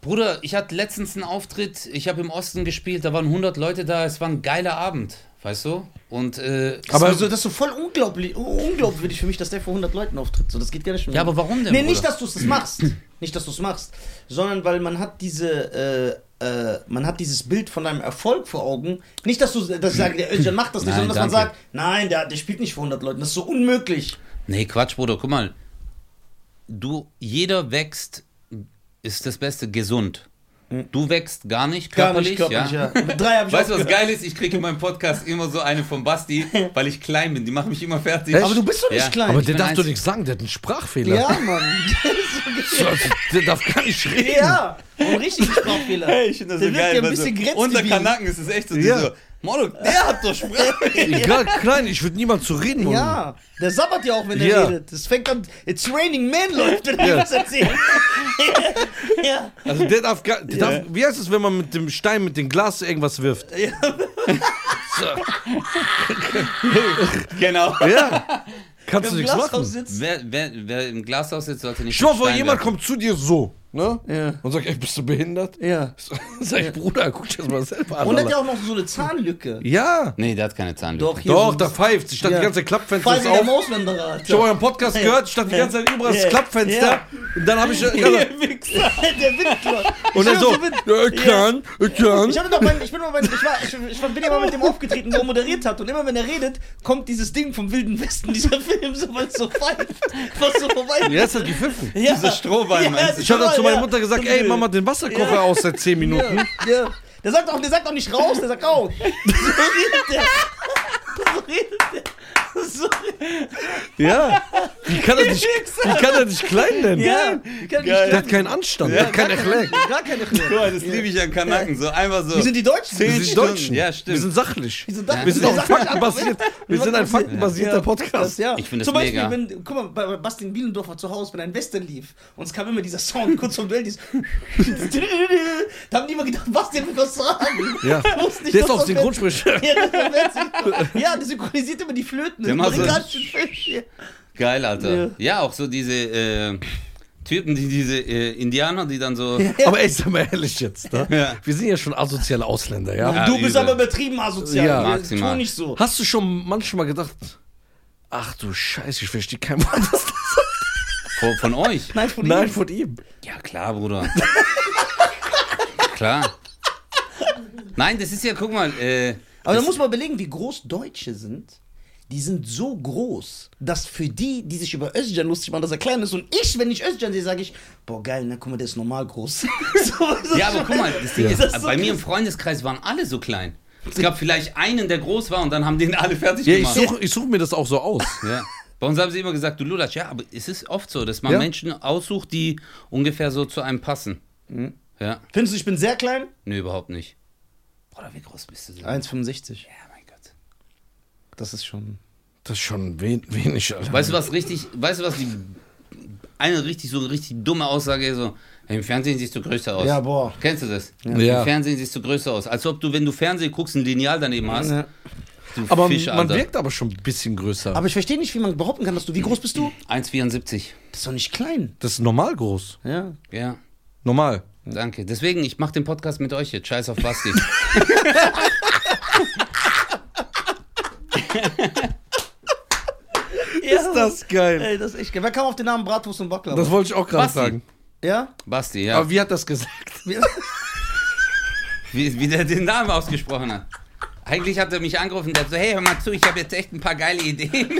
[SPEAKER 3] Bruder, ich hatte letztens einen Auftritt, ich habe im Osten gespielt, da waren 100 Leute da, es war ein geiler Abend, weißt du? Und, äh,
[SPEAKER 2] Aber
[SPEAKER 1] Aber-
[SPEAKER 2] so, das ist so voll unglaublich, unglaubwürdig für mich, dass der vor 100 Leuten auftritt. So, das geht gar nicht mehr.
[SPEAKER 3] ja, aber warum denn,
[SPEAKER 2] Nee, nicht,
[SPEAKER 3] Bruder?
[SPEAKER 2] dass du es machst. Nicht, dass du es machst. Sondern weil man hat diese, äh, äh, man hat dieses Bild von deinem Erfolg vor Augen. Nicht, dass du dass ich sage, der Özcan macht das nicht,
[SPEAKER 3] Nein,
[SPEAKER 2] sondern dass man
[SPEAKER 3] danke.
[SPEAKER 2] sagt, nein, der, der spielt nicht vor 100 Leuten. Das ist so unmöglich.
[SPEAKER 3] Nee, Quatsch, Bruder, guck mal. Du, jeder wächst, ist das Beste, gesund. Du wächst Hm. gar nicht körperlich, ja.
[SPEAKER 2] Mit Drei habe ich
[SPEAKER 3] Weißt du, was
[SPEAKER 2] aufgehört.
[SPEAKER 3] geil ist? Ich kriege in meinem Podcast immer so eine von Basti, weil ich klein bin. Die macht mich immer fertig.
[SPEAKER 1] Echt?
[SPEAKER 2] Aber du bist doch nicht
[SPEAKER 3] Ja.
[SPEAKER 2] klein.
[SPEAKER 1] Aber
[SPEAKER 3] ich
[SPEAKER 1] der
[SPEAKER 3] bin
[SPEAKER 1] darf doch
[SPEAKER 3] eins.
[SPEAKER 1] nichts sagen, der hat einen Sprachfehler.
[SPEAKER 2] ja, Mann. Der ist so geil.
[SPEAKER 1] Der darf gar nicht reden.
[SPEAKER 2] ja, ein richtiger Sprachfehler.
[SPEAKER 3] Hey, ich finde das
[SPEAKER 2] der
[SPEAKER 3] so
[SPEAKER 2] wirkt
[SPEAKER 3] geil.
[SPEAKER 2] ja ein
[SPEAKER 3] weil so
[SPEAKER 2] bisschen
[SPEAKER 3] unter
[SPEAKER 2] grenzdebil.
[SPEAKER 3] Kanaken ist es echt so.
[SPEAKER 1] Ja.
[SPEAKER 3] Ja. Mordok, der hat doch Sprache.
[SPEAKER 1] Egal, klein, ich würde niemand zu reden wollen.
[SPEAKER 2] Ja, der sabbert ja auch, wenn er
[SPEAKER 1] Ja.
[SPEAKER 2] redet. Das fängt an, It's Raining Man läuft, wenn er
[SPEAKER 1] Ja.
[SPEAKER 2] was erzählt. ja.
[SPEAKER 1] Also der darf gar der darf, Wie heißt es, wenn man mit dem Stein, mit dem Glas irgendwas wirft?
[SPEAKER 3] genau.
[SPEAKER 1] Ja. Kannst du
[SPEAKER 2] Im
[SPEAKER 1] nichts
[SPEAKER 2] Glashaus
[SPEAKER 1] machen.
[SPEAKER 2] sitzt.
[SPEAKER 3] Wer, wer, wer im Glashaus sitzt, sollte nicht.
[SPEAKER 1] Ich hoffe,
[SPEAKER 3] mit Stein
[SPEAKER 1] jemand
[SPEAKER 3] werfen.
[SPEAKER 1] kommt zu dir so. ne?
[SPEAKER 2] Ja.
[SPEAKER 1] Und sagt, ey, bist du behindert?
[SPEAKER 2] Ja.
[SPEAKER 1] Sag ich, Bruder, guck dir das mal selber an.
[SPEAKER 2] Und hat
[SPEAKER 1] Alter.
[SPEAKER 2] ja auch noch so eine Zahnlücke.
[SPEAKER 1] Ja,
[SPEAKER 3] Nee, der hat keine Zahnlücke.
[SPEAKER 2] Doch, hier
[SPEAKER 1] doch,
[SPEAKER 2] so-
[SPEAKER 1] da pfeift. Ich dachte,
[SPEAKER 2] Ja.
[SPEAKER 1] die ganze Klappfenster
[SPEAKER 2] Vor allem
[SPEAKER 1] ist
[SPEAKER 2] in
[SPEAKER 1] auf.
[SPEAKER 2] dem Auswanderer.
[SPEAKER 1] Ich habe euren Podcast
[SPEAKER 2] Ja.
[SPEAKER 1] gehört, ich dachte die
[SPEAKER 2] Ja.
[SPEAKER 1] ganze Zeit überall das
[SPEAKER 2] Ja.
[SPEAKER 1] Klappfenster.
[SPEAKER 2] Ja.
[SPEAKER 1] Und dann habe ich. äh,
[SPEAKER 2] Wichser. Der Windler.
[SPEAKER 1] und dann
[SPEAKER 2] Ich
[SPEAKER 1] so,
[SPEAKER 2] hab Wind-
[SPEAKER 1] ja, ich kann, ich kann.
[SPEAKER 2] Ich, hatte doch mein, ich, bin doch mein, ich, war, ich, ich bin ja mal mit dem aufgetreten, wo er moderiert hat. Und immer wenn er redet, kommt dieses Ding vom Wilden Westen, dieser Film, so was so pfeift, was so vorbei
[SPEAKER 1] Ja, das hat gepfiffen.
[SPEAKER 2] Ja.
[SPEAKER 3] Diese Strohballen, meinst du?
[SPEAKER 1] Ich habe dann zu meiner
[SPEAKER 2] ja.
[SPEAKER 1] Mutter gesagt, ey, Mama, den Wasserkocher aus seit 10 Minuten.
[SPEAKER 2] Ja. Der sagt auch, der sagt auch nicht raus, der sagt raus. So redet der. So redet der. So redet der.
[SPEAKER 1] Ja. Wie kann er dich, wie kann er dich klein nennen?
[SPEAKER 2] Ja, ich kann
[SPEAKER 3] Geil.
[SPEAKER 1] Der hat keinen Anstand, der hat keinen Erklärung.
[SPEAKER 2] Gar keine Frage.
[SPEAKER 3] Guck mal, das liebe ich an Kanaken. So einfach so.
[SPEAKER 2] Wir sind die Deutschen.
[SPEAKER 1] Wir
[SPEAKER 3] Zehn
[SPEAKER 1] sind
[SPEAKER 3] Stunden.
[SPEAKER 1] Deutschen.
[SPEAKER 3] Ja, stimmt.
[SPEAKER 1] Wir sind sachlich.
[SPEAKER 2] sind da-
[SPEAKER 1] Wir sind auch
[SPEAKER 2] sag mal,
[SPEAKER 1] faktenbasiert. Wir sind ein faktenbasierter
[SPEAKER 2] Das,
[SPEAKER 1] Podcast.
[SPEAKER 2] ja.
[SPEAKER 3] Ich find das
[SPEAKER 2] Zum Beispiel,
[SPEAKER 3] mega.
[SPEAKER 2] wenn, guck mal, bei, bei Bastian Bielendorfer zu Hause, wenn ein Western lief und es kam immer dieser Sound kurz vom Duell, dieses da haben die immer gedacht, Bastian will was sagen.
[SPEAKER 1] Ja.
[SPEAKER 2] Wusste nicht,
[SPEAKER 1] Der ist
[SPEAKER 2] was
[SPEAKER 1] auch
[SPEAKER 2] das
[SPEAKER 1] Synchronsprecher.
[SPEAKER 2] Ja, das ist- ja, der synchronisiert immer die Flöten.
[SPEAKER 3] Der macht so-
[SPEAKER 2] so.
[SPEAKER 3] Geil, Alter.
[SPEAKER 2] Ja.
[SPEAKER 3] Ja, auch so diese äh, Typen, die diese äh, Indianer, die dann so.
[SPEAKER 1] Aber ey, sag mal ehrlich jetzt. Ne?
[SPEAKER 3] Ja.
[SPEAKER 1] Wir sind ja schon asoziale Ausländer, ja?
[SPEAKER 3] Ja.
[SPEAKER 2] Du bist
[SPEAKER 3] übel.
[SPEAKER 2] aber übertrieben asozial.
[SPEAKER 1] Ja.
[SPEAKER 3] Maximal.
[SPEAKER 2] Tu nicht so.
[SPEAKER 1] Hast du schon manchmal gedacht, ach du Scheiße, ich verstehe kein Wort. was das ist?
[SPEAKER 3] Von, von euch?
[SPEAKER 2] Nein, von
[SPEAKER 1] Nein,
[SPEAKER 2] ihm.
[SPEAKER 1] von ihm.
[SPEAKER 3] Ja, klar, Bruder. klar. Nein, das ist ja, guck mal, äh,
[SPEAKER 2] Aber da muss man überlegen, wie groß Deutsche sind. Die sind so groß, dass für die, die sich über Özcan lustig machen, dass er klein ist, und ich, wenn ich Özcan sehe, sage ich, boah geil, na guck mal, der ist normal groß. so, weißt du,
[SPEAKER 3] Ja, aber
[SPEAKER 2] was
[SPEAKER 3] guck
[SPEAKER 2] ich
[SPEAKER 3] mal,
[SPEAKER 2] meine?
[SPEAKER 3] das Ding
[SPEAKER 2] Das
[SPEAKER 3] ist,
[SPEAKER 2] so
[SPEAKER 3] bei mir im
[SPEAKER 2] krass.
[SPEAKER 3] Freundeskreis waren alle so klein. Es gab vielleicht einen, der groß war und dann haben den alle fertig
[SPEAKER 1] Ja, ich
[SPEAKER 3] gemacht.
[SPEAKER 1] suche ich such mir das auch so aus.
[SPEAKER 3] Ja. Bei uns haben sie immer gesagt, du Lulatsch, ja, aber es ist oft so, dass man
[SPEAKER 1] Ja.
[SPEAKER 3] Menschen aussucht, die ungefähr so zu einem passen. Ja,
[SPEAKER 2] Findest du, ich bin sehr klein?
[SPEAKER 3] nee, überhaupt nicht. Bruder, wie groß bist du denn?
[SPEAKER 2] 1,65.
[SPEAKER 3] Ja, mein Gott.
[SPEAKER 2] Das ist schon.
[SPEAKER 1] Das ist schon wen- wenig. Alter.
[SPEAKER 3] Weißt du, was richtig, weißt du, was die, eine richtig, so eine richtig dumme Aussage ist, so, im Fernsehen siehst du größer aus.
[SPEAKER 2] Ja, boah.
[SPEAKER 3] Kennst du das?
[SPEAKER 1] Ja.
[SPEAKER 3] Im Fernsehen siehst du größer aus. Als ob du, wenn du Fernsehen guckst, ein Lineal daneben hast.
[SPEAKER 2] Ja.
[SPEAKER 3] Du
[SPEAKER 1] aber
[SPEAKER 3] Fisch,
[SPEAKER 1] man
[SPEAKER 3] Alter.
[SPEAKER 1] wirkt aber schon ein bisschen größer.
[SPEAKER 2] Aber ich verstehe nicht, wie man behaupten kann, dass du. Wie groß bist du?
[SPEAKER 3] 1,74.
[SPEAKER 2] Das ist doch nicht klein.
[SPEAKER 1] das ist normal groß.
[SPEAKER 2] Ja.
[SPEAKER 3] Ja,
[SPEAKER 1] Normal.
[SPEAKER 3] danke. Deswegen, ich mache den Podcast mit euch jetzt. Scheiß auf Basti.
[SPEAKER 2] Ist
[SPEAKER 1] das geil.
[SPEAKER 2] Ey, das ist echt geil. Wer kam auf den Namen Bratwurst und Backler?
[SPEAKER 1] Das wollte ich auch gerade
[SPEAKER 3] Basti.
[SPEAKER 1] sagen.
[SPEAKER 2] ja?
[SPEAKER 3] Basti, ja.
[SPEAKER 1] Aber wie hat das gesagt?
[SPEAKER 3] Wie, wie der den Namen ausgesprochen hat. Eigentlich hat er mich angerufen und der so, hey, hör mal zu, ich habe jetzt echt ein paar geile Ideen.
[SPEAKER 2] Wenn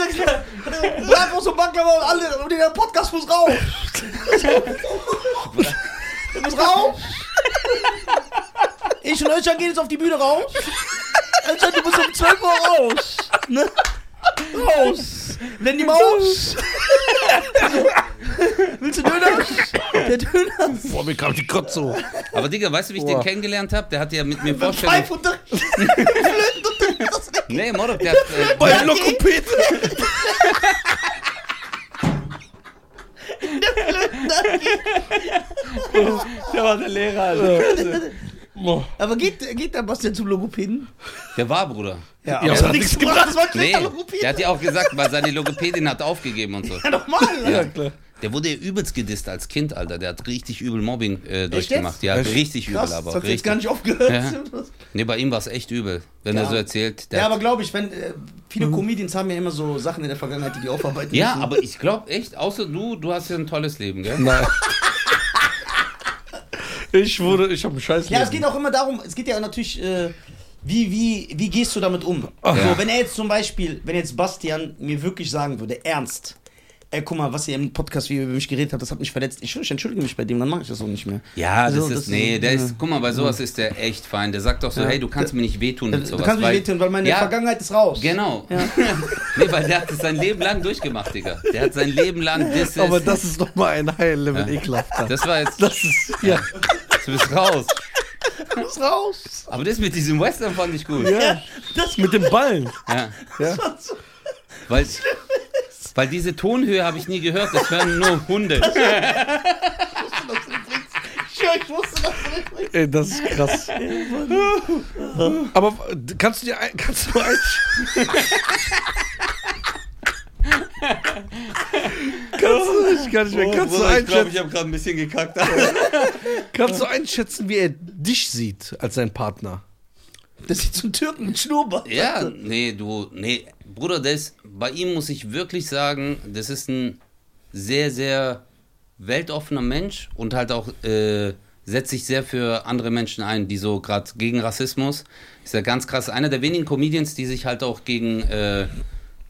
[SPEAKER 2] er gesagt hat, Bratwurst und Backler und alle, und der Podcast muss raus. der muss raus. Ich und Özcan gehen jetzt auf die Bühne raus. Özcan, du musst um 12 Uhr raus. Ne? Raus. Wenn die Maus. Willst du Döner? Der Döner.
[SPEAKER 1] Boah, mir kam die Kotze hoch.
[SPEAKER 3] Aber Digga, weißt du, wie ich
[SPEAKER 1] Boah.
[SPEAKER 3] den kennengelernt habe? Der hat ja mit mir Vorstellung.
[SPEAKER 2] Pfeif unter.
[SPEAKER 3] Nee, Morok, der hat. Äh,
[SPEAKER 1] Bei Lokopäden.
[SPEAKER 3] der war der Lehrer, also. Alter.
[SPEAKER 1] Boah.
[SPEAKER 2] Aber geht, geht der Bastian zum Logopäden?
[SPEAKER 3] Der war, Bruder.
[SPEAKER 2] Ja,
[SPEAKER 1] aber
[SPEAKER 2] das
[SPEAKER 1] hat nichts
[SPEAKER 2] gebracht. Das war ein
[SPEAKER 3] Nee,
[SPEAKER 2] schlechter
[SPEAKER 3] der hat ja auch gesagt, weil seine Logopädin hat aufgegeben und so.
[SPEAKER 2] Ja, nochmal.
[SPEAKER 3] Ja.
[SPEAKER 2] ne?
[SPEAKER 3] Der wurde ja übelst gedisst als Kind, Alter. Der hat richtig übel Mobbing äh,
[SPEAKER 2] jetzt?
[SPEAKER 3] durchgemacht. Ja,
[SPEAKER 1] Echt?
[SPEAKER 3] richtig übel,
[SPEAKER 2] Krass,
[SPEAKER 3] aber
[SPEAKER 2] das
[SPEAKER 3] auch
[SPEAKER 2] hat jetzt
[SPEAKER 3] richtig.
[SPEAKER 2] gar nicht aufgehört.
[SPEAKER 3] Ja. Nee, bei ihm war es echt übel, wenn
[SPEAKER 2] Ja.
[SPEAKER 3] er so erzählt. Der
[SPEAKER 2] Ja,
[SPEAKER 3] hat- Mhm.
[SPEAKER 2] aber glaube ich, wenn äh, viele Comedians haben ja immer so Sachen in der Vergangenheit, die die aufarbeiten
[SPEAKER 3] ja,
[SPEAKER 2] müssen.
[SPEAKER 3] aber ich glaube echt, außer du, du hast ja ein tolles Leben, gell?
[SPEAKER 1] Nein. Ich wurde, ich habe einen Scheiß.
[SPEAKER 2] Ja, es geht auch immer darum, es geht ja natürlich, äh, wie, wie, wie gehst du damit um? So,
[SPEAKER 3] Ja.
[SPEAKER 2] wenn er jetzt zum Beispiel, wenn jetzt Bastian mir wirklich sagen würde, ernst, ey, guck mal, was ihr im Podcast, wie ihr über mich geredet habt, das hat mich verletzt. Ich, ich entschuldige mich bei dem, dann mache ich das auch nicht mehr.
[SPEAKER 3] Ja, das
[SPEAKER 2] Also,
[SPEAKER 3] ist.
[SPEAKER 2] das-
[SPEAKER 3] nee, der
[SPEAKER 2] ja.
[SPEAKER 3] ist. Guck mal, bei sowas ist der echt fein. Der sagt doch so,
[SPEAKER 2] Ja.
[SPEAKER 3] hey, du kannst mir nicht wehtun mit
[SPEAKER 2] Du
[SPEAKER 3] sowas.
[SPEAKER 2] kannst mich nicht tun, weil meine
[SPEAKER 3] ja,
[SPEAKER 2] Vergangenheit ist raus.
[SPEAKER 3] Genau. nee, weil der hat es sein Leben lang durchgemacht, Digga. Der hat sein Leben lang disses.
[SPEAKER 1] Aber das ist doch mal ein High Level ekelhaft.
[SPEAKER 3] Das war jetzt.
[SPEAKER 1] Das ist ja.
[SPEAKER 3] Du bist raus.
[SPEAKER 2] Ist raus.
[SPEAKER 3] Aber das mit diesem Western fand ich gut.
[SPEAKER 1] ja.
[SPEAKER 2] Das
[SPEAKER 1] Mit dem Ballen.
[SPEAKER 3] Ja.
[SPEAKER 1] Ja.
[SPEAKER 3] Weil, weil diese Tonhöhe habe ich nie gehört, das hören nur Hunde.
[SPEAKER 2] ich, schwör, ich wusste das nicht.
[SPEAKER 1] Ey, das ist krass. Aber kannst du dir ein, kannst du ein, Kannst du nicht, kann Oh, ich mehr. Kannst, du
[SPEAKER 3] ich glaube,
[SPEAKER 1] einschätzen,
[SPEAKER 3] ich habe gerade ein bisschen gekackt.
[SPEAKER 1] kannst du einschätzen, wie er dich sieht als sein Partner?
[SPEAKER 2] Das sieht zum Türken mit Schnurrbart.
[SPEAKER 3] ja, nee, du, nee, Bruder, das, bei ihm muss ich wirklich sagen, das ist ein sehr, sehr weltoffener Mensch und halt auch äh, setzt sich sehr für andere Menschen ein, die so gerade gegen Rassismus, ist ja ganz krass, einer der wenigen Comedians, die sich halt auch gegen äh,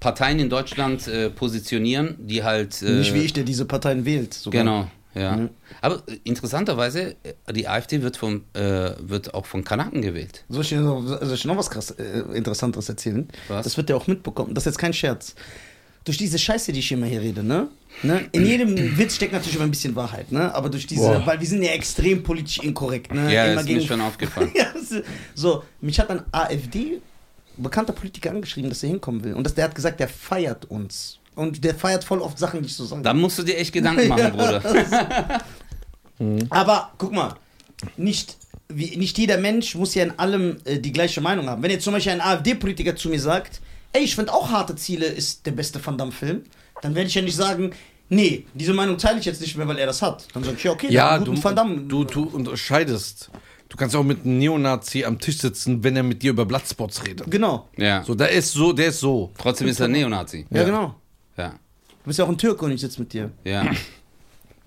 [SPEAKER 3] Parteien in Deutschland äh, positionieren, die halt... Äh,
[SPEAKER 2] Nicht wie ich, der diese Parteien wählt. sogar.
[SPEAKER 3] Genau, ja. Aber äh, interessanterweise, äh, die AfD wird, vom, äh, wird auch von Kanaken gewählt.
[SPEAKER 2] Soll ich dir noch, soll ich noch was krass, äh, Interessantes erzählen?
[SPEAKER 3] Was?
[SPEAKER 2] Das wird der auch mitbekommen. Das ist jetzt kein Scherz. Durch diese Scheiße, die ich immer hier rede, ne? ne? In jedem Witz steckt natürlich immer ein bisschen Wahrheit, ne? Aber durch diese,
[SPEAKER 1] Boah.
[SPEAKER 2] weil wir sind ja extrem politisch inkorrekt, ne?
[SPEAKER 3] Ja,
[SPEAKER 2] immer
[SPEAKER 3] ist mir schon aufgefallen.
[SPEAKER 2] ja, das ist- so, mich hat ein AfD bekannter Politiker angeschrieben, dass er hinkommen will. Und dass der hat gesagt, der feiert uns. Und der feiert voll oft Sachen, die ich so sage.
[SPEAKER 3] Da musst du dir echt Gedanken machen, Bruder.
[SPEAKER 2] Aber guck mal, nicht, wie, nicht jeder Mensch muss ja in allem äh, die gleiche Meinung haben. Wenn jetzt zum Beispiel ein AfD-Politiker zu mir sagt, ey, ich finde auch harte Ziele ist der beste Van Damme-Film, dann werde ich ja nicht sagen, nee, diese Meinung teile ich jetzt nicht mehr, weil er das hat. Dann sage ich, ja, okay, dann
[SPEAKER 1] Ja,
[SPEAKER 2] einen
[SPEAKER 1] du,
[SPEAKER 2] guten Van Damme.
[SPEAKER 1] du, du unterscheidest. Du kannst auch mit einem Neonazi am Tisch sitzen, wenn er mit dir über Bloodspots redet.
[SPEAKER 2] genau.
[SPEAKER 3] Ja.
[SPEAKER 1] So, der ist so, der ist so.
[SPEAKER 3] Trotzdem ist er Neonazi.
[SPEAKER 2] Ja. genau.
[SPEAKER 3] Ja.
[SPEAKER 2] Du bist ja auch ein Türke und ich sitze mit dir.
[SPEAKER 3] ja.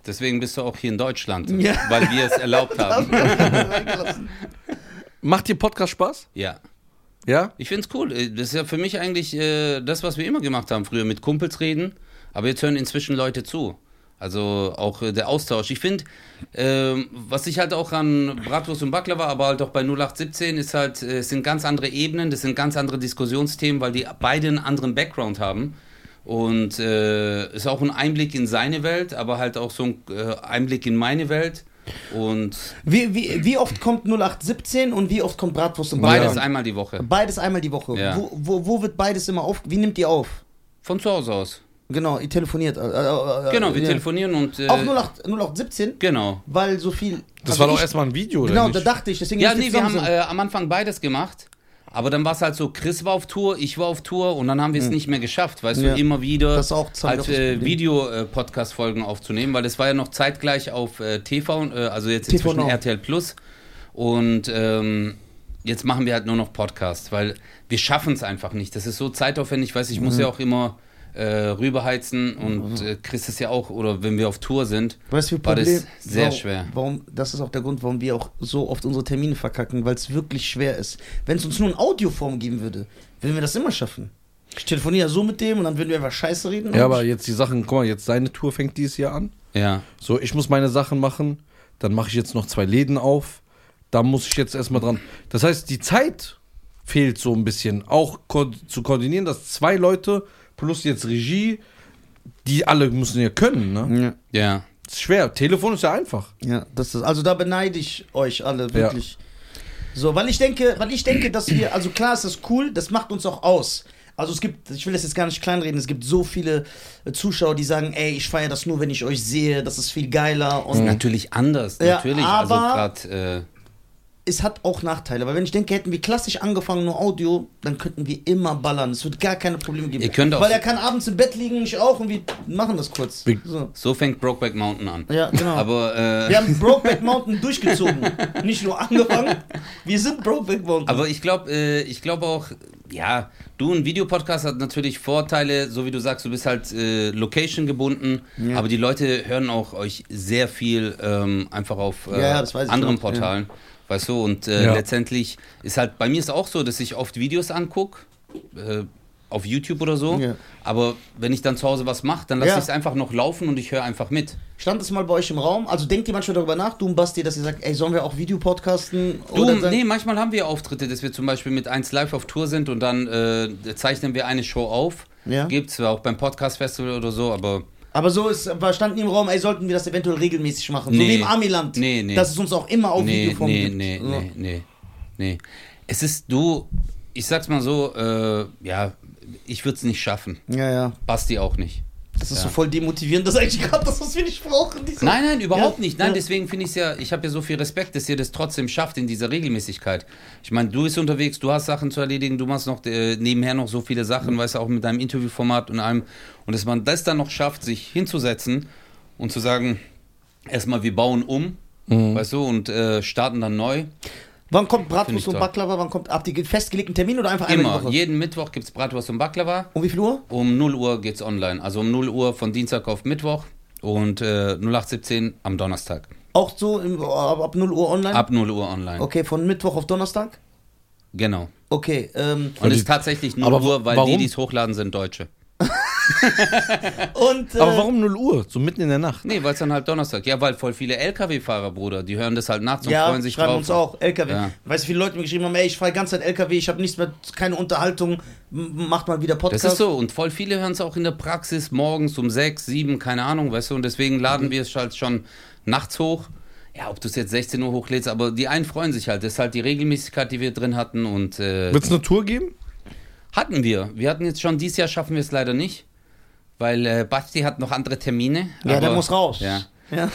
[SPEAKER 3] Deswegen bist du auch hier in Deutschland,
[SPEAKER 2] Ja.
[SPEAKER 3] weil wir es erlaubt haben.
[SPEAKER 1] Macht dir Podcast Spaß?
[SPEAKER 3] Ja.
[SPEAKER 1] Ja?
[SPEAKER 3] Ich find's cool. Äh, Das ist ja für mich eigentlich äh, das, was wir immer gemacht haben. Früher mit Kumpels reden, aber jetzt hören inzwischen Leute zu. Also auch äh, der Austausch. Ich finde, ähm, was ich halt auch an Bratwurst und Baklava, aber halt auch bei 0817 ist halt, äh, es sind ganz andere Ebenen, das sind ganz andere Diskussionsthemen, weil die beide einen anderen Background haben. Und äh, ist auch ein Einblick in seine Welt, aber halt auch so ein äh, Einblick in meine Welt. Und
[SPEAKER 2] Wie, wie, wie oft kommt 0817 und wie oft kommt Bratwurst und
[SPEAKER 3] beides
[SPEAKER 2] Baklava?
[SPEAKER 3] einmal die Woche.
[SPEAKER 2] Beides einmal die Woche.
[SPEAKER 3] Ja.
[SPEAKER 2] Wo, wo, wo wird beides immer auf? Wie nimmt ihr auf?
[SPEAKER 3] Von zu Hause aus.
[SPEAKER 2] Genau, ihr telefoniert. äh, äh, äh,
[SPEAKER 3] Genau, wir
[SPEAKER 2] ja.
[SPEAKER 3] telefonieren und. Äh,
[SPEAKER 2] Auch 08, 0817?
[SPEAKER 3] Genau.
[SPEAKER 2] Weil so viel.
[SPEAKER 1] Das
[SPEAKER 2] also
[SPEAKER 1] war doch
[SPEAKER 2] ich-
[SPEAKER 1] erstmal ein Video,
[SPEAKER 2] Genau,
[SPEAKER 1] oder
[SPEAKER 2] da
[SPEAKER 1] nicht?
[SPEAKER 2] dachte ich, deswegen
[SPEAKER 3] Ja,
[SPEAKER 2] müsst ihr
[SPEAKER 3] nee, wir haben
[SPEAKER 2] zusammen
[SPEAKER 3] äh, am Anfang beides gemacht. Aber dann war es halt so, Chris war auf Tour, ich war auf Tour und dann haben wir es nicht mehr geschafft, weißt
[SPEAKER 2] Hm. Ja.
[SPEAKER 3] du, immer wieder
[SPEAKER 2] Das ist auch Zeit, auch
[SPEAKER 3] halt
[SPEAKER 2] das
[SPEAKER 3] äh,
[SPEAKER 2] Problem.
[SPEAKER 3] Video-Podcast-Folgen aufzunehmen, weil das war ja noch zeitgleich auf äh, TV, äh, also jetzt
[SPEAKER 2] TV
[SPEAKER 3] inzwischen
[SPEAKER 2] Now.
[SPEAKER 3] RTL Plus und ähm, jetzt machen wir halt nur noch Podcast, weil wir schaffen es einfach nicht. Das ist so zeitaufwendig, weiß ich muss
[SPEAKER 2] Mhm.
[SPEAKER 3] ja auch immer äh, rüberheizen und äh, Chris ist ja auch, oder wenn wir auf Tour sind,
[SPEAKER 2] sind. Mhm. Weißt du, wie
[SPEAKER 3] war das
[SPEAKER 2] Problem?
[SPEAKER 3] sehr
[SPEAKER 2] warum,
[SPEAKER 3] schwer.
[SPEAKER 2] Warum, das ist auch der Grund, warum wir auch so oft unsere Termine verkacken, weil es wirklich schwer ist. Wenn es uns nur in Audioform geben würde, würden wir das immer schaffen. Ich telefoniere ja so mit dem und dann würden wir einfach Scheiße reden.
[SPEAKER 1] Ja, aber jetzt die Sachen, guck mal, jetzt seine Tour fängt dieses Jahr an.
[SPEAKER 3] Ja.
[SPEAKER 1] So, ich muss meine Sachen machen, dann mache ich jetzt noch zwei Läden auf. Da muss ich jetzt erstmal dran. Das heißt, die Zeit fehlt so ein bisschen. Auch ko zu koordinieren, dass zwei Leute plus jetzt Regie, die alle müssen ja können, ne?
[SPEAKER 3] Mhm.
[SPEAKER 2] Ja,
[SPEAKER 3] Ja.
[SPEAKER 1] Ist schwer. Telefon ist ja einfach.
[SPEAKER 2] ja, das ist, also da beneide ich euch alle wirklich. So, weil ich denke, weil ich denke, dass wir, also klar ist das cool, das macht uns auch aus. Also es gibt, ich will das jetzt gar nicht kleinreden, es gibt so viele äh, Zuschauer, die sagen, ey, ich feiere das nur, wenn ich euch sehe, das ist viel geiler. Und
[SPEAKER 3] Ist natürlich anders,
[SPEAKER 2] Mhm. Ja,
[SPEAKER 3] natürlich.
[SPEAKER 2] aber-
[SPEAKER 3] also gerade. Äh,
[SPEAKER 2] es hat auch Nachteile, weil wenn ich denke, hätten wir klassisch angefangen, nur Audio, dann könnten wir immer ballern. Es wird gar keine Probleme geben.
[SPEAKER 3] Ihr könnt auch-
[SPEAKER 2] weil er kann abends im Bett liegen, ich auch, und wir machen das kurz.
[SPEAKER 1] Wir-
[SPEAKER 2] So.
[SPEAKER 3] So fängt Brokeback Mountain an.
[SPEAKER 2] Ja, genau.
[SPEAKER 3] Aber, äh,
[SPEAKER 2] wir haben Brokeback Mountain durchgezogen. Nicht nur angefangen, wir sind Brokeback Mountain.
[SPEAKER 3] aber ich glaube äh, ich glaub auch, ja, du, ein Videopodcast hat natürlich Vorteile, so wie du sagst, du bist halt äh, Location gebunden, aber die Leute hören auch euch sehr viel ähm, einfach auf äh,
[SPEAKER 2] Ja, ja, das weiß ich
[SPEAKER 3] anderen
[SPEAKER 2] schon, ja.
[SPEAKER 3] Portalen. Weißt du, und äh,
[SPEAKER 1] Ja.
[SPEAKER 3] letztendlich ist halt, bei mir ist auch so, dass ich oft Videos angucke, äh, auf YouTube oder so,
[SPEAKER 2] Ja.
[SPEAKER 3] aber wenn ich dann zu Hause was mache, dann lasse
[SPEAKER 2] Ja.
[SPEAKER 3] ich es einfach noch laufen und ich höre einfach mit.
[SPEAKER 2] Stand das mal bei euch im Raum? Also denkt ihr manchmal darüber nach, du und Basti, dass ihr sagt, ey, sollen wir auch Videopodcasten?
[SPEAKER 3] Du,
[SPEAKER 2] Oder sagen-
[SPEAKER 3] nee, manchmal haben wir Auftritte, dass wir zum Beispiel mit 1 Live auf Tour sind und dann äh, zeichnen wir eine Show auf.
[SPEAKER 2] Ja.
[SPEAKER 3] Gibt's ja auch beim Podcast-Festival oder so, aber
[SPEAKER 2] Aber so ist, war- standen die im Raum, ey, sollten wir das eventuell regelmäßig machen? So
[SPEAKER 3] Nee.
[SPEAKER 2] wie im Amiland.
[SPEAKER 3] Nee, nee.
[SPEAKER 2] Dass es uns auch immer auf
[SPEAKER 3] nee,
[SPEAKER 2] Videoform
[SPEAKER 3] nee,
[SPEAKER 2] gibt.
[SPEAKER 3] nee,
[SPEAKER 2] so.
[SPEAKER 3] nee, nee, nee. Es ist, du, ich sag's mal so, äh, ja, ich würd's nicht schaffen.
[SPEAKER 2] Ja, ja.
[SPEAKER 3] Basti auch nicht.
[SPEAKER 2] Das ist so voll demotivierend, das ist eigentlich gerade das, was wir nicht brauchen. Diese
[SPEAKER 3] Nein, nein, überhaupt
[SPEAKER 2] Ja,
[SPEAKER 3] nicht. Nein,
[SPEAKER 2] ja.
[SPEAKER 3] deswegen finde ich es ja, ich habe ja so viel Respekt, dass ihr das trotzdem schafft in dieser Regelmäßigkeit. Ich meine, du bist unterwegs, du hast Sachen zu erledigen, du machst noch äh, nebenher noch so viele
[SPEAKER 2] Mhm.
[SPEAKER 3] Sachen, weißt du, auch mit deinem Interviewformat und allem. Und dass man das dann noch schafft, sich hinzusetzen und zu sagen, erstmal wir bauen um,
[SPEAKER 2] Mhm.
[SPEAKER 3] weißt du, und äh, starten dann neu.
[SPEAKER 2] Wann kommt
[SPEAKER 3] Find ich
[SPEAKER 2] Bratwurst und
[SPEAKER 3] toll.
[SPEAKER 2] Baklava? Wann kommt, habt ihr ge- festgelegten Termin oder einfach einmal die
[SPEAKER 3] Immer,
[SPEAKER 2] Woche?
[SPEAKER 3] jeden Mittwoch gibt es Bratwurst und Baklava.
[SPEAKER 2] um wie viel Uhr?
[SPEAKER 3] Um 0 Uhr geht's online. Also um 0 Uhr von Dienstag auf Mittwoch und äh, 0817 am Donnerstag.
[SPEAKER 2] Auch so im, ab, ab 0 Uhr online?
[SPEAKER 3] Ab 0 Uhr online.
[SPEAKER 2] Okay, von Mittwoch auf Donnerstag?
[SPEAKER 3] Genau.
[SPEAKER 2] Okay, ähm,
[SPEAKER 3] Und
[SPEAKER 1] die-
[SPEAKER 3] es ist tatsächlich 0
[SPEAKER 1] Aber
[SPEAKER 3] Uhr, weil
[SPEAKER 1] warum?
[SPEAKER 3] die, die es hochladen, sind Deutsche.
[SPEAKER 2] und äh,
[SPEAKER 1] Aber warum 0 Uhr? So mitten in der Nacht.
[SPEAKER 3] Nee, weil es dann halt Donnerstag. Ja, weil voll viele LKW-Fahrer, Bruder, die hören das halt nachts und
[SPEAKER 2] äh, ja,
[SPEAKER 3] freuen sich
[SPEAKER 2] schreiben
[SPEAKER 3] drauf.
[SPEAKER 2] uns auch, LKW.
[SPEAKER 3] Ja.
[SPEAKER 2] Weißt du, viele Leute mir geschrieben haben, ey, ich fahre ganz Zeit LKW, ich habe nichts mehr, keine Unterhaltung, m- macht mal wieder
[SPEAKER 3] Das
[SPEAKER 2] Podcast.
[SPEAKER 3] ist so. Und voll viele hören es auch in der Praxis morgens um 6, 7, keine Ahnung, weißt du. Und deswegen laden
[SPEAKER 2] Mhm.
[SPEAKER 3] wir es halt schon nachts hoch. Ja, ob du es jetzt 16 Uhr hochlädst, aber die einen freuen sich halt. Das ist halt die Regelmäßigkeit, die wir drin hatten. Und äh,
[SPEAKER 1] Wird es eine Tour geben?
[SPEAKER 3] Hatten wir. Wir hatten jetzt schon, dieses Jahr schaffen wir es leider nicht, weil äh, Basti hat noch andere Termine.
[SPEAKER 2] Ja,
[SPEAKER 3] aber-
[SPEAKER 2] der muss raus.
[SPEAKER 3] Ja.
[SPEAKER 2] Ja.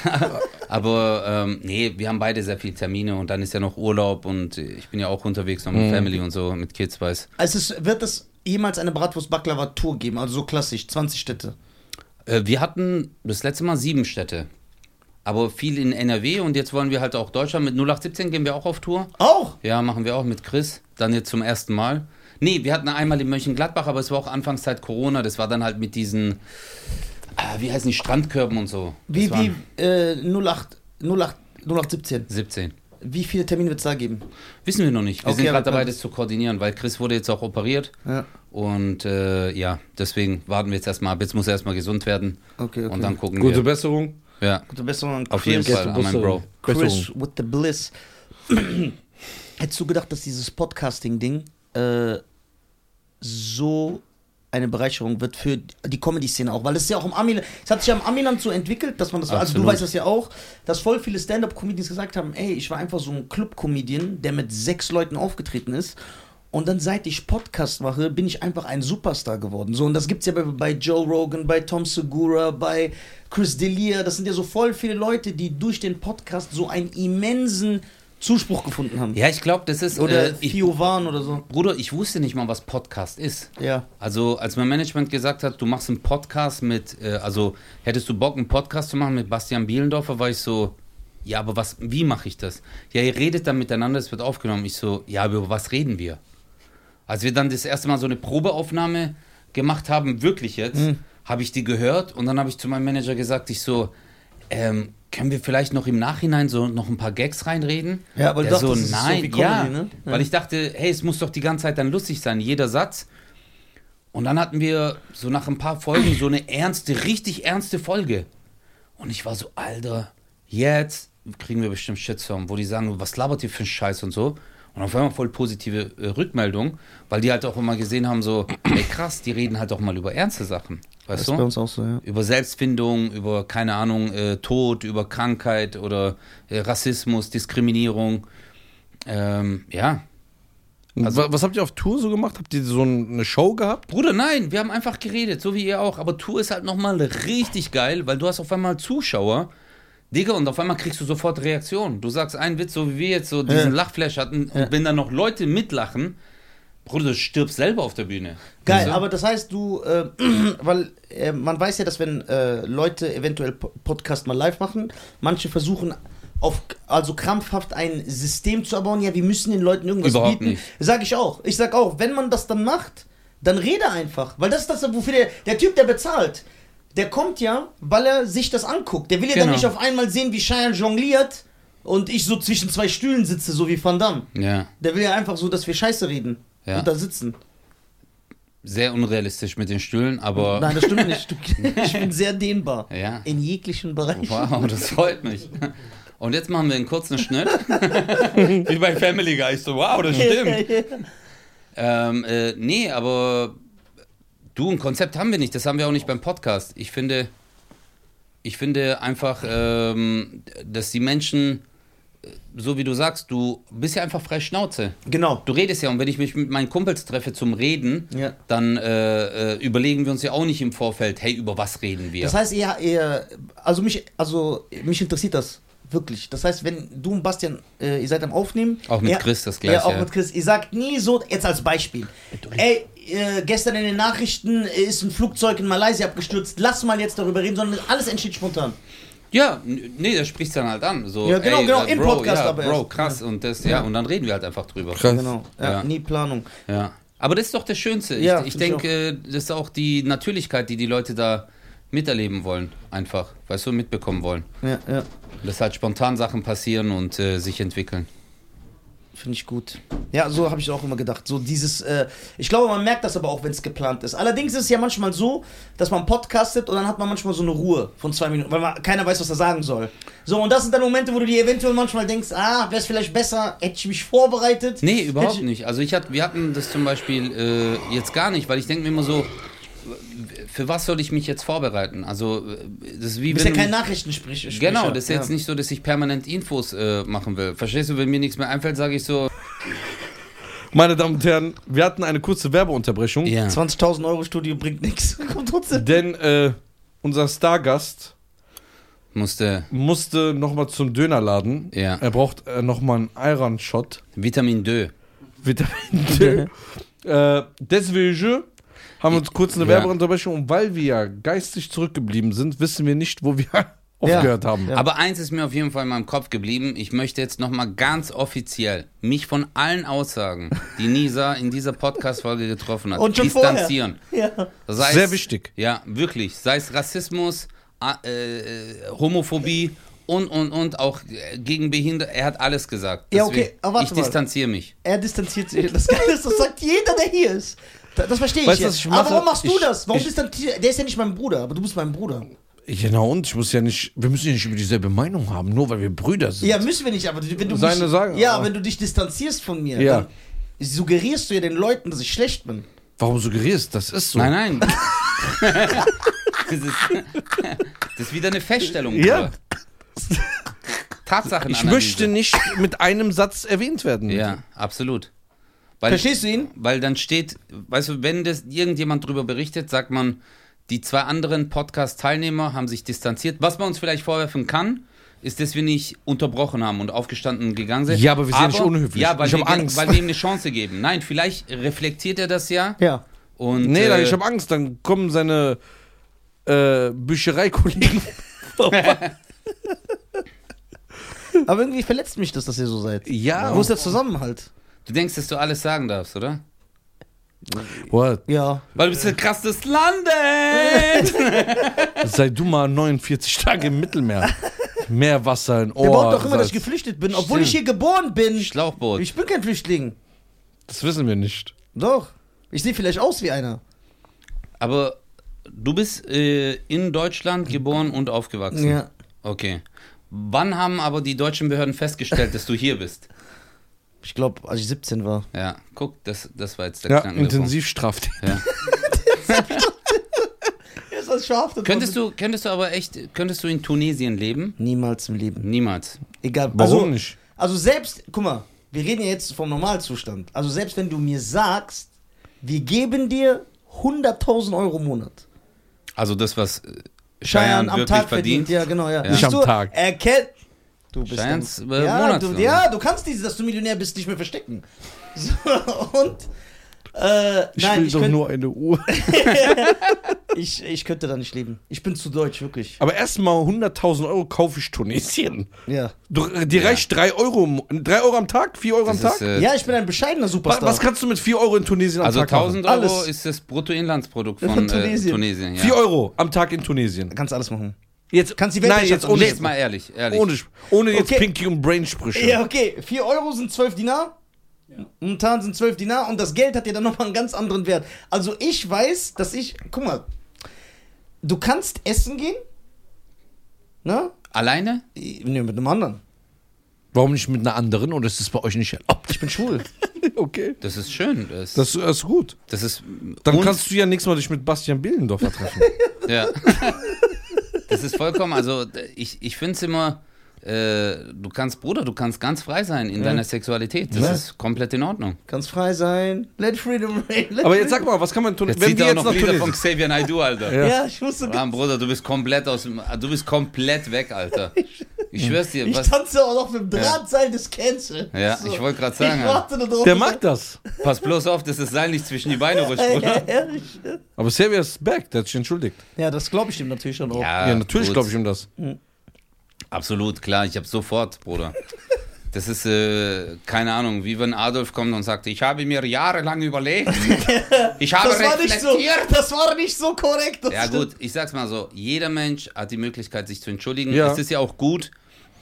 [SPEAKER 3] Aber ähm, nee, wir haben beide sehr viele Termine und dann ist ja noch Urlaub und ich bin ja auch unterwegs noch mit
[SPEAKER 2] Mhm.
[SPEAKER 3] Family und so, mit Kids, weiß.
[SPEAKER 2] Also es ist, wird es jemals eine Bratwurst-Baklava-Tour geben, also so klassisch, 20 Städte.
[SPEAKER 3] Äh, wir hatten das letzte Mal sieben Städte, aber viel in NRW und jetzt wollen wir halt auch Deutschland. Mit 0817 gehen wir auch auf Tour.
[SPEAKER 2] Auch?
[SPEAKER 3] Ja, machen wir auch mit Chris. Dann jetzt zum ersten Mal. Nee, wir hatten einmal in Mönchengladbach, aber es war auch Anfangszeit Corona. Das war dann halt mit diesen, ah, wie heißen die, Strandkörben und so. Das
[SPEAKER 2] Wie, wie,
[SPEAKER 3] waren
[SPEAKER 2] äh, 08, 08, 0817.
[SPEAKER 3] 17.
[SPEAKER 2] Wie viele Termine wird es da geben?
[SPEAKER 3] Wissen wir noch nicht. Wir
[SPEAKER 2] Okay,
[SPEAKER 3] sind
[SPEAKER 2] aber
[SPEAKER 3] gerade dabei,
[SPEAKER 2] kann-
[SPEAKER 3] das zu koordinieren, weil Chris wurde jetzt auch operiert.
[SPEAKER 2] Ja.
[SPEAKER 3] Und äh, ja, deswegen warten wir jetzt erstmal ab. Jetzt muss er erstmal gesund werden.
[SPEAKER 2] Okay, okay.
[SPEAKER 3] Und dann gucken
[SPEAKER 1] Gute
[SPEAKER 3] wir.
[SPEAKER 1] Besserung.
[SPEAKER 3] Ja,
[SPEAKER 2] Gute Besserung an
[SPEAKER 3] auf jeden
[SPEAKER 2] Chris.
[SPEAKER 3] Fall, an mein Bro.
[SPEAKER 1] Genau.
[SPEAKER 2] Chris with the Bliss. Hättest du gedacht, dass dieses Podcasting-Ding äh, so eine Bereicherung wird für die Comedy-Szene auch? Weil es ist ja auch im Amiland, es hat sich ja im Amiland so entwickelt, dass man das, also du
[SPEAKER 3] Absolut.
[SPEAKER 2] weißt das ja auch, dass voll viele Stand-Up-Comedians gesagt haben, ey, ich war einfach so ein Club-Comedian, der mit sechs Leuten aufgetreten ist. Und dann, seit ich Podcast mache, bin ich einfach ein Superstar geworden. So, und das gibt's ja bei, bei Joe Rogan, bei Tom Segura, bei Chris D'Elia. Das sind ja so voll viele Leute, die durch den Podcast so einen immensen Zuspruch gefunden haben.
[SPEAKER 3] Ja, ich glaube, das ist.
[SPEAKER 2] Oder
[SPEAKER 3] äh, ich,
[SPEAKER 2] Theo Warn oder so.
[SPEAKER 3] Bruder, ich wusste nicht mal, was Podcast ist.
[SPEAKER 2] Ja.
[SPEAKER 3] Also, als mein Management gesagt hat, du machst einen Podcast mit, äh, also hättest du Bock, einen Podcast zu machen mit Bastian Bielendorfer, war ich so, ja, aber was, wie mache ich das? Ja, ihr redet dann miteinander, es wird aufgenommen. Ich so, ja, aber über was reden wir? Als wir dann das erste Mal so eine Probeaufnahme gemacht haben, wirklich jetzt,
[SPEAKER 2] Mhm.
[SPEAKER 3] habe ich die gehört und dann habe ich zu meinem Manager gesagt, ich so, ähm, können wir vielleicht noch im Nachhinein so noch ein paar Gags reinreden?
[SPEAKER 2] Ja, weil
[SPEAKER 3] Der
[SPEAKER 2] du
[SPEAKER 3] so,
[SPEAKER 2] dachtest, es ist so
[SPEAKER 3] nein,
[SPEAKER 2] wie
[SPEAKER 3] ja,
[SPEAKER 2] Comedy, ne? Ja.
[SPEAKER 3] weil ich dachte, hey, es muss doch die ganze Zeit dann lustig sein, jeder Satz. Und dann hatten wir so nach ein paar Folgen so eine ernste, richtig ernste Folge. Und ich war so, Alter, jetzt kriegen wir bestimmt Shitstorm, wo die sagen, was labert ihr für einen Scheiß und so. Und auf einmal voll positive äh, Rückmeldung, weil die halt auch immer gesehen haben, so, ey krass, die reden halt auch mal über ernste Sachen. Weißt
[SPEAKER 2] Das
[SPEAKER 3] du?
[SPEAKER 2] ist bei uns auch so, ja.
[SPEAKER 3] über Selbstfindung, über, keine Ahnung, äh, Tod, über Krankheit oder äh, Rassismus, Diskriminierung. Ähm, ja. Also-
[SPEAKER 1] Wa- was habt ihr auf Tour so gemacht? Habt ihr so eine Show gehabt?
[SPEAKER 3] Bruder, nein, wir haben einfach geredet, so wie ihr auch. Aber Tour ist halt nochmal richtig geil, weil du hast auf einmal Zuschauer, Digga, und auf einmal kriegst du sofort Reaktionen. Du sagst einen Witz, so wie wir jetzt so diesen Lachflash hatten, und wenn dann noch Leute mitlachen, Bruder, du stirbst selber auf der Bühne.
[SPEAKER 2] Geil,
[SPEAKER 3] Weißt du?
[SPEAKER 2] aber das heißt, du, äh, weil äh, man weiß ja, dass wenn äh, Leute eventuell Po- Podcast mal live machen, manche versuchen auf, also krampfhaft ein System zu erbauen, ja, wir müssen den Leuten irgendwas
[SPEAKER 3] Überhaupt
[SPEAKER 2] bieten.
[SPEAKER 3] nicht.
[SPEAKER 2] Sag ich auch. Ich sag auch, wenn man das dann macht, dann rede einfach. Weil das ist das, wofür der, der Typ, der bezahlt, der kommt ja, weil er sich das anguckt. Der will ja dann
[SPEAKER 3] Genau.
[SPEAKER 2] nicht auf einmal sehen, wie Cheyenne jongliert und ich so zwischen zwei Stühlen sitze, so wie Van Damme.
[SPEAKER 3] Ja,
[SPEAKER 2] Der will ja einfach so, dass wir Scheiße reden
[SPEAKER 3] Ja.
[SPEAKER 2] und da sitzen.
[SPEAKER 3] sehr unrealistisch mit den Stühlen, aber.
[SPEAKER 2] Nein, das stimmt nicht. Du- Ich bin sehr dehnbar.
[SPEAKER 3] Ja.
[SPEAKER 2] In jeglichen Bereichen.
[SPEAKER 3] Wow, das freut mich. Und jetzt machen wir einen kurzen Schnitt. Wie bei Family Guy. Ich so, wow, das stimmt. Ähm, äh, nee, aber du, ein Konzept haben wir nicht. Das haben wir auch nicht beim Podcast. Ich finde, ich finde einfach, ähm, dass die Menschen so wie du sagst, du bist ja einfach frei Schnauze.
[SPEAKER 2] Genau.
[SPEAKER 3] Du redest ja und wenn ich mich mit meinen Kumpels treffe zum Reden,
[SPEAKER 2] Ja.
[SPEAKER 3] dann äh, äh, überlegen wir uns ja auch nicht im Vorfeld, hey, über was reden wir?
[SPEAKER 2] Das heißt, ihr, ihr also mich, also mich interessiert das wirklich. Das heißt, wenn du und Bastian, äh, ihr seid am Aufnehmen.
[SPEAKER 3] Auch mit
[SPEAKER 2] ihr,
[SPEAKER 3] Chris das Gleiche.
[SPEAKER 2] Ja, auch mit Chris. Ihr sagt nie so, jetzt als Beispiel. Ey, äh, gestern in den Nachrichten äh, ist ein Flugzeug in Malaysia abgestürzt. Lass mal jetzt darüber reden, sondern alles entsteht spontan.
[SPEAKER 3] ja, n- nee, das spricht dann halt an. So,
[SPEAKER 2] Ja, genau,
[SPEAKER 3] ey,
[SPEAKER 2] genau,
[SPEAKER 3] äh,
[SPEAKER 2] im
[SPEAKER 3] Bro,
[SPEAKER 2] Podcast
[SPEAKER 3] ja,
[SPEAKER 2] aber
[SPEAKER 3] Bro,
[SPEAKER 2] erst.
[SPEAKER 3] krass und das, ja. und dann reden wir halt einfach drüber.
[SPEAKER 1] Krass.
[SPEAKER 2] Genau. Ja,
[SPEAKER 3] Ja.
[SPEAKER 2] Nie Planung.
[SPEAKER 3] Ja. Aber das ist doch das Schönste. Ich,
[SPEAKER 2] Ja,
[SPEAKER 3] ich
[SPEAKER 2] find ich
[SPEAKER 3] denke, äh, das ist auch die Natürlichkeit, die die Leute da miterleben wollen, einfach, weißt du, mitbekommen wollen.
[SPEAKER 2] Ja, ja.
[SPEAKER 3] Dass halt spontan Sachen passieren und äh, sich entwickeln.
[SPEAKER 2] Finde ich gut. Ja, so habe ich auch immer gedacht. So dieses, äh, ich glaube, man merkt das aber auch, wenn es geplant ist. Allerdings ist es ja manchmal so, dass man podcastet und dann hat man manchmal so eine Ruhe von zwei Minuten, weil man, keiner weiß, was er sagen soll. So, und das sind dann Momente, wo du dir eventuell manchmal denkst, ah, wäre es vielleicht besser, hätte ich mich vorbereitet.
[SPEAKER 3] Nee, überhaupt
[SPEAKER 2] Hätte ich-
[SPEAKER 3] nicht. Also ich hat, wir hatten das zum Beispiel äh, jetzt gar nicht, weil ich denke mir immer so, für was soll ich mich jetzt vorbereiten? Also äh, das ist wie
[SPEAKER 2] Du bist ja
[SPEAKER 3] wenn du-
[SPEAKER 2] kein Nachrichtensprecher.
[SPEAKER 3] Genau, das ist jetzt nicht so, dass ich permanent Infos äh, machen will. Verstehst du, wenn mir nichts mehr einfällt, sage ich so.
[SPEAKER 1] Meine Damen und Herren, wir hatten eine kurze Werbeunterbrechung,
[SPEAKER 3] Ja.
[SPEAKER 2] 20.000 Euro Studio bringt nichts. Kommt trotzdem.
[SPEAKER 1] denn äh, unser Stargast
[SPEAKER 3] Musste
[SPEAKER 1] musste nochmal zum Dönerladen.
[SPEAKER 3] Ja.
[SPEAKER 1] Er braucht äh, nochmal einen Iron-Shot.
[SPEAKER 3] Vitamin D.
[SPEAKER 1] Vitamin D. äh, deswegen haben wir uns kurz eine
[SPEAKER 3] Ja.
[SPEAKER 1] Werbeunterbrechung und weil wir ja geistig zurückgeblieben sind, wissen wir nicht, wo wir aufgehört haben.
[SPEAKER 2] Ja.
[SPEAKER 3] Aber eins ist mir auf jeden Fall in meinem Kopf geblieben. Ich möchte jetzt nochmal ganz offiziell mich von allen Aussagen, die Nisa in dieser Podcast-Folge getroffen hat,
[SPEAKER 2] Und schon
[SPEAKER 3] distanzieren.
[SPEAKER 2] Ja.
[SPEAKER 3] Sei
[SPEAKER 1] Sehr wichtig.
[SPEAKER 3] Ja, wirklich. Sei es Rassismus, a- äh, äh, Homophobie und, und, und auch äh, gegen Behinderte. Er hat alles gesagt.
[SPEAKER 2] Ja, okay,
[SPEAKER 3] Deswegen,
[SPEAKER 2] aber warte
[SPEAKER 3] ich
[SPEAKER 2] mal.
[SPEAKER 3] distanziere mich.
[SPEAKER 2] Er distanziert sich. Das Geile ist, das sagt jeder, der hier ist. Da- Das verstehe ich,
[SPEAKER 1] Weißt du, was
[SPEAKER 2] jetzt.
[SPEAKER 1] ich mache?
[SPEAKER 2] aber warum machst du
[SPEAKER 1] Ich-
[SPEAKER 2] das? Warum
[SPEAKER 1] ich-
[SPEAKER 2] distanziert? Der ist ja nicht mein Bruder, aber du bist mein Bruder.
[SPEAKER 1] Genau, und ich muss ja nicht, wir müssen ja nicht über dieselbe Meinung haben, nur weil wir Brüder sind.
[SPEAKER 2] Ja, müssen wir nicht, aber wenn du
[SPEAKER 1] Seine
[SPEAKER 2] mich,
[SPEAKER 1] Sache,
[SPEAKER 2] Ja,
[SPEAKER 1] aber-
[SPEAKER 2] wenn du dich distanzierst von mir,
[SPEAKER 1] Oh. Ja.
[SPEAKER 2] dann suggerierst du ja den Leuten, dass ich schlecht bin.
[SPEAKER 1] Warum suggerierst? Das ist so.
[SPEAKER 3] Nein, nein. das, ist, das ist wieder eine Feststellung.
[SPEAKER 1] Ja.
[SPEAKER 3] Bruder. Tatsachen.
[SPEAKER 1] Ich möchte nicht mit einem Satz erwähnt werden.
[SPEAKER 3] Ja, absolut. Weil,
[SPEAKER 2] Verstehst du ihn?
[SPEAKER 3] Weil dann steht, weißt du, wenn das irgendjemand drüber berichtet, sagt man, die zwei anderen Podcast-Teilnehmer haben sich distanziert. Was man uns vielleicht vorwerfen kann, ist, dass wir nicht unterbrochen haben und aufgestanden und gegangen sind.
[SPEAKER 1] Ja, aber wir sind ja nicht unhöflich.
[SPEAKER 3] Ja, weil,
[SPEAKER 1] Ich
[SPEAKER 3] wir,
[SPEAKER 1] hab
[SPEAKER 3] ge-
[SPEAKER 1] Angst.
[SPEAKER 3] weil wir ihm eine Chance geben. Nein, vielleicht reflektiert er das ja.
[SPEAKER 2] Ja.
[SPEAKER 3] Und,
[SPEAKER 1] Nee, dann,
[SPEAKER 3] äh,
[SPEAKER 1] ich habe Angst, dann kommen seine äh, Büchereikollegen.
[SPEAKER 2] Aber irgendwie verletzt mich das, dass ihr so seid.
[SPEAKER 1] ja.
[SPEAKER 2] Wo ist der Zusammenhalt?
[SPEAKER 3] du denkst, dass du alles sagen darfst, oder?
[SPEAKER 1] What?
[SPEAKER 2] Ja.
[SPEAKER 3] Weil du bist der krass des Landes!
[SPEAKER 1] Sei du mal 49 Tage im Mittelmeer. Mehr Wasser in Ohr.
[SPEAKER 2] Der baut doch immer, dass ich
[SPEAKER 1] Oh, Salz.
[SPEAKER 2] geflüchtet bin, obwohl ich hier geboren bin.
[SPEAKER 3] Schlauchboot.
[SPEAKER 2] Ich bin kein Flüchtling.
[SPEAKER 1] das wissen wir nicht.
[SPEAKER 2] Doch. Ich sehe vielleicht aus wie einer.
[SPEAKER 3] Aber du bist äh, in Deutschland geboren und aufgewachsen.
[SPEAKER 2] Ja.
[SPEAKER 3] Okay. Wann haben aber die deutschen Behörden festgestellt, dass du hier bist?
[SPEAKER 2] Ich glaube, als ich 17 war.
[SPEAKER 3] Ja, guck, das, das war jetzt der
[SPEAKER 1] Ja,
[SPEAKER 3] Gedanke davon.
[SPEAKER 1] Intensivstraft.
[SPEAKER 3] Ja.
[SPEAKER 2] Ist das scharf?
[SPEAKER 3] Könntest du, könntest du aber echt, könntest du in Tunesien leben?
[SPEAKER 2] Niemals im Leben.
[SPEAKER 3] Niemals.
[SPEAKER 2] Egal.
[SPEAKER 1] Warum
[SPEAKER 2] also,
[SPEAKER 1] nicht?
[SPEAKER 2] Also selbst, guck mal, wir reden ja jetzt vom Normalzustand. Also selbst wenn du mir sagst, wir geben dir 100.000 Euro im Monat.
[SPEAKER 3] Also das, was äh,
[SPEAKER 2] Cheyenne
[SPEAKER 3] Cheyenne wirklich verdient.
[SPEAKER 2] Ja, genau, ja.
[SPEAKER 1] Nicht am
[SPEAKER 2] Du
[SPEAKER 1] Tag.
[SPEAKER 2] Erkennt. Du bist
[SPEAKER 3] Cheyennes,
[SPEAKER 2] dann-
[SPEAKER 3] äh,
[SPEAKER 2] ja, du,
[SPEAKER 3] Monatslohn.
[SPEAKER 2] ja, du kannst dieses, dass du Millionär bist, nicht mehr verstecken. So, und äh,
[SPEAKER 1] Ich
[SPEAKER 2] nein,
[SPEAKER 1] will
[SPEAKER 2] ich,
[SPEAKER 1] doch
[SPEAKER 2] könnt,
[SPEAKER 1] nur eine Uhr.
[SPEAKER 2] ich, ich könnte da nicht leben. Ich bin zu deutsch, wirklich.
[SPEAKER 1] Aber erstmal 100.000 Euro kaufe ich Tunesien.
[SPEAKER 2] Ja,
[SPEAKER 1] Du- Dir
[SPEAKER 3] Ja.
[SPEAKER 1] reicht 3 Euro, im- drei Euro am Tag? 4 Euro
[SPEAKER 3] Das
[SPEAKER 1] am
[SPEAKER 3] ist,
[SPEAKER 1] Tag?
[SPEAKER 3] äh,
[SPEAKER 2] ja ich bin ein bescheidener
[SPEAKER 1] was,
[SPEAKER 2] Superstar.
[SPEAKER 1] was kannst du mit 4 Euro in Tunesien am
[SPEAKER 3] also
[SPEAKER 1] Tag machen?
[SPEAKER 3] 1000 Euro
[SPEAKER 2] Alles.
[SPEAKER 3] ist das Bruttoinlandsprodukt
[SPEAKER 2] Von
[SPEAKER 3] von,
[SPEAKER 2] Tunesien.
[SPEAKER 3] Tunesien. Äh, Tunesien ja.
[SPEAKER 1] 4 Euro am Tag in Tunesien.
[SPEAKER 2] kannst alles machen.
[SPEAKER 1] Jetzt,
[SPEAKER 2] Kannst die Welt
[SPEAKER 1] nein,
[SPEAKER 2] nicht
[SPEAKER 1] jetzt
[SPEAKER 2] schaffen.
[SPEAKER 1] ohne,
[SPEAKER 3] Nee, jetzt mal ehrlich, ehrlich.
[SPEAKER 1] ohne, ohne jetzt
[SPEAKER 2] Okay.
[SPEAKER 1] Pinky und Brain-Sprüche.
[SPEAKER 2] Ja, okay. 4 Euro sind 12 Dinar. Momentan sind 12 Dinar und das Geld hat ja dann nochmal einen ganz anderen Wert. Also ich weiß, dass ich. Guck mal, du kannst essen gehen. Ne?
[SPEAKER 3] Alleine?
[SPEAKER 2] Ne, mit einem anderen.
[SPEAKER 1] Warum nicht mit einer anderen oder ist das bei euch nicht erlaubt?
[SPEAKER 2] Ich bin schwul.
[SPEAKER 1] Okay.
[SPEAKER 3] Das ist schön. Das, das,
[SPEAKER 1] Das, das ist gut.
[SPEAKER 3] ist.
[SPEAKER 1] Dann
[SPEAKER 3] und-
[SPEAKER 1] kannst du ja nächstes Mal dich mit Bastian Billendorfer treffen.
[SPEAKER 3] Ja. Das ist vollkommen, also ich, ich finde es immer, äh, du kannst, Bruder, du kannst ganz frei sein in deiner Sexualität. Das
[SPEAKER 2] Ja.
[SPEAKER 3] ist komplett in Ordnung.
[SPEAKER 2] Kannst frei sein. Let freedom reign. Let
[SPEAKER 1] Aber jetzt sag mal, was kann man tun?
[SPEAKER 3] Jetzt
[SPEAKER 1] wenn
[SPEAKER 3] zieht
[SPEAKER 1] wir
[SPEAKER 3] er auch
[SPEAKER 1] jetzt
[SPEAKER 3] noch
[SPEAKER 1] nach
[SPEAKER 3] Lieder von
[SPEAKER 1] Tunesien.
[SPEAKER 3] Xavier Naidoo, Alter.
[SPEAKER 1] Ja.
[SPEAKER 2] Ja, ich wusste gar
[SPEAKER 3] Mann, Bruder, du bist komplett aus dem, du bist komplett weg, Alter. Ich schwör's dir,
[SPEAKER 2] Ich
[SPEAKER 3] was,
[SPEAKER 2] tanze auch noch mit dem Drahtseil des Cancel.
[SPEAKER 3] Ja, ich wollte grad
[SPEAKER 2] Ich
[SPEAKER 3] sagen, ja.
[SPEAKER 2] warte nur drauf.
[SPEAKER 1] Der mag das.
[SPEAKER 3] pass bloß auf, dass das Seil nicht zwischen die Beine rutscht,
[SPEAKER 2] Ja,
[SPEAKER 3] Bruder.
[SPEAKER 2] ja, ich-
[SPEAKER 1] Aber Xavier ist back, der hat sich entschuldigt.
[SPEAKER 2] ja, das glaube ich ihm natürlich schon auch.
[SPEAKER 1] Ja, natürlich
[SPEAKER 3] gut.
[SPEAKER 1] glaube ich ihm das.
[SPEAKER 3] Absolut, klar, ich habe sofort, Bruder. Das ist, äh, keine Ahnung, wie wenn Adolf kommt und sagt, ich habe mir jahrelang überlegt, ich habe
[SPEAKER 2] Das war nicht so,
[SPEAKER 3] reflektiert.
[SPEAKER 2] das war nicht so korrekt. das
[SPEAKER 3] Ja
[SPEAKER 2] stimmt.
[SPEAKER 3] gut, ich sag's mal so, jeder Mensch hat die Möglichkeit, sich zu entschuldigen.
[SPEAKER 1] Ja.
[SPEAKER 3] Es ist ja auch gut,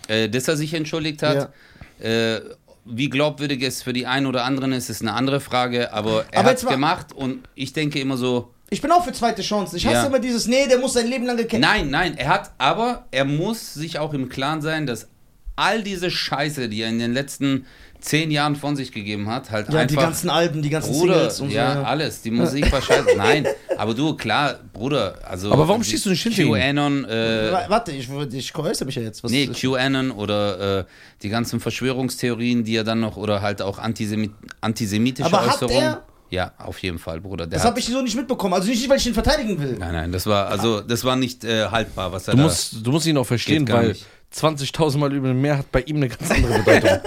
[SPEAKER 3] äh, dass er sich entschuldigt hat. Äh, wie glaubwürdig es für die einen oder anderen ist, ist eine andere Frage, aber er
[SPEAKER 2] Aber
[SPEAKER 3] hat's
[SPEAKER 2] jetzt mal-
[SPEAKER 3] gemacht und ich denke immer so,
[SPEAKER 2] Ich bin auch für zweite Chancen. Ich hasse
[SPEAKER 3] Ja.
[SPEAKER 2] immer dieses, nee, der muss sein Leben lang gekämpft.
[SPEAKER 3] nein, nein, er hat, aber er muss sich auch im Klaren sein, dass all diese Scheiße, die er in den letzten zehn Jahren von sich gegeben hat, halt
[SPEAKER 2] Ja,
[SPEAKER 3] einfach...
[SPEAKER 2] die ganzen Alben, die ganzen
[SPEAKER 3] Bruder,
[SPEAKER 2] Singles und
[SPEAKER 3] ja,
[SPEAKER 2] so. ja.
[SPEAKER 3] alles, die Musik war scheiße. Nein, aber du, klar, Bruder, also.
[SPEAKER 1] Aber warum schießt du nicht hinter ihn?
[SPEAKER 3] QAnon, äh,
[SPEAKER 2] Wa- Warte, ich, würd- ich äußere mich ja jetzt. Was
[SPEAKER 3] Nee, QAnon oder äh, die ganzen Verschwörungstheorien, die er dann noch oder halt auch Antisemit antisemitische
[SPEAKER 2] Aber hat
[SPEAKER 3] Äußerungen.
[SPEAKER 2] er-
[SPEAKER 3] Ja, auf jeden Fall, Bruder. Der
[SPEAKER 2] das
[SPEAKER 3] hat,
[SPEAKER 2] habe ich so nicht mitbekommen. Also nicht, weil ich ihn verteidigen will.
[SPEAKER 3] nein, nein, das war also das war nicht äh, haltbar, was er
[SPEAKER 1] Du
[SPEAKER 3] da.
[SPEAKER 1] musst, du musst ihn auch verstehen,
[SPEAKER 3] Geht gar
[SPEAKER 1] weil
[SPEAKER 3] nicht.
[SPEAKER 1] 20.000 Mal über den Meer hat bei ihm eine ganz andere Bedeutung.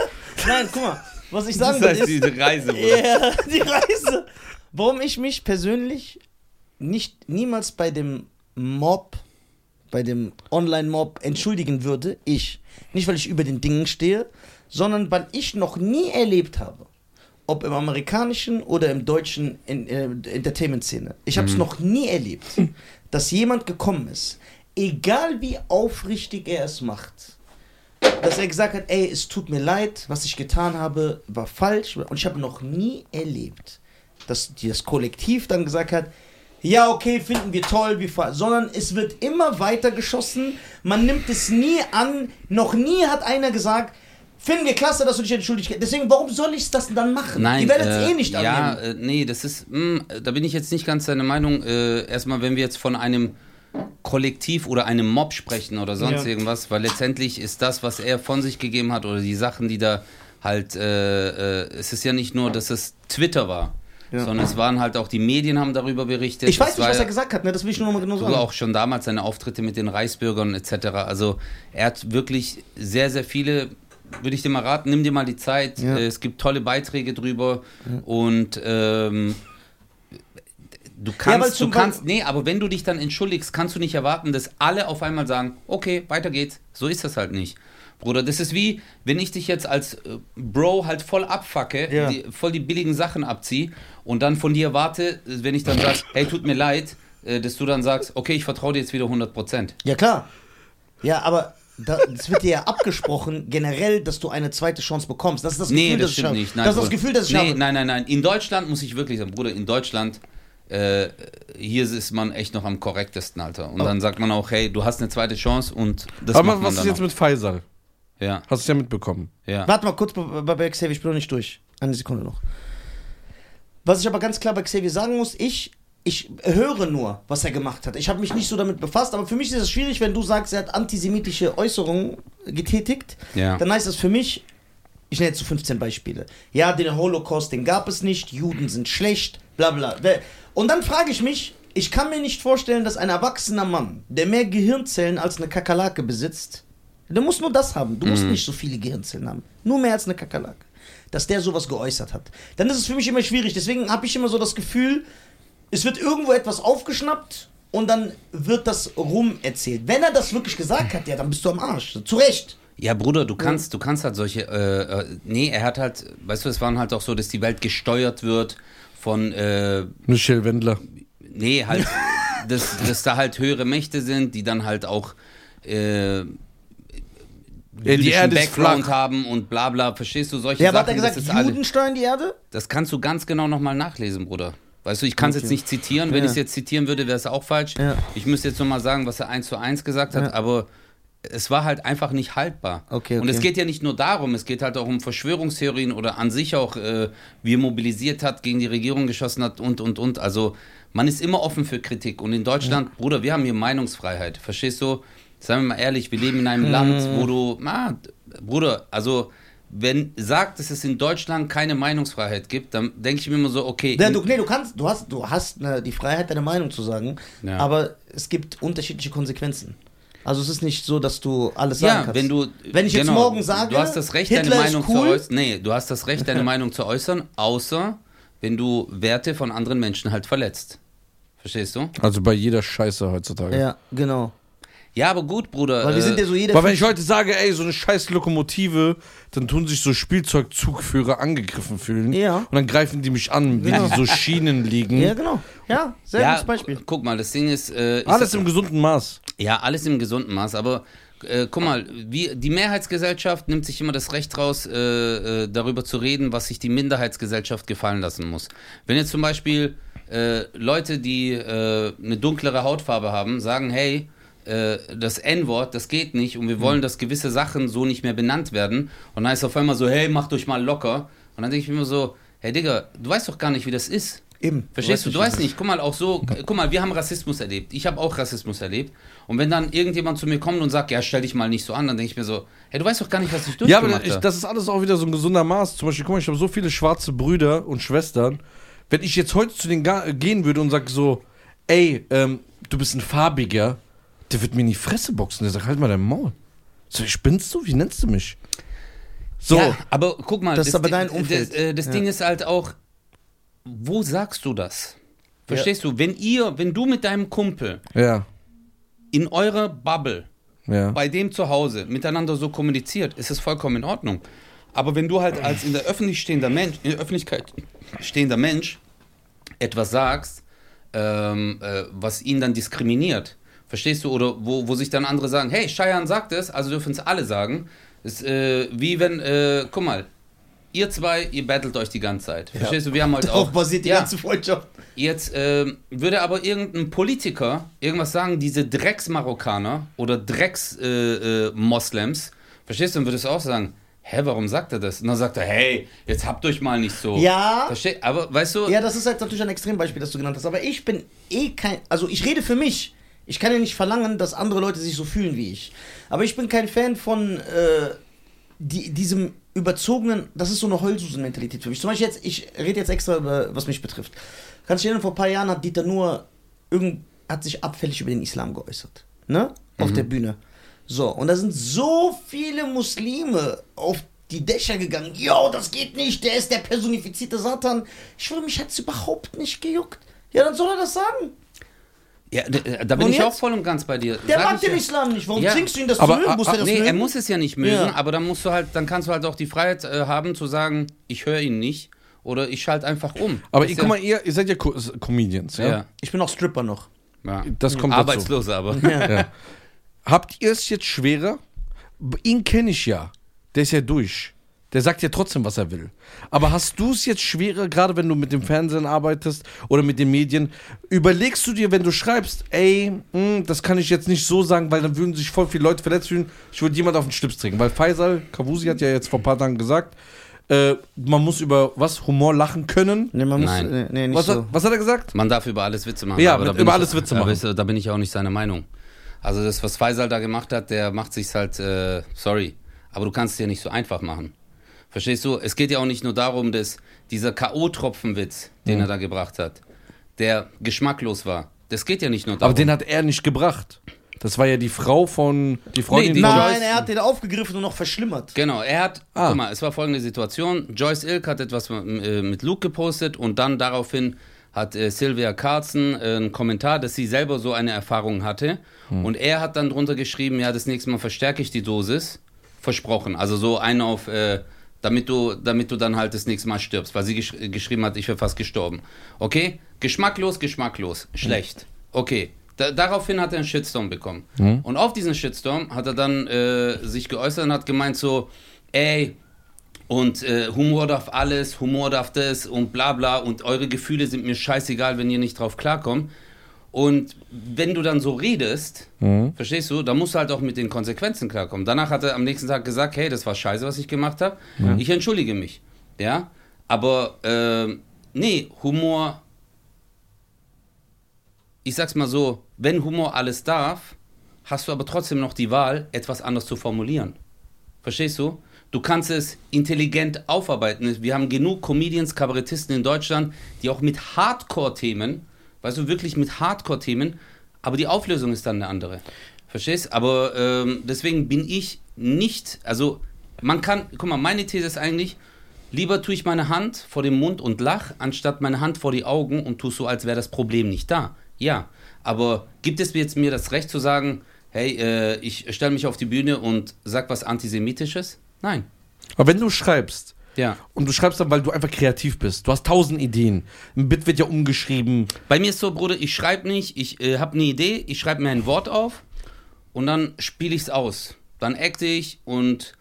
[SPEAKER 2] Nein, guck mal, was ich
[SPEAKER 3] das halt
[SPEAKER 2] sagen will
[SPEAKER 3] heißt,
[SPEAKER 2] ist...
[SPEAKER 3] diese Reise, Bruder.
[SPEAKER 2] Ja, die Reise. Warum ich mich persönlich nicht niemals bei dem Mob, bei dem Online-Mob entschuldigen würde, ich. Nicht, weil ich über den Dingen stehe, sondern weil ich noch nie erlebt habe, ob im amerikanischen oder im deutschen en- äh, Entertainment-Szene. Ich habe es noch nie erlebt, dass jemand gekommen ist, egal wie aufrichtig er es macht, dass er gesagt hat, ey, es tut mir leid, was ich getan habe, war falsch. Und ich habe noch nie erlebt, dass die- das Kollektiv dann gesagt hat, ja, okay, finden wir toll, wir ver- sondern es wird immer weiter geschossen. Man nimmt es nie an. Noch nie hat einer gesagt, finden wir klasse, dass du dich entschuldigt hast. Deswegen, warum soll ich das denn dann machen?
[SPEAKER 3] Nein,
[SPEAKER 2] die werden es
[SPEAKER 3] äh,
[SPEAKER 2] eh nicht
[SPEAKER 3] Ja,
[SPEAKER 2] annehmen.
[SPEAKER 3] äh, nee, das ist, mh, da bin ich jetzt nicht ganz deiner Meinung. Äh, erstmal, wenn wir jetzt von einem Kollektiv oder einem Mob sprechen oder sonst
[SPEAKER 2] Ja.
[SPEAKER 3] irgendwas, weil letztendlich ist das, was er von sich gegeben hat oder die Sachen, die da halt, äh, äh, es ist ja nicht nur, dass es Twitter war, sondern es waren halt auch die Medien haben darüber berichtet.
[SPEAKER 2] ich weiß
[SPEAKER 3] Es
[SPEAKER 2] nicht,
[SPEAKER 3] äh, war
[SPEAKER 2] was er
[SPEAKER 3] ja-
[SPEAKER 2] gesagt hat, ne? das will ich nur noch mal genau
[SPEAKER 3] Du
[SPEAKER 2] sagen.
[SPEAKER 3] auch schon damals seine Auftritte mit den Reichsbürgern etc. Also er hat wirklich sehr, sehr viele, würde ich dir mal raten, nimm dir mal die Zeit. Äh, Es gibt tolle Beiträge drüber und ähm, du
[SPEAKER 2] Ja, weil
[SPEAKER 3] kannst,
[SPEAKER 2] zum
[SPEAKER 3] du kannst, nee, aber wenn du dich dann entschuldigst, kannst du nicht erwarten, dass alle auf einmal sagen, okay, weiter geht's. So ist das halt nicht. Bruder, das ist wie, wenn ich dich jetzt als äh, Bro halt voll abfacke,
[SPEAKER 2] Ja.
[SPEAKER 3] die, voll die billigen Sachen abziehe und dann von dir warte, wenn ich dann sage, hey, tut mir leid, äh, dass du dann sagst, okay, ich vertraue dir jetzt wieder 100%.
[SPEAKER 2] Ja, klar. Ja, aber da, es wird dir ja abgesprochen, generell, dass du eine zweite Chance bekommst. Das ist das Gefühl,
[SPEAKER 3] Nee,
[SPEAKER 2] das
[SPEAKER 3] das
[SPEAKER 2] ich
[SPEAKER 3] stimmt
[SPEAKER 2] habe.
[SPEAKER 3] nicht. Nein,
[SPEAKER 2] Das ist das
[SPEAKER 3] Bruder.
[SPEAKER 2] Gefühl, das ich
[SPEAKER 3] nee,
[SPEAKER 2] habe.
[SPEAKER 3] Nein, nein, nein. In Deutschland muss ich wirklich sagen, Bruder, in Deutschland, äh, hier ist man echt noch am korrektesten, Alter. Und dann sagt man auch, hey, du hast eine zweite Chance und das
[SPEAKER 1] Aber
[SPEAKER 3] macht man
[SPEAKER 1] was ist
[SPEAKER 3] dann
[SPEAKER 1] jetzt
[SPEAKER 3] auch.
[SPEAKER 1] mit Faisal?
[SPEAKER 3] Ja,
[SPEAKER 1] Hast du es ja mitbekommen.
[SPEAKER 3] ja.
[SPEAKER 2] Warte mal kurz bei, bei- bei Xavier, ich bin noch nicht durch. Eine Sekunde noch. Was ich aber ganz klar bei Xavier sagen muss, ich, ich höre nur, was er gemacht hat. Ich habe mich nicht so damit befasst, aber für mich ist es schwierig, wenn du sagst, er hat antisemitische Äußerungen getätigt.
[SPEAKER 3] Ja.
[SPEAKER 2] Dann heißt das für mich, ich nenne jetzt so 15 Beispiele. Ja, den Holocaust, den gab es nicht, Juden sind schlecht, bla bla. Und dann frage ich mich, ich kann mir nicht vorstellen, dass ein erwachsener Mann, der mehr Gehirnzellen als eine Kakerlake besitzt, der muss nur das haben, du musst
[SPEAKER 3] Mhm.
[SPEAKER 2] nicht so viele Gehirnzellen haben, nur mehr als eine Kakerlake, dass der sowas geäußert hat. Dann ist es für mich immer schwierig, deswegen habe ich immer so das Gefühl, es wird irgendwo etwas aufgeschnappt und dann wird das rum erzählt. Wenn er das wirklich gesagt hat, ja, dann bist du am Arsch. Zu Recht.
[SPEAKER 3] Ja, Bruder, du kannst, du kannst halt solche, äh, äh, nee, er hat halt, weißt du, es waren halt auch so, dass die Welt gesteuert wird von, äh,
[SPEAKER 1] Michelle Wendler.
[SPEAKER 3] nee, halt, dass, dass da halt höhere Mächte sind, die dann halt auch, äh, jüdischen
[SPEAKER 1] Erde ist
[SPEAKER 3] Background
[SPEAKER 1] flach.
[SPEAKER 3] haben und bla bla, verstehst du solche
[SPEAKER 2] Ja, aber hat er
[SPEAKER 3] Sachen?
[SPEAKER 2] gesagt,
[SPEAKER 3] das, ist alles,
[SPEAKER 2] Juden steuern die Erde?
[SPEAKER 3] das kannst du ganz genau nochmal nachlesen, Bruder. Weißt du, ich kann es jetzt nicht zitieren. Wenn ich es jetzt zitieren würde, wäre es auch falsch.
[SPEAKER 2] Ja.
[SPEAKER 3] Ich müsste jetzt nochmal sagen, was er eins zu eins gesagt hat, aber es war halt einfach nicht haltbar.
[SPEAKER 2] Okay,
[SPEAKER 3] Und es
[SPEAKER 2] okay.
[SPEAKER 3] geht ja nicht nur darum, es geht halt auch um Verschwörungstheorien oder an sich auch, äh, wie er mobilisiert hat, gegen die Regierung geschossen hat und, und, und. Also man ist immer offen für Kritik. Und in Deutschland, Bruder, wir haben hier Meinungsfreiheit. Verstehst du? Seien wir mal ehrlich, wir leben in einem Land,
[SPEAKER 2] Mhm.
[SPEAKER 3] wo du, ah, Bruder, also wenn sagt, dass es in Deutschland keine Meinungsfreiheit gibt, dann denke ich mir immer so, okay,
[SPEAKER 2] Ja,
[SPEAKER 3] in-
[SPEAKER 2] du, nee, du kannst, du hast, du hast ne, die Freiheit, deine Meinung zu sagen,
[SPEAKER 3] Ja.
[SPEAKER 2] aber es gibt unterschiedliche Konsequenzen. Also es ist nicht so, dass du alles sagen
[SPEAKER 3] ja,
[SPEAKER 2] kannst.
[SPEAKER 3] wenn du,
[SPEAKER 2] wenn ich jetzt
[SPEAKER 3] genau,
[SPEAKER 2] morgen sage,
[SPEAKER 3] du hast das Recht,
[SPEAKER 2] Hitler
[SPEAKER 3] deine Meinung
[SPEAKER 2] ist cool,
[SPEAKER 3] zu äußern, nee, du hast das Recht, deine Meinung zu äußern, außer wenn du Werte von anderen Menschen halt verletzt. Verstehst du?
[SPEAKER 1] Also bei jeder Scheiße heutzutage.
[SPEAKER 2] Ja, genau.
[SPEAKER 3] Ja, aber gut, Bruder. äh,
[SPEAKER 2] Weil wir sind ja so jeder.
[SPEAKER 1] Weil wenn ich heute sage, ey, so eine scheiß Lokomotive, dann tun sich so Spielzeugzugführer angegriffen fühlen.
[SPEAKER 2] Ja.
[SPEAKER 1] Und dann greifen die mich an, wie
[SPEAKER 2] Genau.
[SPEAKER 1] die so Schienen liegen.
[SPEAKER 2] ja, genau. Ja, sehr
[SPEAKER 3] ja,
[SPEAKER 2] gutes Beispiel.
[SPEAKER 3] Guck mal, das Ding ist, äh, ich
[SPEAKER 1] Alles
[SPEAKER 3] sag-
[SPEAKER 1] im gesunden Maß.
[SPEAKER 3] ja alles im gesunden Maß, aber äh, guck mal, wie, die Mehrheitsgesellschaft nimmt sich immer das Recht raus, äh, äh, darüber zu reden, was sich die Minderheitsgesellschaft gefallen lassen muss. Wenn jetzt zum Beispiel äh, Leute, die äh, eine dunklere Hautfarbe haben, sagen, hey, äh, das N-Wort, das geht nicht und wir wollen, dass gewisse Sachen so nicht mehr benannt werden. Und dann ist auf einmal so, hey, macht euch mal locker. Und dann denke ich mir immer so, hey Digga, du weißt doch gar nicht, wie das ist.
[SPEAKER 2] Eben.
[SPEAKER 3] Verstehst du? Du weißt nicht, guck mal, auch so, guck mal, wir haben Rassismus erlebt. Ich habe auch Rassismus erlebt. Und wenn dann irgendjemand zu mir kommt und sagt, ja, stell dich mal nicht so an, dann denke ich mir so, hey, du weißt doch gar nicht, was ich
[SPEAKER 1] Ja,
[SPEAKER 3] durchgemacht
[SPEAKER 1] aber
[SPEAKER 3] habe.
[SPEAKER 1] ich, das ist alles auch wieder so ein gesunder Maß. Zum Beispiel, guck mal, ich habe so viele schwarze Brüder und Schwestern. Wenn ich jetzt heute zu denen ga- gehen würde und sage so, ey, ähm, du bist ein farbiger, der wird mir in die Fresse boxen. Der sagt, halt mal dein Maul. So, spinnst du? Wie nennst du mich? So,
[SPEAKER 3] Ja, aber guck mal,
[SPEAKER 2] Das ist aber dein Umfeld.
[SPEAKER 3] Das, äh, das
[SPEAKER 2] Ja.
[SPEAKER 3] Ding ist halt auch, wo sagst du das? Verstehst du? Wenn ihr, wenn du mit deinem Kumpel
[SPEAKER 1] ja,
[SPEAKER 3] in eurer Bubble
[SPEAKER 1] ja.
[SPEAKER 3] bei dem zu Hause miteinander so kommuniziert, ist es vollkommen in Ordnung. Aber wenn du halt als in der öffentlich stehender Mensch, in der Öffentlichkeit stehender Mensch etwas sagst, ähm, äh, was ihn dann diskriminiert, verstehst du? Oder wo, wo sich dann andere sagen, hey, Scheiern sagt es, also dürfen es alle sagen. Ist, äh, wie wenn, äh, guck mal, ihr zwei, ihr battelt euch die ganze Zeit. Verstehst du? Wir haben heute
[SPEAKER 2] Darauf
[SPEAKER 3] auch.
[SPEAKER 2] basiert die
[SPEAKER 3] Ja.
[SPEAKER 2] ganze Freundschaft.
[SPEAKER 3] Jetzt ähm, würde aber irgendein Politiker irgendwas sagen, diese Drecksmarokkaner oder Drecks äh, äh, Moslems, verstehst du, dann würdest du auch sagen, hä, warum sagt er das? Und dann sagt er, hey, jetzt habt euch mal nicht so.
[SPEAKER 2] Ja.
[SPEAKER 3] Versteh, aber weißt du,
[SPEAKER 2] Ja, das ist halt natürlich ein Extrembeispiel, das du genannt hast. Aber ich bin eh kein. Also ich rede für mich. Ich kann ja nicht verlangen, dass andere Leute sich so fühlen wie ich. Aber ich bin kein Fan von äh, die, diesem überzogenen. Das ist so eine Heulsusen-Mentalität für mich. Zum Beispiel jetzt, ich rede jetzt extra über, was mich betrifft. Kannst du dir erinnern, vor ein paar Jahren hat Dieter Nuhr irgend, hat sich abfällig über den Islam geäußert. Ne? Auf
[SPEAKER 3] Mhm.
[SPEAKER 2] der Bühne. So, und da sind so viele Muslime auf die Dächer gegangen. Yo, das geht nicht, der ist der personifizierte Satan. Ich schwöre, mich hat's überhaupt nicht gejuckt. Ja, dann soll er das sagen.
[SPEAKER 3] ja, d- äh, da bin
[SPEAKER 2] Und
[SPEAKER 3] ich
[SPEAKER 2] jetzt?
[SPEAKER 3] auch voll und ganz bei dir.
[SPEAKER 2] Der
[SPEAKER 3] Sag
[SPEAKER 2] mag
[SPEAKER 3] ich
[SPEAKER 2] den
[SPEAKER 3] ja.
[SPEAKER 2] Islam nicht. Warum
[SPEAKER 3] Ja.
[SPEAKER 2] zwingst du ihn das
[SPEAKER 1] Aber,
[SPEAKER 2] zu mögen? Muss
[SPEAKER 1] ah,
[SPEAKER 2] er das
[SPEAKER 3] Nee,
[SPEAKER 2] mögen?
[SPEAKER 3] er muss es ja nicht mögen,
[SPEAKER 2] Ja.
[SPEAKER 3] aber dann musst du halt, dann kannst du halt auch die Freiheit äh, haben zu sagen, ich höre ihn nicht oder ich schalte einfach um.
[SPEAKER 1] Aber
[SPEAKER 3] Das
[SPEAKER 1] ihr,
[SPEAKER 3] ist
[SPEAKER 1] guck
[SPEAKER 3] ja-
[SPEAKER 1] mal, ihr, ihr seid ja Co Comedians, ja?
[SPEAKER 3] ja.
[SPEAKER 2] ich bin auch Stripper noch.
[SPEAKER 3] Ja.
[SPEAKER 1] Das kommt dazu.
[SPEAKER 3] Arbeitslose aber.
[SPEAKER 1] Ja. Habt ihr es jetzt schwerer? B- Ihn kenne ich ja. Der ist ja durch. Der sagt ja trotzdem, was er will. Aber hast du es jetzt schwerer, gerade wenn du mit dem Fernsehen arbeitest oder mit den Medien? Überlegst du dir, wenn du schreibst, ey, mh, das kann ich jetzt nicht so sagen, weil dann würden sich voll viele Leute verletzt fühlen. Ich würde jemand auf den Schlips trinken. Weil Faisal Kavusi hat ja jetzt vor ein paar Tagen gesagt, äh, man muss über was? Humor lachen können.
[SPEAKER 2] Nee, man muss.
[SPEAKER 3] Nein.
[SPEAKER 2] Nee, nee nicht
[SPEAKER 1] Was,
[SPEAKER 2] so.
[SPEAKER 1] hat- was hat er gesagt?
[SPEAKER 3] Man darf über alles Witze machen.
[SPEAKER 1] Ja,
[SPEAKER 3] aber
[SPEAKER 1] mit-
[SPEAKER 3] da bin
[SPEAKER 1] über
[SPEAKER 3] ich-
[SPEAKER 1] alles Witze
[SPEAKER 3] da
[SPEAKER 1] machen.
[SPEAKER 3] bist du- Da bin ich auch nicht seiner Meinung. Also das, was Faisal da gemacht hat, der macht sich's halt, äh, sorry, aber du kannst es dir nicht so einfach machen. Verstehst du? Es geht ja auch nicht nur darum, dass dieser K.O.-Tropfenwitz,
[SPEAKER 1] Mhm.
[SPEAKER 3] den er da gebracht hat, der geschmacklos war. Das geht ja nicht nur darum.
[SPEAKER 1] Aber den hat er nicht gebracht. Das war ja die Frau von. Die Freundin
[SPEAKER 3] die
[SPEAKER 1] von.
[SPEAKER 3] Joyce-
[SPEAKER 2] Nein, er hat den aufgegriffen und noch verschlimmert.
[SPEAKER 3] Genau, er hat,
[SPEAKER 1] Ah.
[SPEAKER 3] guck mal, es war folgende Situation. Joyce Ilk hat etwas äh, mit Luke gepostet und dann daraufhin hat äh, Sylvia Carlson äh, einen Kommentar, dass sie selber so eine Erfahrung hatte. Und er hat dann drunter geschrieben, ja, das nächste Mal verstärke ich die Dosis. Versprochen. Also so einen auf, äh, damit, du, damit du dann halt das nächste Mal stirbst, weil sie gesch äh, geschrieben hat, ich wäre fast gestorben. Okay? Geschmacklos, geschmacklos. Schlecht. Okay. Da, daraufhin hat er einen Shitstorm bekommen. Und auf diesen Shitstorm hat er dann äh, sich geäußert und hat gemeint so, ey, und äh, Humor darf alles, Humor darf das und bla bla und eure Gefühle sind mir scheißegal, wenn ihr nicht drauf klarkommt. Und wenn du dann so redest, verstehst du, dann musst du halt auch mit den Konsequenzen klarkommen. Danach hat er am nächsten Tag gesagt, hey, das war scheiße, was ich gemacht habe. Ich entschuldige mich. Ja, aber ähm, nee, Humor, ich sag's mal so, wenn Humor alles darf, hast du aber trotzdem noch die Wahl, etwas anders zu formulieren. Verstehst du? Du kannst es intelligent aufarbeiten. Wir haben genug Comedians, Kabarettisten in Deutschland, die auch mit Hardcore-Themen, weißt du, wirklich mit Hardcore-Themen, aber die Auflösung ist dann eine andere. Verstehst? Aber ähm, deswegen bin ich nicht, also man kann, guck mal, meine These ist eigentlich, lieber tue ich meine Hand vor den Mund und lach, anstatt meine Hand vor die Augen und tue so, als wäre das Problem nicht da. Ja, aber gibt es mir jetzt mir das Recht zu sagen, hey, äh, ich stelle mich auf die Bühne und sag was Antisemitisches? Nein.
[SPEAKER 1] Aber wenn du schreibst,
[SPEAKER 3] Ja.
[SPEAKER 1] und du schreibst dann, weil du einfach kreativ bist, du hast tausend Ideen, ein Bit wird ja umgeschrieben,
[SPEAKER 3] Bei mir ist so, Bruder, ich schreibe nicht, ich äh, habe eine Idee, ich schreibe mir ein Wort auf und dann spiele ich es aus. Dann acte ich und,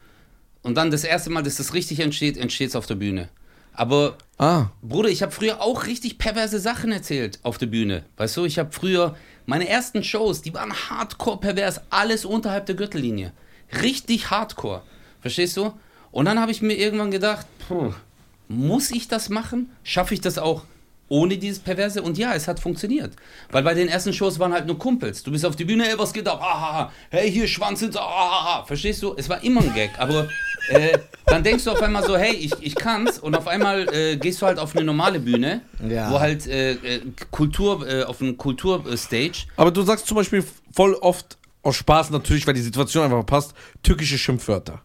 [SPEAKER 3] und dann das erste Mal, dass das richtig entsteht, entsteht es auf der Bühne. Aber
[SPEAKER 1] ah,
[SPEAKER 3] Bruder, ich habe früher auch richtig perverse Sachen erzählt auf der Bühne. Weißt du, ich habe früher meine ersten Shows, die waren hardcore pervers, alles unterhalb der Gürtellinie. Richtig hardcore. Verstehst du? Und dann habe ich mir irgendwann gedacht, puh, muss ich das machen? Schaffe ich das auch ohne dieses Perverse? Und ja, es hat funktioniert. Weil bei den ersten Shows waren halt nur Kumpels. Du bist auf die Bühne, ey, was geht ab? Ah, ah, ah. hey, hier, Schwanz hinter, ah, ah, ah. Verstehst du? Es war immer ein Gag. Aber äh, dann denkst du auf einmal so, hey, ich, ich kann's. Und auf einmal äh, gehst du halt auf eine normale Bühne,
[SPEAKER 2] Ja.
[SPEAKER 3] wo halt äh, äh, Kultur, äh, auf einem Kulturstage.
[SPEAKER 1] Aber du sagst zum Beispiel voll oft aus Spaß natürlich, weil die Situation einfach passt, türkische Schimpfwörter.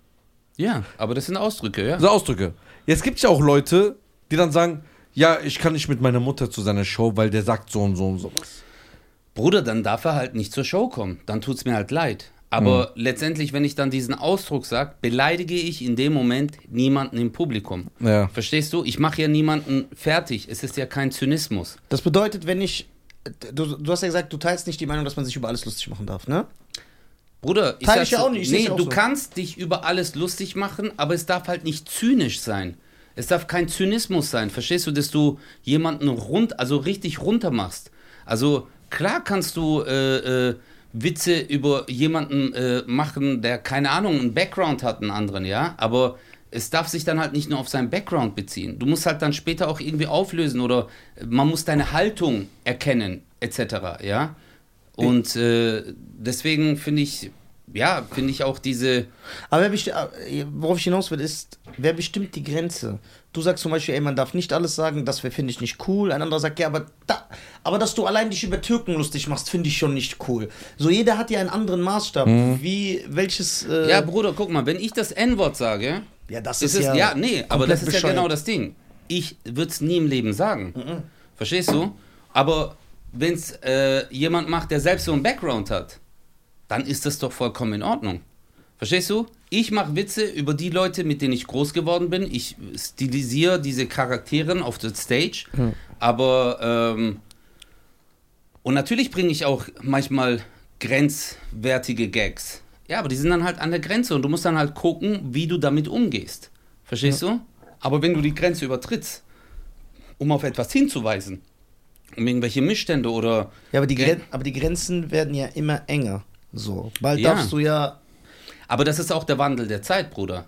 [SPEAKER 3] Ja, aber das sind Ausdrücke, ja.
[SPEAKER 1] Also Ausdrücke. Jetzt gibt es ja auch Leute, die dann sagen, ja, ich kann nicht mit meiner Mutter zu seiner Show, weil der sagt so und so und so.
[SPEAKER 3] Bruder, dann darf er halt nicht zur Show kommen. Dann tut's mir halt leid. Aber letztendlich, wenn ich dann diesen Ausdruck sage, beleidige ich in dem Moment niemanden im Publikum.
[SPEAKER 1] Ja.
[SPEAKER 3] Verstehst du? Ich mache ja niemanden fertig. Es ist ja kein Zynismus.
[SPEAKER 2] Das bedeutet, wenn ich. Du, du hast ja gesagt, du teilst nicht die Meinung, dass man sich über alles lustig machen darf, ne?
[SPEAKER 3] Bruder, ich
[SPEAKER 2] Teil
[SPEAKER 3] sag
[SPEAKER 2] ich ja
[SPEAKER 3] so-
[SPEAKER 2] auch nicht, ich
[SPEAKER 3] Nee,
[SPEAKER 2] seh's auch
[SPEAKER 3] du
[SPEAKER 2] so.
[SPEAKER 3] kannst dich über alles lustig machen, aber es darf halt nicht zynisch sein. Es darf kein Zynismus sein. Verstehst du, dass du jemanden rund, also richtig runter machst? Also klar kannst du äh, äh, Witze über jemanden äh, machen, der keine Ahnung, einen Background hat, einen anderen, ja, aber es darf sich dann halt nicht nur auf seinen Background beziehen. Du musst halt dann später auch irgendwie auflösen oder man muss deine Haltung erkennen, etc., ja. Und äh, deswegen finde ich, ja, finde ich auch diese.
[SPEAKER 2] Aber wer besti- äh, worauf ich hinaus will, ist, wer bestimmt die Grenze? Du sagst zum Beispiel, ey, man darf nicht alles sagen, das wär- finde ich nicht cool. Ein anderer sagt, ja, aber, da, aber dass du allein dich über Türken lustig machst, finde ich schon nicht cool. So, jeder hat ja einen anderen Maßstab. Mhm. Wie, welches. Äh,
[SPEAKER 3] Ja, Bruder, guck mal, wenn ich das N-Wort sage,
[SPEAKER 2] ja, das
[SPEAKER 3] ist es. Ja, nee, aber
[SPEAKER 2] komplett
[SPEAKER 3] das ist ja
[SPEAKER 2] bescheuert. Mhm.
[SPEAKER 3] genau das Ding. Ich würde es nie im Leben sagen. Verstehst du? Aber wenn es äh, jemand macht, der selbst so einen Background hat, dann ist das doch vollkommen in Ordnung. Verstehst du? Ich mache Witze über die Leute, mit denen ich groß geworden bin. Ich stilisiere diese Charakteren auf der Stage.
[SPEAKER 2] Mhm.
[SPEAKER 3] Aber, ähm, und natürlich bringe ich auch manchmal grenzwertige Gags. Ja, aber die sind dann halt an der Grenze und du musst dann halt gucken, wie du damit umgehst. Verstehst du? Aber wenn du die Grenze übertrittst, um auf etwas hinzuweisen, um irgendwelche Missstände oder
[SPEAKER 2] Ja, aber die,
[SPEAKER 3] Gren-
[SPEAKER 2] Gren aber die Grenzen werden ja immer enger. So, bald
[SPEAKER 3] Ja.
[SPEAKER 2] darfst du ja.
[SPEAKER 3] Aber das ist auch der Wandel der Zeit, Bruder.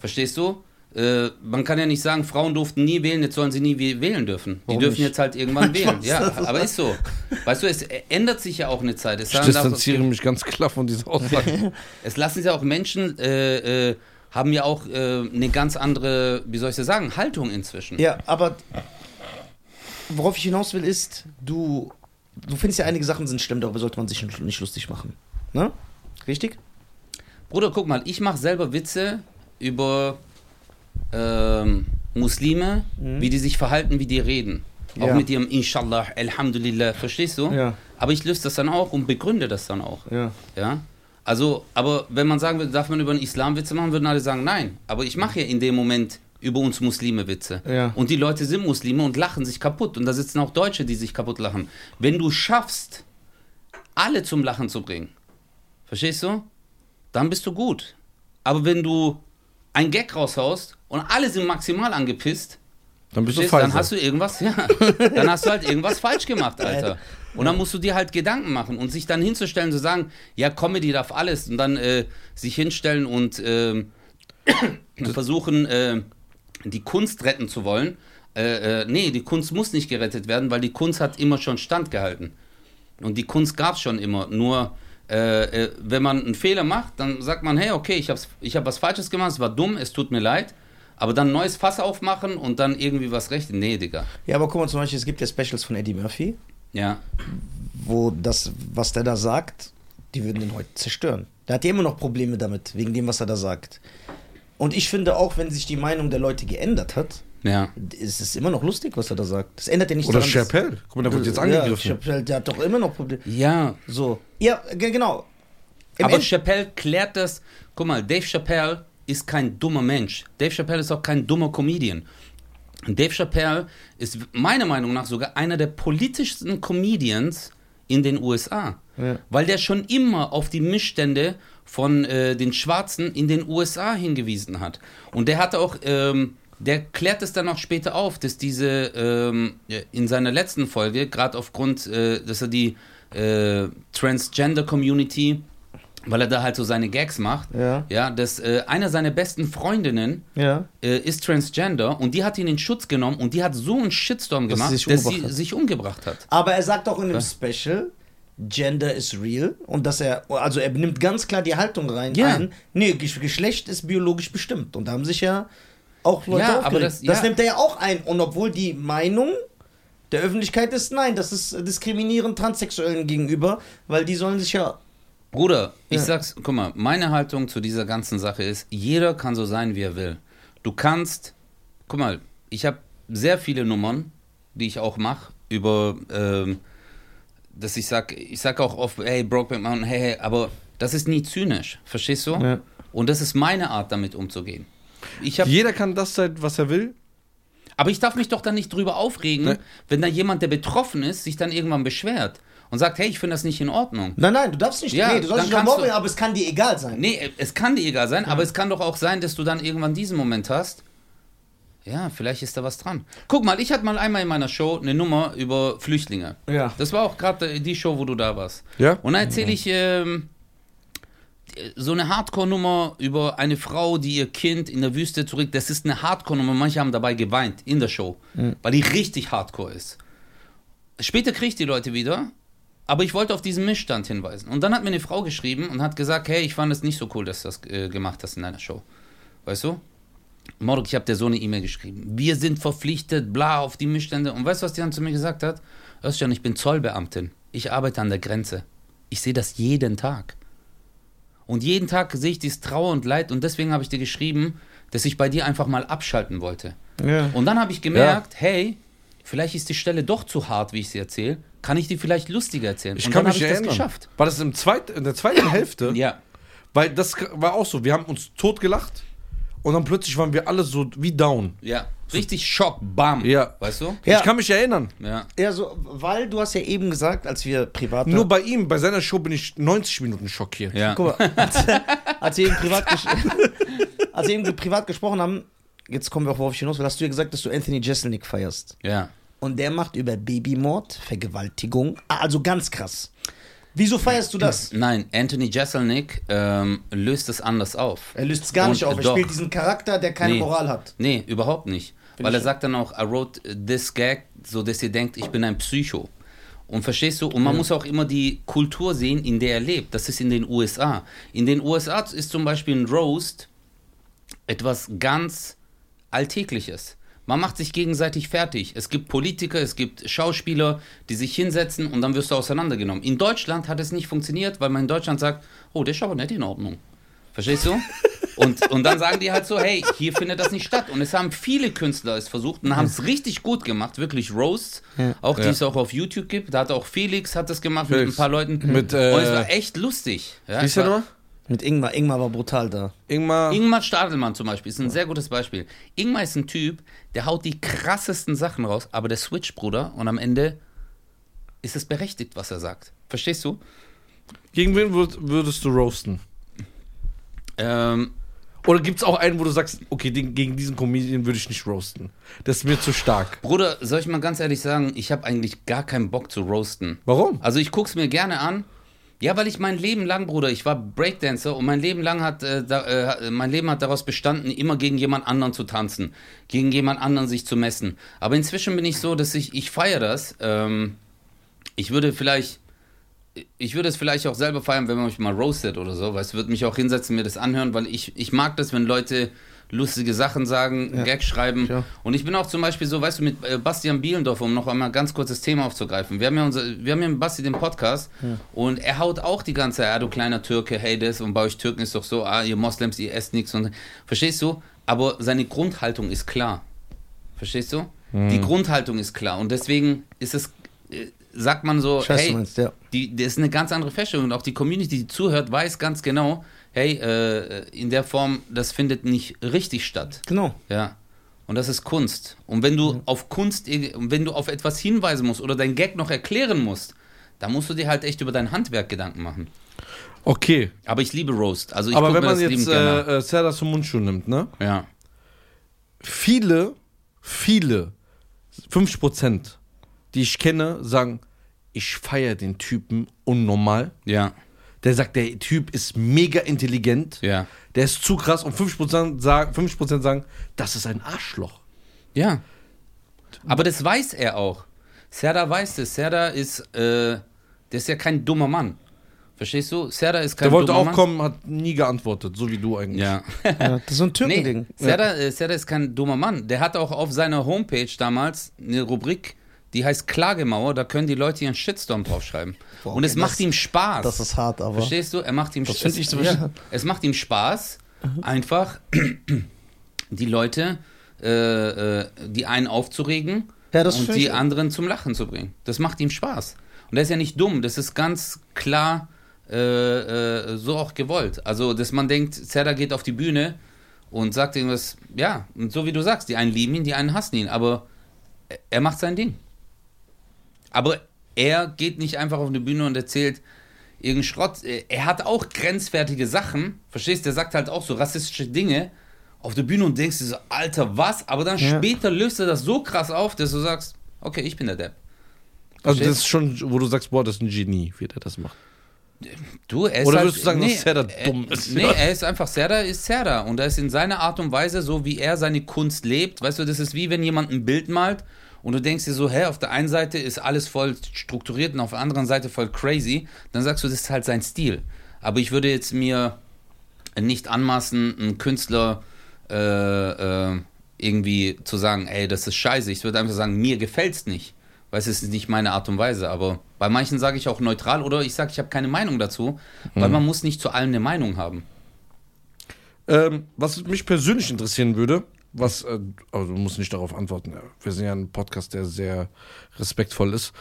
[SPEAKER 3] Verstehst du? Äh, man kann ja nicht sagen, Frauen durften nie wählen, jetzt sollen sie nie weh- wählen dürfen. Die
[SPEAKER 2] Warum
[SPEAKER 3] dürfen
[SPEAKER 2] nicht?
[SPEAKER 3] jetzt halt irgendwann wählen.
[SPEAKER 2] Spaß,
[SPEAKER 3] Ja,
[SPEAKER 2] das ist-
[SPEAKER 3] aber ist so. Weißt du, es ändert sich ja auch eine Zeit. Es,
[SPEAKER 1] Ich
[SPEAKER 3] sagen darf-
[SPEAKER 1] distanziere mich ganz klar von dieser Aussage.
[SPEAKER 3] es lassen sich ja auch Menschen, äh, äh, haben ja auch äh, eine ganz andere, wie soll ich das sagen, Haltung inzwischen.
[SPEAKER 2] Ja, aber worauf ich hinaus will, ist, du. Du findest ja einige Sachen sind schlimm, darüber sollte man sich nicht nicht lustig machen. Ne? Richtig?
[SPEAKER 3] Bruder, guck mal, ich mache selber Witze über ähm, Muslime, wie die sich verhalten, wie die reden. Auch
[SPEAKER 2] Mhm. Ja.
[SPEAKER 3] mit ihrem Inshallah, Alhamdulillah, verstehst du?
[SPEAKER 2] Ja.
[SPEAKER 3] Aber ich löse das dann auch und begründe das dann auch.
[SPEAKER 2] Ja.
[SPEAKER 3] Ja? Also, aber wenn man sagen würde, darf man über den Islam Witze machen, würden alle sagen, nein. Aber ich mache ja in dem Moment über uns Muslime Witze.
[SPEAKER 2] Ja.
[SPEAKER 3] Und die Leute sind Muslime und lachen sich kaputt. Und da sitzen auch Deutsche, die sich kaputt lachen. Wenn du schaffst, alle zum Lachen zu bringen, verstehst du? Dann bist du gut. Aber wenn du einen Gag raushaust und alle sind maximal angepisst,
[SPEAKER 1] Dann bist du
[SPEAKER 3] Verstehst,
[SPEAKER 1] falsch.
[SPEAKER 3] du, dann hast du irgendwas, ja, dann hast du halt irgendwas falsch gemacht, Alter. Und dann musst du dir halt Gedanken machen und sich dann hinzustellen, zu sagen, ja, Comedy darf alles und dann äh, sich hinstellen und ähm, versuchen, äh, die Kunst retten zu wollen. Äh, äh, nee, die Kunst muss nicht gerettet werden, weil die Kunst hat immer schon standgehalten. Und die Kunst gab es schon immer. Nur äh, äh, wenn man einen Fehler macht, dann sagt man, hey, okay, ich habe ich hab was Falsches gemacht, es war dumm, es tut mir leid. Aber dann ein neues Fass aufmachen und dann irgendwie was recht. Nee, Digga.
[SPEAKER 2] Ja, aber guck mal, zum Beispiel, es gibt ja Specials von Eddie Murphy,
[SPEAKER 3] Ja.
[SPEAKER 2] wo das, was der da sagt, die würden den heute zerstören. Da hat er immer noch Probleme damit, wegen dem, was er da sagt. Und ich finde auch, wenn sich die Meinung der Leute geändert hat,
[SPEAKER 3] Ja.
[SPEAKER 2] ist es immer noch lustig, was er da sagt. Das ändert ja nichts
[SPEAKER 1] Oder
[SPEAKER 2] daran, dass-
[SPEAKER 1] Chappelle. Guck mal, der wird jetzt angegriffen.
[SPEAKER 2] Ja, Chappelle, der hat doch immer noch Probleme.
[SPEAKER 3] Ja.
[SPEAKER 2] So. Ja, ge- genau. Im
[SPEAKER 3] Aber
[SPEAKER 2] End-
[SPEAKER 3] Chappelle klärt das. Guck mal, Dave Chappelle ist kein dummer Mensch. Dave Chappelle ist auch kein dummer Comedian. Dave Chappelle ist meiner Meinung nach sogar einer der politischsten Comedians in den USA. Weil der schon immer auf die Missstände von äh, den Schwarzen in den USA hingewiesen hat. Und der hatte auch, ähm, der klärt es dann auch später auf, dass diese ähm, in seiner letzten Folge, gerade aufgrund, äh, dass er die äh, Transgender Community, weil er da halt so seine Gags macht,
[SPEAKER 2] Ja.
[SPEAKER 3] ja dass äh, einer seiner besten Freundinnen
[SPEAKER 2] ja.
[SPEAKER 3] äh, ist transgender und die hat ihn in Schutz genommen und die hat so einen Shitstorm
[SPEAKER 2] Dass sie sich
[SPEAKER 3] gemacht, dass
[SPEAKER 2] umgebracht
[SPEAKER 3] sie
[SPEAKER 2] hat.
[SPEAKER 3] sich umgebracht hat.
[SPEAKER 2] Aber er sagt auch in dem Special, Gender is real und dass er, also er nimmt ganz klar die Haltung rein
[SPEAKER 3] Ja.
[SPEAKER 2] ein, nee, Gesch- Geschlecht ist biologisch bestimmt und da haben sich ja auch Leute
[SPEAKER 3] Ja,
[SPEAKER 2] aufgeregt.
[SPEAKER 3] aber
[SPEAKER 2] das,
[SPEAKER 3] das- ja.
[SPEAKER 2] nimmt er ja auch ein und obwohl die Meinung der Öffentlichkeit ist, nein, das ist diskriminierend Transsexuellen gegenüber, weil die sollen sich ja,
[SPEAKER 3] Bruder, ich
[SPEAKER 2] Ja.
[SPEAKER 3] sag's, guck mal, meine Haltung zu dieser ganzen Sache ist, jeder kann so sein, wie er will. Du kannst, guck mal, ich habe sehr viele Nummern, die ich auch mache, über, ähm, dass ich sag, ich sag auch oft, hey, Brokeback Mountain, hey, hey, aber das ist nie zynisch, verstehst du?
[SPEAKER 2] Ja.
[SPEAKER 3] Und das ist meine Art, damit umzugehen. Ich hab,
[SPEAKER 1] Jeder kann das sein, was er will.
[SPEAKER 3] Aber ich darf mich doch dann nicht drüber aufregen,
[SPEAKER 1] Ne.
[SPEAKER 3] wenn da jemand, der betroffen ist, sich dann irgendwann beschwert und sagt, hey, ich finde das nicht in Ordnung.
[SPEAKER 2] nein, nein, du darfst nicht,
[SPEAKER 3] Ja,
[SPEAKER 2] nee, du sollst
[SPEAKER 3] dann
[SPEAKER 2] nicht am
[SPEAKER 3] kannst
[SPEAKER 2] Morgen,
[SPEAKER 3] du-
[SPEAKER 2] aber es kann dir egal sein.
[SPEAKER 3] Nee, es kann dir egal sein, aber es kann doch auch sein, dass du dann irgendwann diesen Moment hast. Ja, vielleicht ist da was dran. Guck mal, ich hatte mal einmal in meiner Show eine Nummer über Flüchtlinge.
[SPEAKER 2] Ja.
[SPEAKER 3] Das war auch gerade die Show, wo du da warst.
[SPEAKER 1] Ja.
[SPEAKER 3] Und dann erzähle ich ähm, so eine Hardcore-Nummer über eine Frau, die ihr Kind in der Wüste zurück. Das ist eine Hardcore-Nummer. Manche haben dabei geweint in der Show, weil die richtig Hardcore ist. Später kriege ich die Leute wieder, aber ich wollte auf diesen Missstand hinweisen. Und dann hat mir eine Frau geschrieben und hat gesagt: Hey, ich fand es nicht so cool, dass du das äh, gemacht hast in deiner Show. Weißt du? Morok, ich habe dir so eine E-Mail geschrieben. Wir sind verpflichtet, bla, auf die Missstände. Und weißt du, was die dann zu mir gesagt hat? Özcan, ich bin Zollbeamtin. Ich arbeite an der Grenze. Ich sehe das jeden Tag. Und jeden Tag sehe ich dieses Trauer und Leid. Und deswegen habe ich dir geschrieben, dass ich bei dir einfach mal abschalten wollte. Und dann habe ich gemerkt, hey, vielleicht ist die Stelle doch zu hart, wie ich sie erzähle. Kann ich die vielleicht lustiger erzählen?
[SPEAKER 1] Ich
[SPEAKER 3] und
[SPEAKER 1] kann
[SPEAKER 3] dann
[SPEAKER 1] mich
[SPEAKER 3] habe ich
[SPEAKER 1] erinnern.
[SPEAKER 3] das geschafft.
[SPEAKER 1] War das im zweit, in der zweiten Hälfte?
[SPEAKER 3] Ja.
[SPEAKER 1] Weil das war auch so. Wir haben uns totgelacht und dann plötzlich waren wir alle so wie down.
[SPEAKER 3] Ja. Richtig Schock, bam.
[SPEAKER 1] Ja.
[SPEAKER 3] Weißt du?
[SPEAKER 2] Ja.
[SPEAKER 1] Ich kann mich erinnern.
[SPEAKER 3] Ja.
[SPEAKER 2] Ja, so, weil du hast ja eben gesagt, als wir privat
[SPEAKER 1] Nur bei ihm, bei seiner Show bin ich 90 Minuten schockiert.
[SPEAKER 3] Ja.
[SPEAKER 2] Guck mal, als, als, wir eben privat ges- als wir eben ge- privat gesprochen haben, jetzt kommen wir auch worauf ich hinaus will, hast du ja gesagt, dass du Anthony Jeselnik feierst.
[SPEAKER 3] ja.
[SPEAKER 2] Und der macht über Babymord, Vergewaltigung, ah, also ganz krass. Wieso feierst du das?
[SPEAKER 3] Nein, Anthony Jeselnik ähm, löst es anders auf.
[SPEAKER 2] Er löst es gar nicht
[SPEAKER 3] Und, äh,
[SPEAKER 2] auf, er
[SPEAKER 3] doch.
[SPEAKER 2] spielt diesen Charakter, der keine
[SPEAKER 3] Nee.
[SPEAKER 2] Moral hat.
[SPEAKER 3] Nee, überhaupt nicht. Weil
[SPEAKER 2] ich-
[SPEAKER 3] er sagt dann auch, I wrote this gag, so dass ihr denkt, ich bin ein Psycho. Und verstehst du?
[SPEAKER 2] Mhm.
[SPEAKER 3] Und man muss auch immer die Kultur sehen, in der er lebt. Das ist in den USA. In den USA ist zum Beispiel ein Roast etwas ganz Alltägliches. Man macht sich gegenseitig fertig. Es gibt Politiker, es gibt Schauspieler, die sich hinsetzen und dann wirst du auseinandergenommen. In Deutschland hat es nicht funktioniert, weil man in Deutschland sagt, oh, der ist aber nicht in Ordnung. Verstehst du? Und, und dann sagen die halt so, hey, hier findet das nicht statt. Und es haben viele Künstler es versucht und haben es richtig gut gemacht, wirklich Roasts, auch die
[SPEAKER 1] Ja.
[SPEAKER 3] es auch auf YouTube gibt. Da hat auch Felix hat das gemacht mit
[SPEAKER 1] Felix.
[SPEAKER 3] ein paar Leuten.
[SPEAKER 1] Mit, äh,
[SPEAKER 3] und es war echt lustig. Ja,
[SPEAKER 1] Wie
[SPEAKER 3] es
[SPEAKER 1] ist der
[SPEAKER 3] war-
[SPEAKER 1] nochmal?
[SPEAKER 2] Mit Ingmar, Ingmar war brutal da.
[SPEAKER 1] Ingmar.
[SPEAKER 3] Ingmar Stadelmann zum Beispiel ist ein sehr gutes Beispiel. Ingmar ist ein Typ, der haut die krassesten Sachen raus, aber der switcht, Bruder, und am Ende ist es berechtigt, was er sagt. Verstehst du?
[SPEAKER 1] Gegen wen würd- würdest du roasten?
[SPEAKER 3] Ähm,
[SPEAKER 1] Oder gibt es auch einen, wo du sagst, okay, den, gegen diesen Comedian würde ich nicht roasten. Das ist mir zu stark.
[SPEAKER 3] Bruder, soll ich mal ganz ehrlich sagen, ich habe eigentlich gar keinen Bock zu roasten.
[SPEAKER 1] Warum?
[SPEAKER 3] Also ich guck's mir gerne an. Ja, weil ich mein Leben lang, Bruder, ich war Breakdancer und mein Leben lang hat, äh, da, äh, mein Leben hat daraus bestanden, immer gegen jemand anderen zu tanzen, gegen jemand anderen sich zu messen. Aber inzwischen bin ich so, dass ich, ich feiere das. Ähm, ich würde vielleicht ich würde es vielleicht auch selber feiern, wenn man mich mal roastet oder so, weil es würde mich auch hinsetzen, mir das anhören, weil ich, ich mag das, wenn Leute lustige Sachen sagen,
[SPEAKER 2] Ja.
[SPEAKER 3] Gag schreiben.
[SPEAKER 2] Sure.
[SPEAKER 3] Und ich bin auch zum Beispiel so, weißt du, mit äh, Bastian Bielendorf, um noch einmal ganz kurz das Thema aufzugreifen. Wir haben ja, unser, wir haben ja mit Basti den Podcast und er haut auch die ganze Zeit, ah, du kleiner Türke, hey das und bei euch Türken ist doch so, ah, ihr Moslems, ihr esst nichts und verstehst du? Aber seine Grundhaltung ist klar. Verstehst du?
[SPEAKER 2] Hm.
[SPEAKER 3] Die Grundhaltung ist klar und deswegen ist es, äh, sagt man so,
[SPEAKER 2] Scheiße,
[SPEAKER 3] hey,
[SPEAKER 2] meinst, ja.
[SPEAKER 3] die, das ist eine ganz andere Feststellung und auch die Community, die zuhört, weiß ganz genau, hey, äh, in der Form, das findet nicht richtig statt.
[SPEAKER 2] Genau.
[SPEAKER 3] Ja. Und das ist Kunst. Und wenn du auf Kunst, irg- und wenn du auf etwas hinweisen musst oder dein Gag noch erklären musst, dann musst du dir halt echt über dein Handwerk Gedanken machen.
[SPEAKER 1] Okay,
[SPEAKER 3] Aber ich liebe Roast. Also ich
[SPEAKER 1] aber
[SPEAKER 3] guck
[SPEAKER 1] wenn
[SPEAKER 3] mir
[SPEAKER 1] man
[SPEAKER 3] das liebend
[SPEAKER 1] jetzt
[SPEAKER 3] gerne
[SPEAKER 1] äh, äh, Serdar Sumuncu nimmt, ne?
[SPEAKER 3] an. ja.
[SPEAKER 1] viele, viele, 5%, die ich kenne, sagen, ich feiere den Typen unnormal.
[SPEAKER 3] Ja.
[SPEAKER 1] Der sagt, der Typ ist mega intelligent.
[SPEAKER 3] Ja.
[SPEAKER 1] Der ist zu krass. Und 5% sagen, 5 sagen, das ist ein Arschloch.
[SPEAKER 3] Ja. Aber das weiß er auch. Serdar weiß das. Serdar ist, äh, der ist ja kein dummer Mann. Verstehst du? Serdar ist kein
[SPEAKER 1] Der wollte
[SPEAKER 3] dummer
[SPEAKER 1] auch
[SPEAKER 3] Mann.
[SPEAKER 1] kommen, hat nie geantwortet, so wie du eigentlich.
[SPEAKER 3] Ja.
[SPEAKER 2] Ja, das ist so ein
[SPEAKER 3] Nee,
[SPEAKER 2] Türkending.
[SPEAKER 3] Serdar, äh, Serdar ist kein dummer Mann. Der hat auch auf seiner Homepage damals eine Rubrik, die heißt Klagemauer. Da können die Leute ihren Shitstorm draufschreiben.
[SPEAKER 2] Boah,
[SPEAKER 3] Und es
[SPEAKER 2] okay,
[SPEAKER 3] macht
[SPEAKER 2] das-
[SPEAKER 3] ihm Spaß.
[SPEAKER 2] Das ist hart, aber.
[SPEAKER 3] Verstehst du? Er macht ihm
[SPEAKER 2] find ich
[SPEAKER 3] es,
[SPEAKER 2] so
[SPEAKER 3] ja,
[SPEAKER 2] bescheuert.
[SPEAKER 3] es macht ihm Spaß, einfach die Leute, äh, äh, die einen aufzuregen
[SPEAKER 2] Ja, das
[SPEAKER 3] und
[SPEAKER 2] find
[SPEAKER 3] die
[SPEAKER 2] ich-
[SPEAKER 3] anderen zum Lachen zu bringen. Das macht ihm Spaß. Und er ist ja nicht dumm, das ist ganz klar äh, äh, so auch gewollt. Also, dass man denkt, Zerda geht auf die Bühne und sagt irgendwas, ja, und so wie du sagst, die einen lieben ihn, die einen hassen ihn, aber er- er macht sein Ding. Aber er geht nicht einfach auf eine Bühne und erzählt irgendeinen Schrott. äh, Er hat auch grenzwertige Sachen, verstehst du? Der sagt halt auch so rassistische Dinge auf der Bühne und denkst dir so, Alter, was? Aber dann
[SPEAKER 2] Ja.
[SPEAKER 3] später löst er das so krass auf, dass du sagst, okay, ich bin der Depp.
[SPEAKER 1] Also das ist schon, wo du sagst, boah, das ist ein Genie, wie der das macht.
[SPEAKER 3] Du, er ist
[SPEAKER 1] Oder
[SPEAKER 3] halt,
[SPEAKER 1] würdest du sagen, dass Serdar
[SPEAKER 3] er-
[SPEAKER 1] dumm ist?
[SPEAKER 3] Nee, er ist einfach Serdar, ist Serdar. Und er ist in seiner Art und Weise, so wie er seine Kunst lebt. Weißt du, das ist wie wenn jemand ein Bild malt und du denkst dir so, hä, auf der einen Seite ist alles voll strukturiert und auf der anderen Seite voll crazy. Dann sagst du, das ist halt sein Stil. Aber ich würde jetzt mir nicht anmaßen, einen Künstler äh, äh, irgendwie zu sagen, ey, das ist scheiße. Ich würde einfach sagen, mir gefällt's nicht. Weil es ist nicht meine Art und Weise. Aber bei manchen sage ich auch neutral oder ich sage, ich habe keine Meinung dazu, weil man muss nicht zu allem eine Meinung haben.
[SPEAKER 1] Ähm, was mich persönlich interessieren würde, was, äh, also du musst nicht darauf antworten, wir sind ja ein Podcast, der sehr respektvoll ist,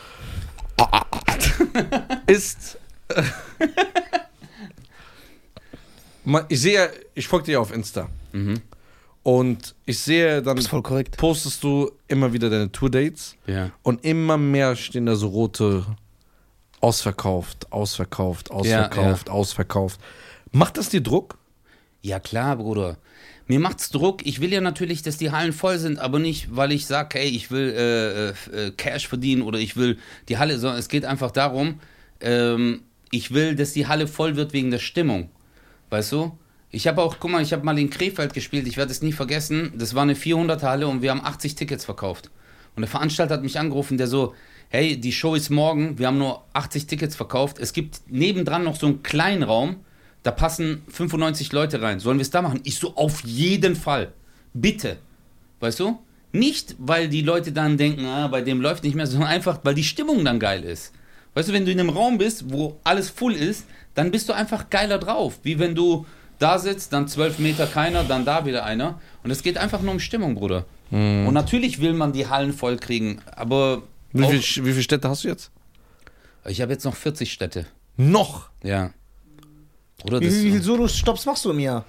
[SPEAKER 1] ist, äh, Ma- ich sehe, ja- ich folge dir ja auf Insta und ich sehe, dann
[SPEAKER 2] Das ist voll korrekt.
[SPEAKER 1] postest du immer wieder deine Tour-Dates
[SPEAKER 3] Ja.
[SPEAKER 1] und immer mehr stehen da so rote ausverkauft, ausverkauft, ausverkauft, ausverkauft. Macht das dir Druck?
[SPEAKER 3] Ja klar, Bruder. Mir macht's Druck. Ich will ja natürlich, dass die Hallen voll sind, aber nicht, weil ich sage, hey, ich will äh, äh, äh, Cash verdienen oder ich will die Halle, sondern es geht einfach darum, ähm, ich will, dass die Halle voll wird wegen der Stimmung. Weißt du? Ich habe auch, guck mal, ich habe mal in Krefeld gespielt, ich werde es nie vergessen. Das war eine 400er-Halle und wir haben 80 Tickets verkauft. Und der Veranstalter hat mich angerufen, der so, hey, die Show ist morgen, wir haben nur 80 Tickets verkauft. Es gibt nebendran noch so einen kleinen Raum, da passen 95 Leute rein. Sollen wir es da machen? Ich so, auf jeden Fall. Bitte. Weißt du? Nicht, weil die Leute dann denken, ah, bei dem läuft nicht mehr, sondern einfach, weil die Stimmung dann geil ist. Weißt du, wenn du in einem Raum bist, wo alles full ist, dann bist du einfach geiler drauf. Wie wenn du da sitzt, dann zwölf Meter keiner, dann da wieder einer. Und es geht einfach nur um Stimmung, Bruder. Und natürlich will man die Hallen voll kriegen, aber
[SPEAKER 1] Mhm. Wie,
[SPEAKER 3] auch,
[SPEAKER 1] viel, wie viele Städte hast du jetzt?
[SPEAKER 3] ich habe jetzt noch 40 Städte.
[SPEAKER 1] Noch?
[SPEAKER 3] Ja. Bruder,
[SPEAKER 2] Wie,
[SPEAKER 3] das,
[SPEAKER 2] wie viele Solo-Stops machst du im Jahr?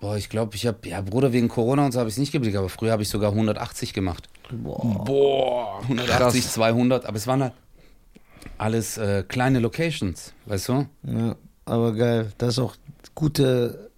[SPEAKER 3] boah, ich glaube, ich habe, ja, Bruder, wegen Corona und so habe ich es nicht geblickt, aber früher habe ich sogar 180 gemacht.
[SPEAKER 1] Boah,
[SPEAKER 3] 180, 200, aber es waren halt alles äh, kleine Locations, weißt du?
[SPEAKER 2] Ja, aber geil. Das ist auch gute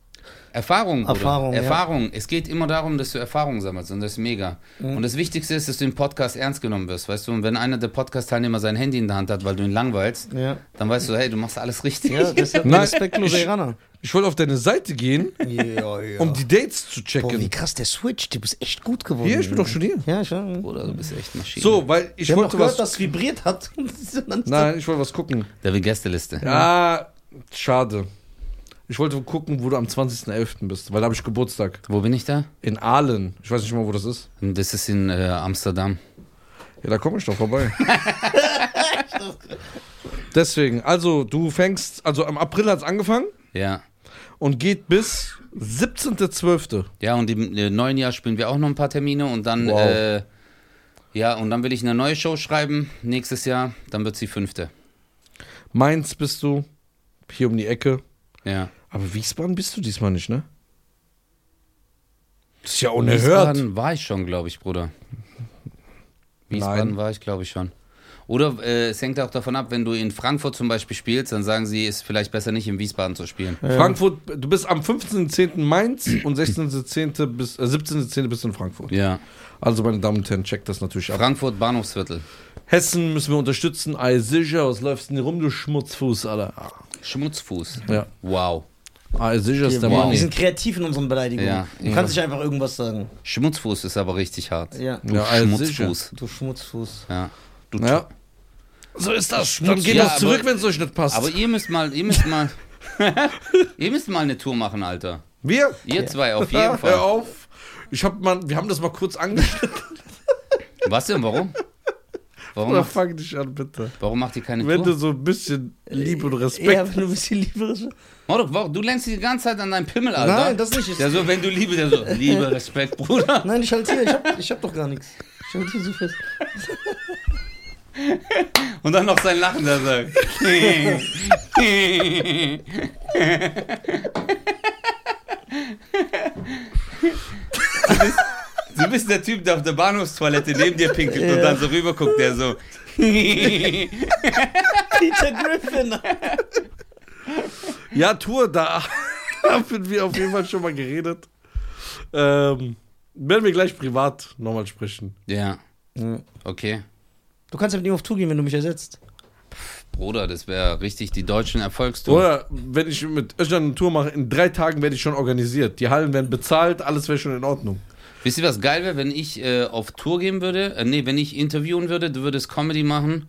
[SPEAKER 3] Erfahrung, Bruder.
[SPEAKER 2] Erfahrung, ja.
[SPEAKER 3] Erfahrung. Es geht immer darum, dass du Erfahrung sammelst und das ist mega. Und das Wichtigste ist, dass du im Podcast ernst genommen wirst, weißt du? Und wenn einer der Podcast-Teilnehmer sein Handy in der Hand hat, weil du ihn langweilst,
[SPEAKER 2] Ja.
[SPEAKER 3] dann weißt du, hey, du machst alles richtig.
[SPEAKER 2] Ja, deshalb
[SPEAKER 1] Nein.
[SPEAKER 2] respektlose Iraner.
[SPEAKER 1] Ich wollte auf deine Seite gehen,
[SPEAKER 2] Ja, ja.
[SPEAKER 1] um die Dates zu
[SPEAKER 2] Boah, wie
[SPEAKER 1] checken.
[SPEAKER 2] krass, der Switch, du bist echt gut geworden.
[SPEAKER 1] Hier, ich bin doch schon hier.
[SPEAKER 2] Ja, schon.
[SPEAKER 3] Bruder, du bist echt Maschine.
[SPEAKER 1] So, weil ich
[SPEAKER 2] Ich habe noch
[SPEAKER 1] wollte was.
[SPEAKER 2] gehört, dass es vibriert hat.
[SPEAKER 1] Nein, ich wollte was gucken.
[SPEAKER 3] Der will Gästeliste.
[SPEAKER 1] Ja, schade. Ich wollte gucken, wo du am 20.11. bist, weil da habe ich Geburtstag.
[SPEAKER 3] Wo bin ich da?
[SPEAKER 1] In Aalen. Ich weiß nicht mal, wo das ist.
[SPEAKER 3] Das ist in äh, Amsterdam.
[SPEAKER 1] Ja, da komme ich doch vorbei. Deswegen, also du fängst, also im April hat es angefangen
[SPEAKER 3] Ja.
[SPEAKER 1] und geht bis 17.12.
[SPEAKER 3] Ja, und im äh, neuen Jahr spielen wir auch noch ein paar Termine und dann,
[SPEAKER 1] Wow.
[SPEAKER 3] äh, ja, und dann will ich eine neue Show schreiben nächstes Jahr, dann wird sie fünfte.
[SPEAKER 1] Mainz bist du, hier um die Ecke.
[SPEAKER 3] Ja.
[SPEAKER 1] Aber Wiesbaden bist du diesmal nicht, ne? Das ist ja unerhört.
[SPEAKER 3] Wiesbaden war ich schon, glaube ich, Bruder. Wiesbaden
[SPEAKER 1] Nein.
[SPEAKER 3] war ich, glaube ich, schon. Oder äh, es hängt auch davon ab, wenn du in Frankfurt zum Beispiel spielst, dann sagen sie, ist vielleicht besser nicht in Wiesbaden zu spielen.
[SPEAKER 1] Frankfurt, du bist am 15.10. Mainz und 16.10. bis äh, 17.10. bist du in Frankfurt.
[SPEAKER 3] Ja.
[SPEAKER 1] Also, meine Damen und Herren, checkt das natürlich ab.
[SPEAKER 3] Frankfurt Bahnhofsviertel.
[SPEAKER 1] Hessen müssen wir unterstützen. Ei, sicher, was läufst denn hier rum, du Schmutzfuß, Alter?
[SPEAKER 3] Schmutzfuß.
[SPEAKER 1] Ja.
[SPEAKER 3] Wow.
[SPEAKER 1] Ei, sicher ist der
[SPEAKER 3] Wow.
[SPEAKER 1] Mann.
[SPEAKER 2] Wir sind kreativ in unseren Beleidigungen.
[SPEAKER 3] Ja.
[SPEAKER 2] Du kannst nicht einfach irgendwas sagen.
[SPEAKER 3] Schmutzfuß ist aber richtig hart.
[SPEAKER 2] Ja.
[SPEAKER 3] Du
[SPEAKER 1] Ja, also
[SPEAKER 3] Schmutzfuß.
[SPEAKER 2] Du Schmutzfuß.
[SPEAKER 3] Ja. Du
[SPEAKER 1] Ja. So ist das. Dann geht
[SPEAKER 3] Ja,
[SPEAKER 1] das zurück,
[SPEAKER 3] aber-
[SPEAKER 1] wenn es euch nicht passt.
[SPEAKER 3] Aber ihr müsst mal, ihr müsst mal, ihr müsst mal eine Tour machen, Alter.
[SPEAKER 1] wir?
[SPEAKER 3] Ihr zwei auf
[SPEAKER 1] Ja,
[SPEAKER 3] jeden
[SPEAKER 1] hör
[SPEAKER 3] Fall.
[SPEAKER 1] auf. Ich hab mal, wir haben das mal kurz angeschnitten.
[SPEAKER 3] Was denn, warum? Warum,
[SPEAKER 1] Oder
[SPEAKER 3] macht,
[SPEAKER 1] fang dich an, bitte.
[SPEAKER 3] warum macht ihr keine
[SPEAKER 1] Wenn du
[SPEAKER 3] Tour?
[SPEAKER 1] so ein bisschen Liebe und Respekt
[SPEAKER 2] Ja, wenn du ein bisschen lieber bist.
[SPEAKER 3] Mordok, warum- du lenkst die ganze Zeit an deinem Pimmel, Alter.
[SPEAKER 2] Nein, das nicht.
[SPEAKER 3] Der so, wenn du Liebe, der so, Liebe, Respekt, Bruder.
[SPEAKER 2] Nein, ich halte hier. Ich hab, ich hab doch gar nichts. Ich halte hier so fest.
[SPEAKER 3] Und dann noch sein Lachen, der sagt. Du bist der Typ, der auf der Bahnhofstoilette neben dir pinkelt und dann so rüberguckt, der so.
[SPEAKER 2] Peter Griffin.
[SPEAKER 1] Ja, Tour, da haben wir auf jeden Fall schon mal geredet. Ähm, werden wir gleich privat nochmal sprechen.
[SPEAKER 3] Ja,
[SPEAKER 2] Ja.
[SPEAKER 3] okay.
[SPEAKER 2] Du kannst ja mit ihm auf Tour gehen, wenn du mich ersetzt.
[SPEAKER 3] Bruder, das wäre richtig die deutschen Erfolgstour.
[SPEAKER 1] Oder wenn ich mit Özcan eine Tour mache, in drei Tagen werde ich schon organisiert. Die Hallen werden bezahlt, alles wäre schon in Ordnung.
[SPEAKER 3] Wisst ihr, was geil wäre, wenn ich äh, auf Tour gehen würde? Äh, nee, wenn ich interviewen würde, du würdest Comedy machen.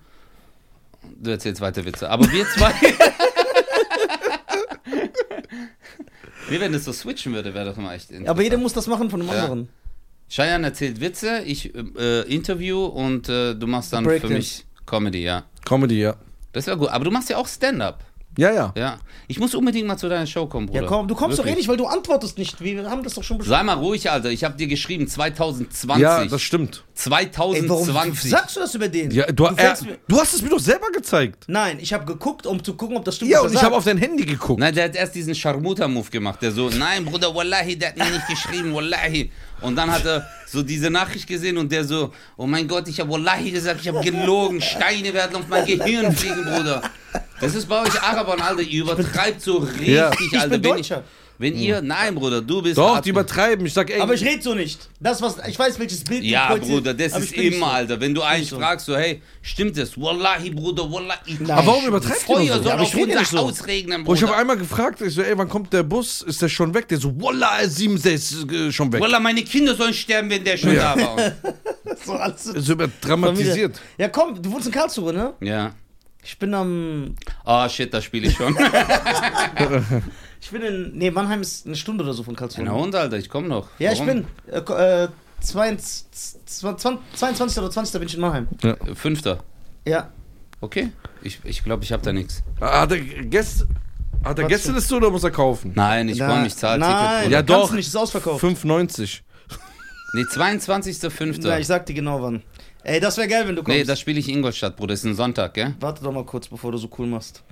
[SPEAKER 3] Du erzählst weiter Witze. Aber wir zwei. nee, wenn das so switchen würde, wäre doch mal echt interessant.
[SPEAKER 2] Aber jeder muss das machen von dem
[SPEAKER 3] Ja.
[SPEAKER 2] anderen.
[SPEAKER 3] Cheyenne erzählt Witze, ich äh, Interview und äh, du machst dann für
[SPEAKER 2] Breakdance.
[SPEAKER 3] mich Comedy, ja.
[SPEAKER 1] Comedy, ja.
[SPEAKER 3] Das wäre gut. Aber du machst ja auch Stand-up.
[SPEAKER 1] Ja, ja.
[SPEAKER 3] Ja. Ich muss unbedingt mal zu deiner Show kommen, Bruder.
[SPEAKER 2] Ja, komm, du kommst doch
[SPEAKER 3] Wirklich.
[SPEAKER 2] eh nicht, weil du antwortest nicht. Wir haben das doch schon besprochen.
[SPEAKER 3] Sei mal ruhig, Alter. Ich habe dir geschrieben 2020.
[SPEAKER 1] Ja, das stimmt.
[SPEAKER 3] 2020.
[SPEAKER 2] sagst du das über den?
[SPEAKER 1] Ja, du,
[SPEAKER 2] du
[SPEAKER 1] äh,
[SPEAKER 2] fällst mir-
[SPEAKER 1] du hast es mir doch selber gezeigt.
[SPEAKER 2] Nein, ich habe geguckt, um zu gucken, ob das stimmt.
[SPEAKER 1] Ja,
[SPEAKER 2] was er
[SPEAKER 1] und ich
[SPEAKER 2] sagt.
[SPEAKER 1] habe auf dein Handy geguckt.
[SPEAKER 3] Nein, Ne, der hat erst diesen Scharmuter-Move gemacht. Der so, nein, Bruder, wallahi, der hat mir nicht geschrieben, wallahi. Und dann hat er so diese Nachricht gesehen und der so, oh mein Gott, ich habe wallahi gesagt, ich habe gelogen. Steine werden auf mein Gehirn fliegen, Bruder. Das ist bei euch Arabern, Alter. Ihr übertreibt so richtig,
[SPEAKER 1] Ja.
[SPEAKER 3] Alter.
[SPEAKER 1] Ich
[SPEAKER 2] bin
[SPEAKER 3] wenn
[SPEAKER 2] Deutscher.
[SPEAKER 3] Wenn ihr, nein, Bruder, du bist...
[SPEAKER 1] Doch,
[SPEAKER 3] Atmen.
[SPEAKER 1] die übertreiben. Ich sag, ey,
[SPEAKER 2] Aber ich rede so nicht. Das, was, ich weiß, welches Bild du
[SPEAKER 3] Ja,
[SPEAKER 2] projizierst,
[SPEAKER 3] Bruder, das
[SPEAKER 2] aber
[SPEAKER 3] ist
[SPEAKER 2] ich bin nicht
[SPEAKER 3] immer,
[SPEAKER 2] so.
[SPEAKER 3] Alter. Wenn du einen
[SPEAKER 2] so.
[SPEAKER 3] fragst, so, hey, stimmt das? Wallahi, Bruder, wallahi.
[SPEAKER 2] Aber
[SPEAKER 1] warum übertreibt ihr das
[SPEAKER 3] Feuer
[SPEAKER 1] so?
[SPEAKER 3] soll
[SPEAKER 2] Aber
[SPEAKER 3] auf
[SPEAKER 2] ich rede
[SPEAKER 3] unser
[SPEAKER 2] nicht so.
[SPEAKER 3] Haus regnen,
[SPEAKER 1] Bro, ich habe
[SPEAKER 3] Bruder.
[SPEAKER 1] einmal gefragt, ich so, ey, wann kommt der Bus? Ist der schon weg? Der so, Wallah, 7, der ist äh, schon weg.
[SPEAKER 3] Wallah, meine Kinder sollen sterben, wenn der schon
[SPEAKER 1] Ja.
[SPEAKER 3] da war. halt
[SPEAKER 2] So, alles
[SPEAKER 1] Ist überdramatisiert.
[SPEAKER 2] Ja, komm, du wohnst in Karlsruhe, ne?
[SPEAKER 3] Ja.
[SPEAKER 2] Ich bin am.
[SPEAKER 3] Ah, shit, da spiele ich schon.
[SPEAKER 2] Ich bin in. Nee, Mannheim ist eine Stunde oder so von Karlsruhe.
[SPEAKER 3] Na und, Alter, ich komm noch.
[SPEAKER 2] Ja, ich
[SPEAKER 3] Genau. Warum?
[SPEAKER 2] bin. Äh, ko- äh, 22, 22 oder 20. bin ich in Mannheim.
[SPEAKER 3] Äh, Fünfter.
[SPEAKER 2] Ja.
[SPEAKER 3] Okay. Ich glaube, ich, glaub, ich habe da nichts.
[SPEAKER 1] Hat er, Gäste, hat er
[SPEAKER 2] Trotzdem.
[SPEAKER 1] Gästeliste oder muss er kaufen?
[SPEAKER 3] Nein, ich
[SPEAKER 2] Na,
[SPEAKER 3] komm, ich zahle
[SPEAKER 2] nein.
[SPEAKER 3] Ticket.
[SPEAKER 1] Ja,
[SPEAKER 3] Ja.
[SPEAKER 2] kannst
[SPEAKER 1] doch.
[SPEAKER 2] du nicht, ist ausverkauft.
[SPEAKER 1] 5,90.
[SPEAKER 3] Nee, 22.05.
[SPEAKER 2] Na, ich sag dir genau wann. Ey, das wäre geil, wenn du kommst.
[SPEAKER 3] Nee, da spiele ich Ingolstadt, Bruder. Ist ein Sonntag, gell?
[SPEAKER 2] Warte doch mal kurz, bevor du so cool machst.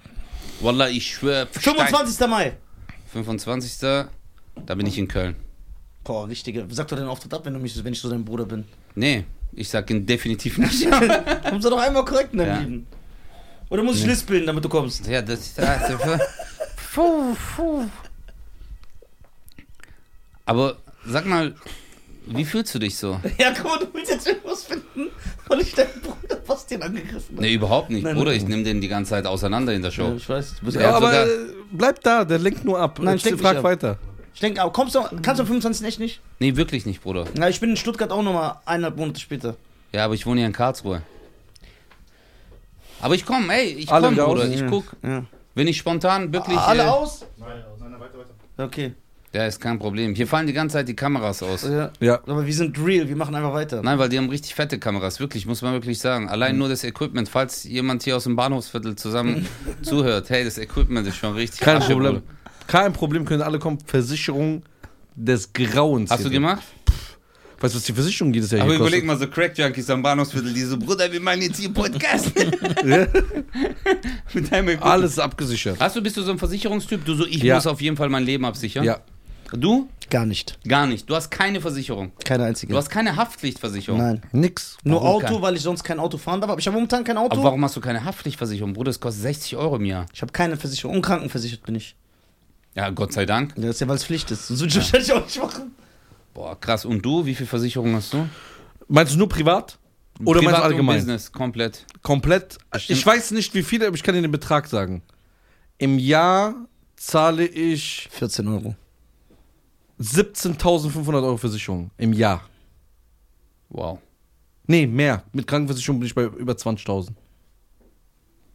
[SPEAKER 3] Wallah, ich schwör. Stein-
[SPEAKER 2] 25. Mai.
[SPEAKER 3] 25. Da bin ich in Köln.
[SPEAKER 2] Boah, wichtige. Sag doch deinen Auftritt ab, wenn, du mich, wenn ich so dein Bruder bin.
[SPEAKER 3] Nee, ich sag ihn definitiv nicht.
[SPEAKER 2] Kommst du doch einmal korrekt in deinem
[SPEAKER 3] Ja.
[SPEAKER 2] Leben. Oder muss ich lispeln, damit du kommst?
[SPEAKER 3] ja, das ist. ah, das- Aber sag mal, wie fühlst du dich so?
[SPEAKER 2] Ja, guck mal, du willst jetzt irgendwas finden, weil ich deinen Bruder Bastian angegriffen habe.
[SPEAKER 3] Nee, überhaupt nicht,
[SPEAKER 2] Nein,
[SPEAKER 3] Bruder. Ich nehme den die ganze Zeit auseinander in der Show.
[SPEAKER 2] ich weiß. Du bist
[SPEAKER 1] Ja,
[SPEAKER 3] Ja,
[SPEAKER 1] aber
[SPEAKER 3] sogar-
[SPEAKER 1] äh, bleib da, der lenkt nur ab.
[SPEAKER 2] Nein,
[SPEAKER 1] Jetzt
[SPEAKER 2] steck mich
[SPEAKER 1] frag
[SPEAKER 2] ab.
[SPEAKER 1] weiter.
[SPEAKER 2] Ich denke, aber kommst du, kannst du am 25. echt nicht?
[SPEAKER 3] Nee, wirklich nicht, Bruder.
[SPEAKER 2] Na, ich bin in Stuttgart auch nochmal eineinhalb Monate später.
[SPEAKER 3] Ja, aber ich wohne hier in Karlsruhe. Aber ich komme, ey, ich
[SPEAKER 1] Alle
[SPEAKER 3] komme,
[SPEAKER 1] wieder
[SPEAKER 3] Bruder.
[SPEAKER 1] aus?
[SPEAKER 3] Ich
[SPEAKER 2] Ja,
[SPEAKER 3] guck,
[SPEAKER 2] Ja. Ah,
[SPEAKER 3] wenn ich spontan wirklich.
[SPEAKER 2] Alle
[SPEAKER 3] äh,
[SPEAKER 2] aus?
[SPEAKER 4] Nein, nein, weiter, weiter.
[SPEAKER 2] Okay.
[SPEAKER 3] Ja, ist kein Problem. Hier fallen die ganze Zeit die Kameras aus.
[SPEAKER 2] Ja.
[SPEAKER 1] Ja.
[SPEAKER 2] Aber wir sind real, wir machen einfach weiter.
[SPEAKER 3] Nein, weil die haben richtig fette Kameras, wirklich, muss man wirklich sagen. Allein
[SPEAKER 1] Mhm.
[SPEAKER 3] nur das Equipment, falls jemand hier aus dem Bahnhofsviertel zusammen zuhört, hey, das Equipment ist schon richtig.
[SPEAKER 1] Kein
[SPEAKER 3] Asche,
[SPEAKER 1] Problem.
[SPEAKER 3] Bruder.
[SPEAKER 1] Kein Problem, können alle kommen. Versicherung des Grauens.
[SPEAKER 3] Hast
[SPEAKER 1] hier
[SPEAKER 3] du
[SPEAKER 1] drin.
[SPEAKER 3] gemacht?
[SPEAKER 1] Weißt du, was die Versicherung jedes Jahr
[SPEAKER 3] Aber
[SPEAKER 1] hier
[SPEAKER 3] überleg
[SPEAKER 1] kostet?
[SPEAKER 3] mal, so Crack-Junkies am Bahnhofsviertel, die so, Bruder, wir machen jetzt hier Podcast. Mit deinem Equipment.
[SPEAKER 1] Alles ist abgesichert.
[SPEAKER 3] Hast du, bist du so ein Versicherungstyp? Du so, ich
[SPEAKER 1] Ja.
[SPEAKER 3] muss auf jeden Fall mein Leben absichern.
[SPEAKER 1] Ja.
[SPEAKER 3] Du?
[SPEAKER 2] Gar nicht.
[SPEAKER 3] Gar nicht. Du hast keine Versicherung.
[SPEAKER 2] Keine
[SPEAKER 3] Du
[SPEAKER 2] einzige.
[SPEAKER 3] hast keine Haftpflichtversicherung.
[SPEAKER 2] Nein.
[SPEAKER 1] Nix.
[SPEAKER 2] Nur
[SPEAKER 3] Warum
[SPEAKER 2] Auto,
[SPEAKER 3] kein-
[SPEAKER 2] weil ich sonst kein Auto fahren darf. Aber ich habe momentan kein Auto.
[SPEAKER 3] Aber warum hast du keine Haftpflichtversicherung? Bruder, das kostet 60 Euro im Jahr.
[SPEAKER 2] Ich habe keine Versicherung. Und krankenversichert bin ich.
[SPEAKER 3] Ja, Gott sei Dank.
[SPEAKER 2] Ja, Das ist ja, weil es Pflicht ist. Sonst würde ich wahrscheinlich auch nicht machen.
[SPEAKER 3] Boah, krass. Und du, wie viel Versicherung hast du?
[SPEAKER 1] Meinst du nur privat? Oder meinst
[SPEAKER 3] Privat
[SPEAKER 1] du
[SPEAKER 3] und
[SPEAKER 1] allgemein?
[SPEAKER 3] Business, komplett.
[SPEAKER 1] Komplett.
[SPEAKER 3] Stimmt.
[SPEAKER 1] Ich weiß nicht, wie viele, aber ich kann dir den Betrag sagen. Im Jahr zahle ich
[SPEAKER 2] 14 Euro.
[SPEAKER 1] 17.500 Euro Versicherung. Im Jahr.
[SPEAKER 3] Wow.
[SPEAKER 1] Nee, mehr. Mit Krankenversicherung bin ich bei über 20.000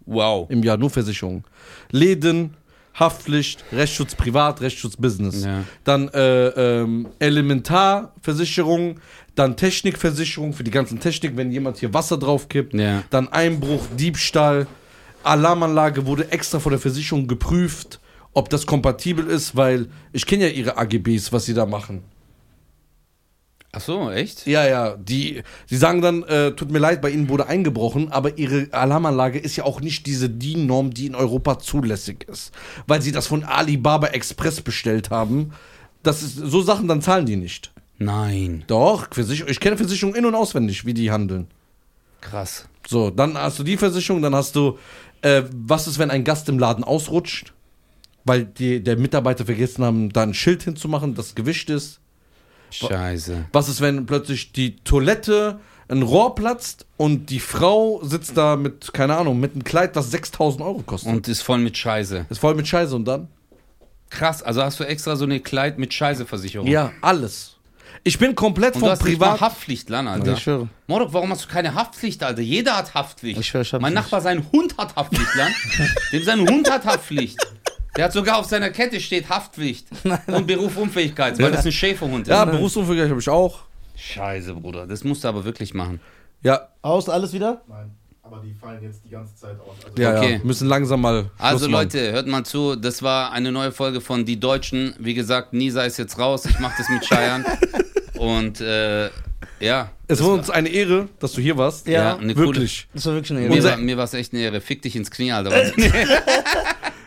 [SPEAKER 3] Wow.
[SPEAKER 1] im Jahr. Nur Versicherung. Läden, Haftpflicht, Rechtsschutz privat, Rechtsschutz Business.
[SPEAKER 3] Ja.
[SPEAKER 1] Dann äh, ähm, Elementarversicherung, dann Technikversicherung für die ganzen Technik, wenn jemand hier Wasser draufkippt.
[SPEAKER 3] Ja.
[SPEAKER 1] Dann Einbruch, Diebstahl, Alarmanlage wurde extra von der Versicherung geprüft, ob das kompatibel ist, weil ich kenne ja ihre AGBs, was sie da machen.
[SPEAKER 3] Ach so, echt?
[SPEAKER 1] Ja, ja, die, die sagen dann, äh, tut mir leid, bei Ihnen wurde eingebrochen, aber Ihre Alarmanlage ist ja auch nicht diese DIN-Norm, die in Europa zulässig ist, weil Sie das von Alibaba Express bestellt haben. Das ist, so Sachen, dann zahlen die nicht.
[SPEAKER 3] Nein.
[SPEAKER 1] Doch, Versicherung, ich kenne Versicherung in- und auswendig, wie die handeln.
[SPEAKER 3] Krass.
[SPEAKER 1] So, dann hast du die Versicherung, dann hast du, äh, was ist, wenn ein Gast im Laden ausrutscht, weil die, der Mitarbeiter vergessen haben, da ein Schild hinzumachen, das gewischt ist.
[SPEAKER 3] Scheiße.
[SPEAKER 1] Was ist, wenn plötzlich die Toilette ein Rohr platzt und die Frau sitzt da mit, keine Ahnung, mit einem Kleid, das 6000 Euro kostet?
[SPEAKER 3] Und ist voll mit Scheiße.
[SPEAKER 1] ist voll mit Scheiße und dann?
[SPEAKER 3] Krass, also hast du extra so eine Kleid mit Scheiße-Versicherung.
[SPEAKER 1] Ja, alles. Ich bin komplett
[SPEAKER 3] Und du
[SPEAKER 1] vom
[SPEAKER 3] hast Privat nicht mal
[SPEAKER 1] Privat.
[SPEAKER 3] Haftpflicht, Lan, Alter.
[SPEAKER 2] Ich schwöre.
[SPEAKER 3] Morok, warum hast du keine Haftpflicht, Alter? Jeder hat Haftpflicht.
[SPEAKER 2] Ich schwör, ich hab
[SPEAKER 3] mein
[SPEAKER 2] nicht.
[SPEAKER 3] Nachbar, sein Hund hat Haftpflicht, Lan. Dem sein Hund hat Haftpflicht. Der hat sogar auf seiner Kette steht Haftpflicht und Berufsunfähigkeit, weil das ein Schäferhund ist.
[SPEAKER 1] Ja, Berufsunfähigkeit habe ich auch.
[SPEAKER 3] Scheiße, Bruder, das musst du aber wirklich machen.
[SPEAKER 1] Ja,
[SPEAKER 2] Aus, alles wieder?
[SPEAKER 4] Nein, aber die fallen jetzt die ganze Zeit aus. Also
[SPEAKER 1] ja,
[SPEAKER 3] Okay.
[SPEAKER 1] ja. Müssen langsam mal. Schluss
[SPEAKER 3] Also
[SPEAKER 1] machen.
[SPEAKER 3] Leute, hört mal zu, das war eine neue Folge von Die Deutschen. Wie gesagt, Nisa ist jetzt raus, ich mache das mit Scheiern. und äh, ja,
[SPEAKER 1] Es war uns eine Ehre, dass du hier warst.
[SPEAKER 2] Ja.
[SPEAKER 3] eine
[SPEAKER 1] Wirklich.
[SPEAKER 2] Das war wirklich eine
[SPEAKER 3] Coole, mir,
[SPEAKER 2] Ehre.
[SPEAKER 1] Unser-
[SPEAKER 3] war, mir war's echt eine Ehre. Fick dich ins Knie, Alter.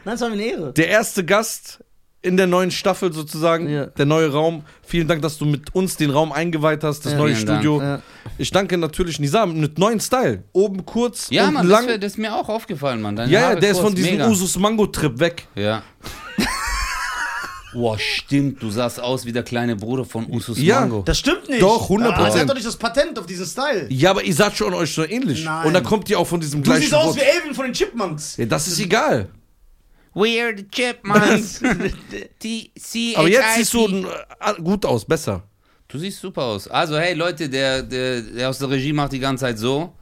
[SPEAKER 2] Nein, das war mir eine Ehre.
[SPEAKER 1] Der erste Gast in der neuen Staffel sozusagen,
[SPEAKER 2] Ja.
[SPEAKER 1] der neue Raum. Vielen Dank, dass du mit uns den Raum eingeweiht hast, das
[SPEAKER 2] Ja,
[SPEAKER 1] neue
[SPEAKER 3] vielen Dank.
[SPEAKER 1] Studio.
[SPEAKER 2] Ja.
[SPEAKER 1] Ich danke natürlich Nizam mit neuen Style. Oben kurz,
[SPEAKER 3] Ja,
[SPEAKER 1] unten
[SPEAKER 3] Mann, das,
[SPEAKER 1] lang.
[SPEAKER 3] wär, das ist mir auch aufgefallen, Mann. Deine
[SPEAKER 1] ja, ja,
[SPEAKER 3] Haare
[SPEAKER 1] der ist
[SPEAKER 3] kurz,
[SPEAKER 1] von diesem
[SPEAKER 3] mega.
[SPEAKER 1] Usus Mango Trip weg.
[SPEAKER 3] Ja. Boah, stimmt, du sahst aus wie der kleine Bruder von Usus
[SPEAKER 1] Ja.
[SPEAKER 3] Mango.
[SPEAKER 2] Das stimmt nicht.
[SPEAKER 1] Doch, 100%.
[SPEAKER 2] Aber ihr habt doch nicht das Patent auf diesen Style.
[SPEAKER 1] Ja, aber ihr seid schon euch so ähnlich.
[SPEAKER 2] Nein.
[SPEAKER 1] Und dann kommt ihr auch von diesem
[SPEAKER 2] Du
[SPEAKER 1] gleichen
[SPEAKER 2] siehst aus
[SPEAKER 1] Wort.
[SPEAKER 2] wie Elvin von den Chipmunks.
[SPEAKER 1] ja, das ist egal.
[SPEAKER 3] We are the Chipmunks. Die
[SPEAKER 1] Aber jetzt siehst du äh, gut aus, besser.
[SPEAKER 3] Du siehst super aus. Also, hey Leute, der, der, der aus der Regie macht die ganze Zeit so.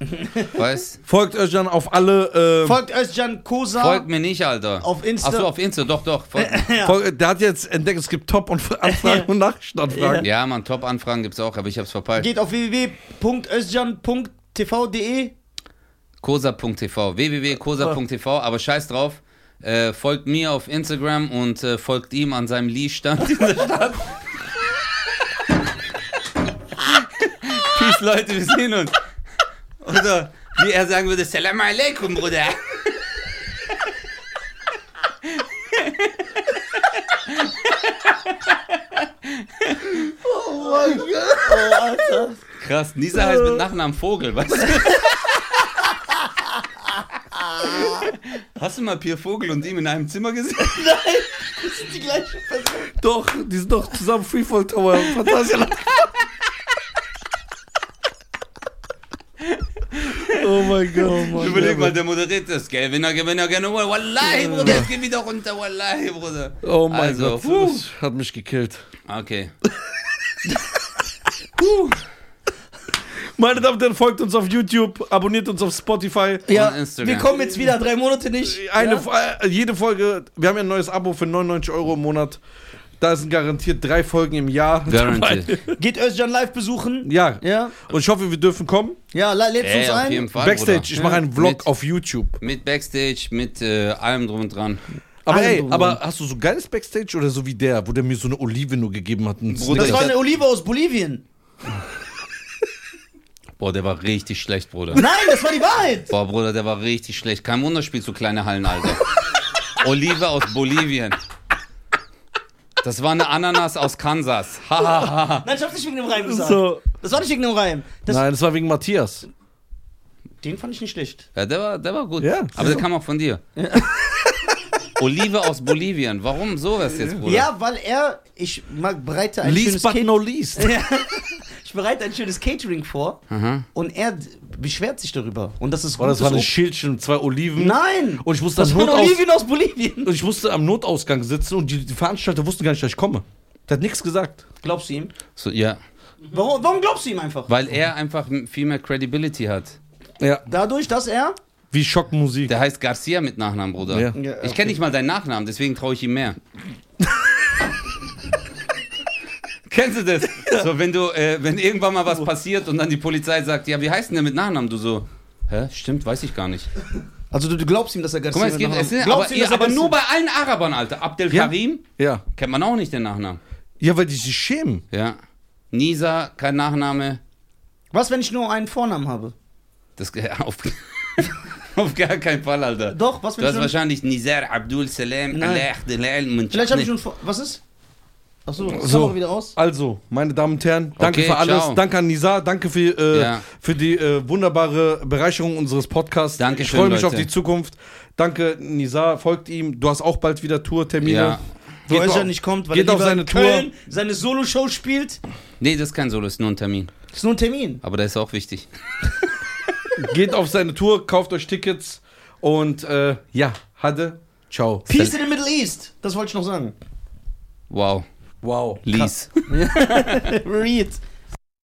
[SPEAKER 3] weißt
[SPEAKER 1] Folgt euch dann auf alle. Äh,
[SPEAKER 2] Folgt Özcan Kosa.
[SPEAKER 3] Folgt mir nicht, Alter.
[SPEAKER 2] Auf Insta.
[SPEAKER 3] Achso, auf Insta, doch, doch. Folgt mir.
[SPEAKER 1] Folgt- der hat jetzt entdeckt, es gibt Top- und Anfragen und Nachrichtenanfragen.
[SPEAKER 3] ja, Mann, Top-Anfragen gibt's auch, aber ich hab's verpeilt.
[SPEAKER 2] Geht auf www.özcan.tv.de.
[SPEAKER 3] Kosa.tv, www.kosa.tv, aber scheiß drauf. Äh, folgt mir auf Instagram und äh, folgt ihm an seinem Lee-Stand in der Stadt. Peace, Leute, wir sehen uns. Oder wie er sagen würde, Salam alaikum, Bruder.
[SPEAKER 2] Oh, Alter.
[SPEAKER 3] Krass, Nisa heißt mit Nachnamen Vogel, weißt du? Hast du mal Pierre Vogel und ihm in einem Zimmer gesehen?
[SPEAKER 2] Das ist die gleiche Person.
[SPEAKER 1] Doch, die sind doch zusammen Freefall Tower. Phantasialand. oh mein Gott. Oh mein
[SPEAKER 3] Überleg mal, der moderiert das, gell? Wenn er, wenn er gerne, oh, wallahi, Bruder, es geht wieder runter, wallahi, Bruder.
[SPEAKER 1] Oh mein
[SPEAKER 3] also,
[SPEAKER 1] Gott.
[SPEAKER 3] puh.
[SPEAKER 1] Das hat mich gekillt.
[SPEAKER 3] Okay.
[SPEAKER 1] Meine Damen und Herren, folgt uns auf YouTube, abonniert uns auf Spotify.
[SPEAKER 2] Ja,
[SPEAKER 3] Und Instagram.
[SPEAKER 2] wir kommen jetzt wieder drei Monate nicht.
[SPEAKER 1] Eine,
[SPEAKER 2] ja?
[SPEAKER 1] äh, Jede Folge, wir haben ja ein neues Abo für 99 Euro im Monat. Da sind garantiert drei Folgen im Jahr.
[SPEAKER 3] Guaranteed.
[SPEAKER 2] Geht Özcan live besuchen.
[SPEAKER 1] Ja.
[SPEAKER 2] Ja,
[SPEAKER 1] Und ich hoffe, wir dürfen kommen.
[SPEAKER 2] ja, la- lädst
[SPEAKER 3] Ey,
[SPEAKER 2] uns
[SPEAKER 3] auf
[SPEAKER 2] ein.
[SPEAKER 3] jeden Fall,
[SPEAKER 1] Backstage,
[SPEAKER 3] Bruder.
[SPEAKER 1] ich mache einen Vlog
[SPEAKER 3] Mit-
[SPEAKER 1] auf YouTube.
[SPEAKER 3] Mit Backstage, mit äh, allem drum und dran.
[SPEAKER 1] Aber
[SPEAKER 2] Allem
[SPEAKER 1] ey,
[SPEAKER 2] drum
[SPEAKER 1] aber hast du so geiles Backstage oder so wie der, wo der mir so eine Olive nur gegeben hat? und
[SPEAKER 3] Bruder,
[SPEAKER 2] Das
[SPEAKER 1] Snickers?
[SPEAKER 2] war eine Olive aus Bolivien.
[SPEAKER 3] Boah, der war richtig schlecht, Bruder.
[SPEAKER 2] Nein, das war die Wahrheit.
[SPEAKER 3] Boah, Bruder, der war richtig schlecht. Kein Wunder spielst du kleine Hallen, Alter. Olive aus Bolivien. Das war eine Ananas aus Kansas. Hahaha.
[SPEAKER 2] Nein, ich hab's nicht wegen dem Reim gesagt.
[SPEAKER 1] So.
[SPEAKER 2] Das war nicht wegen dem Reim. Das,
[SPEAKER 1] Nein, das war wegen Matthias.
[SPEAKER 2] den fand ich nicht schlecht.
[SPEAKER 3] ja, der war, der war gut.
[SPEAKER 1] Ja,
[SPEAKER 3] Aber der kam auch von dir. Olive aus Bolivien. Warum sowas jetzt, Bruder?
[SPEAKER 2] Ja, weil er, ich mag bereite ein
[SPEAKER 1] Least
[SPEAKER 2] schönes
[SPEAKER 1] but
[SPEAKER 2] Ca-
[SPEAKER 1] no least.
[SPEAKER 2] Ja. Ich bereite ein schönes Catering vor
[SPEAKER 3] Aha.
[SPEAKER 2] und er d- beschwert sich darüber. Und das ist
[SPEAKER 1] Boah, das war ein
[SPEAKER 2] gutes
[SPEAKER 1] Schildchen, zwei Oliven.
[SPEAKER 2] Ob- Nein!
[SPEAKER 1] Und ich musste,
[SPEAKER 2] das
[SPEAKER 1] am
[SPEAKER 2] waren
[SPEAKER 1] Notaus
[SPEAKER 2] Olivien aus Bolivien.
[SPEAKER 1] und ich musste am Notausgang sitzen und die, die Veranstalter wussten gar nicht, dass ich komme. Der hat nichts gesagt.
[SPEAKER 2] Glaubst du ihm?
[SPEAKER 3] So, ja.
[SPEAKER 2] Warum, warum glaubst du ihm einfach?
[SPEAKER 3] Weil er einfach viel mehr Credibility hat.
[SPEAKER 1] Ja.
[SPEAKER 2] Dadurch, dass er.
[SPEAKER 1] Wie Schockmusik.
[SPEAKER 3] Der heißt Garcia mit Nachnamen, Bruder.
[SPEAKER 1] Ja.
[SPEAKER 2] Ja, okay.
[SPEAKER 3] Ich kenne nicht mal deinen Nachnamen, deswegen traue ich ihm mehr. Kennst du das? So, wenn du, äh, wenn irgendwann mal
[SPEAKER 1] Oh.
[SPEAKER 3] was passiert und dann die Polizei sagt, ja, wie heißt denn der mit Nachnamen? Du so, hä, stimmt, weiß ich gar nicht.
[SPEAKER 2] Also du, du glaubst ihm, dass er Garcia
[SPEAKER 3] Guck mal, es gibt, es sind, aber, ihr, aber nur bei allen Arabern, Alter. Abdel
[SPEAKER 1] Ja.
[SPEAKER 3] Karim
[SPEAKER 1] Ja.
[SPEAKER 3] kennt man auch nicht den Nachnamen.
[SPEAKER 1] Ja, weil die sich schämen.
[SPEAKER 3] Ja. Nisa, kein Nachname.
[SPEAKER 2] Was, wenn ich nur einen Vornamen habe?
[SPEAKER 3] Das ge- auf, auf gar keinen Fall, Alter.
[SPEAKER 2] Doch, was,
[SPEAKER 3] Du
[SPEAKER 2] wenn ich
[SPEAKER 3] hast
[SPEAKER 2] nur.
[SPEAKER 3] wahrscheinlich Nizar Abdul Salam
[SPEAKER 2] Nein.
[SPEAKER 3] Allah Abdel Al- und-
[SPEAKER 2] Vielleicht habe ich
[SPEAKER 3] Nee.
[SPEAKER 2] schon. Vor was ist? Achso, das
[SPEAKER 1] So.
[SPEAKER 2] so. wieder raus.
[SPEAKER 1] Also, meine Damen und Herren, danke
[SPEAKER 3] Okay,
[SPEAKER 1] für alles.
[SPEAKER 3] ciao.
[SPEAKER 1] Danke an Nisa, danke für, äh,
[SPEAKER 3] Ja.
[SPEAKER 1] für die äh, wunderbare Bereicherung unseres Podcasts.
[SPEAKER 3] Dankeschön,
[SPEAKER 1] ich freue mich auf
[SPEAKER 3] Leute.
[SPEAKER 1] die Zukunft. Danke, Nisa, folgt ihm. Du hast auch bald wieder Tourtermine.
[SPEAKER 3] Ja.
[SPEAKER 2] Wo
[SPEAKER 1] Geht
[SPEAKER 2] Özcan
[SPEAKER 1] auf-
[SPEAKER 2] nicht kommt, weil
[SPEAKER 1] geht
[SPEAKER 2] er
[SPEAKER 1] auf
[SPEAKER 2] lieber
[SPEAKER 1] seine
[SPEAKER 2] in Köln seine Solo-Show spielt.
[SPEAKER 3] Nee, das ist kein Solo, ist nur ein Termin.
[SPEAKER 2] Ist nur ein Termin.
[SPEAKER 3] Aber der ist auch wichtig.
[SPEAKER 1] Geht auf seine Tour, kauft euch Tickets und äh, ja, Hade, ciao.
[SPEAKER 2] Peace in the Middle East. Das wollte ich noch sagen.
[SPEAKER 3] Wow.
[SPEAKER 1] Wow.
[SPEAKER 3] Lies.
[SPEAKER 2] Read.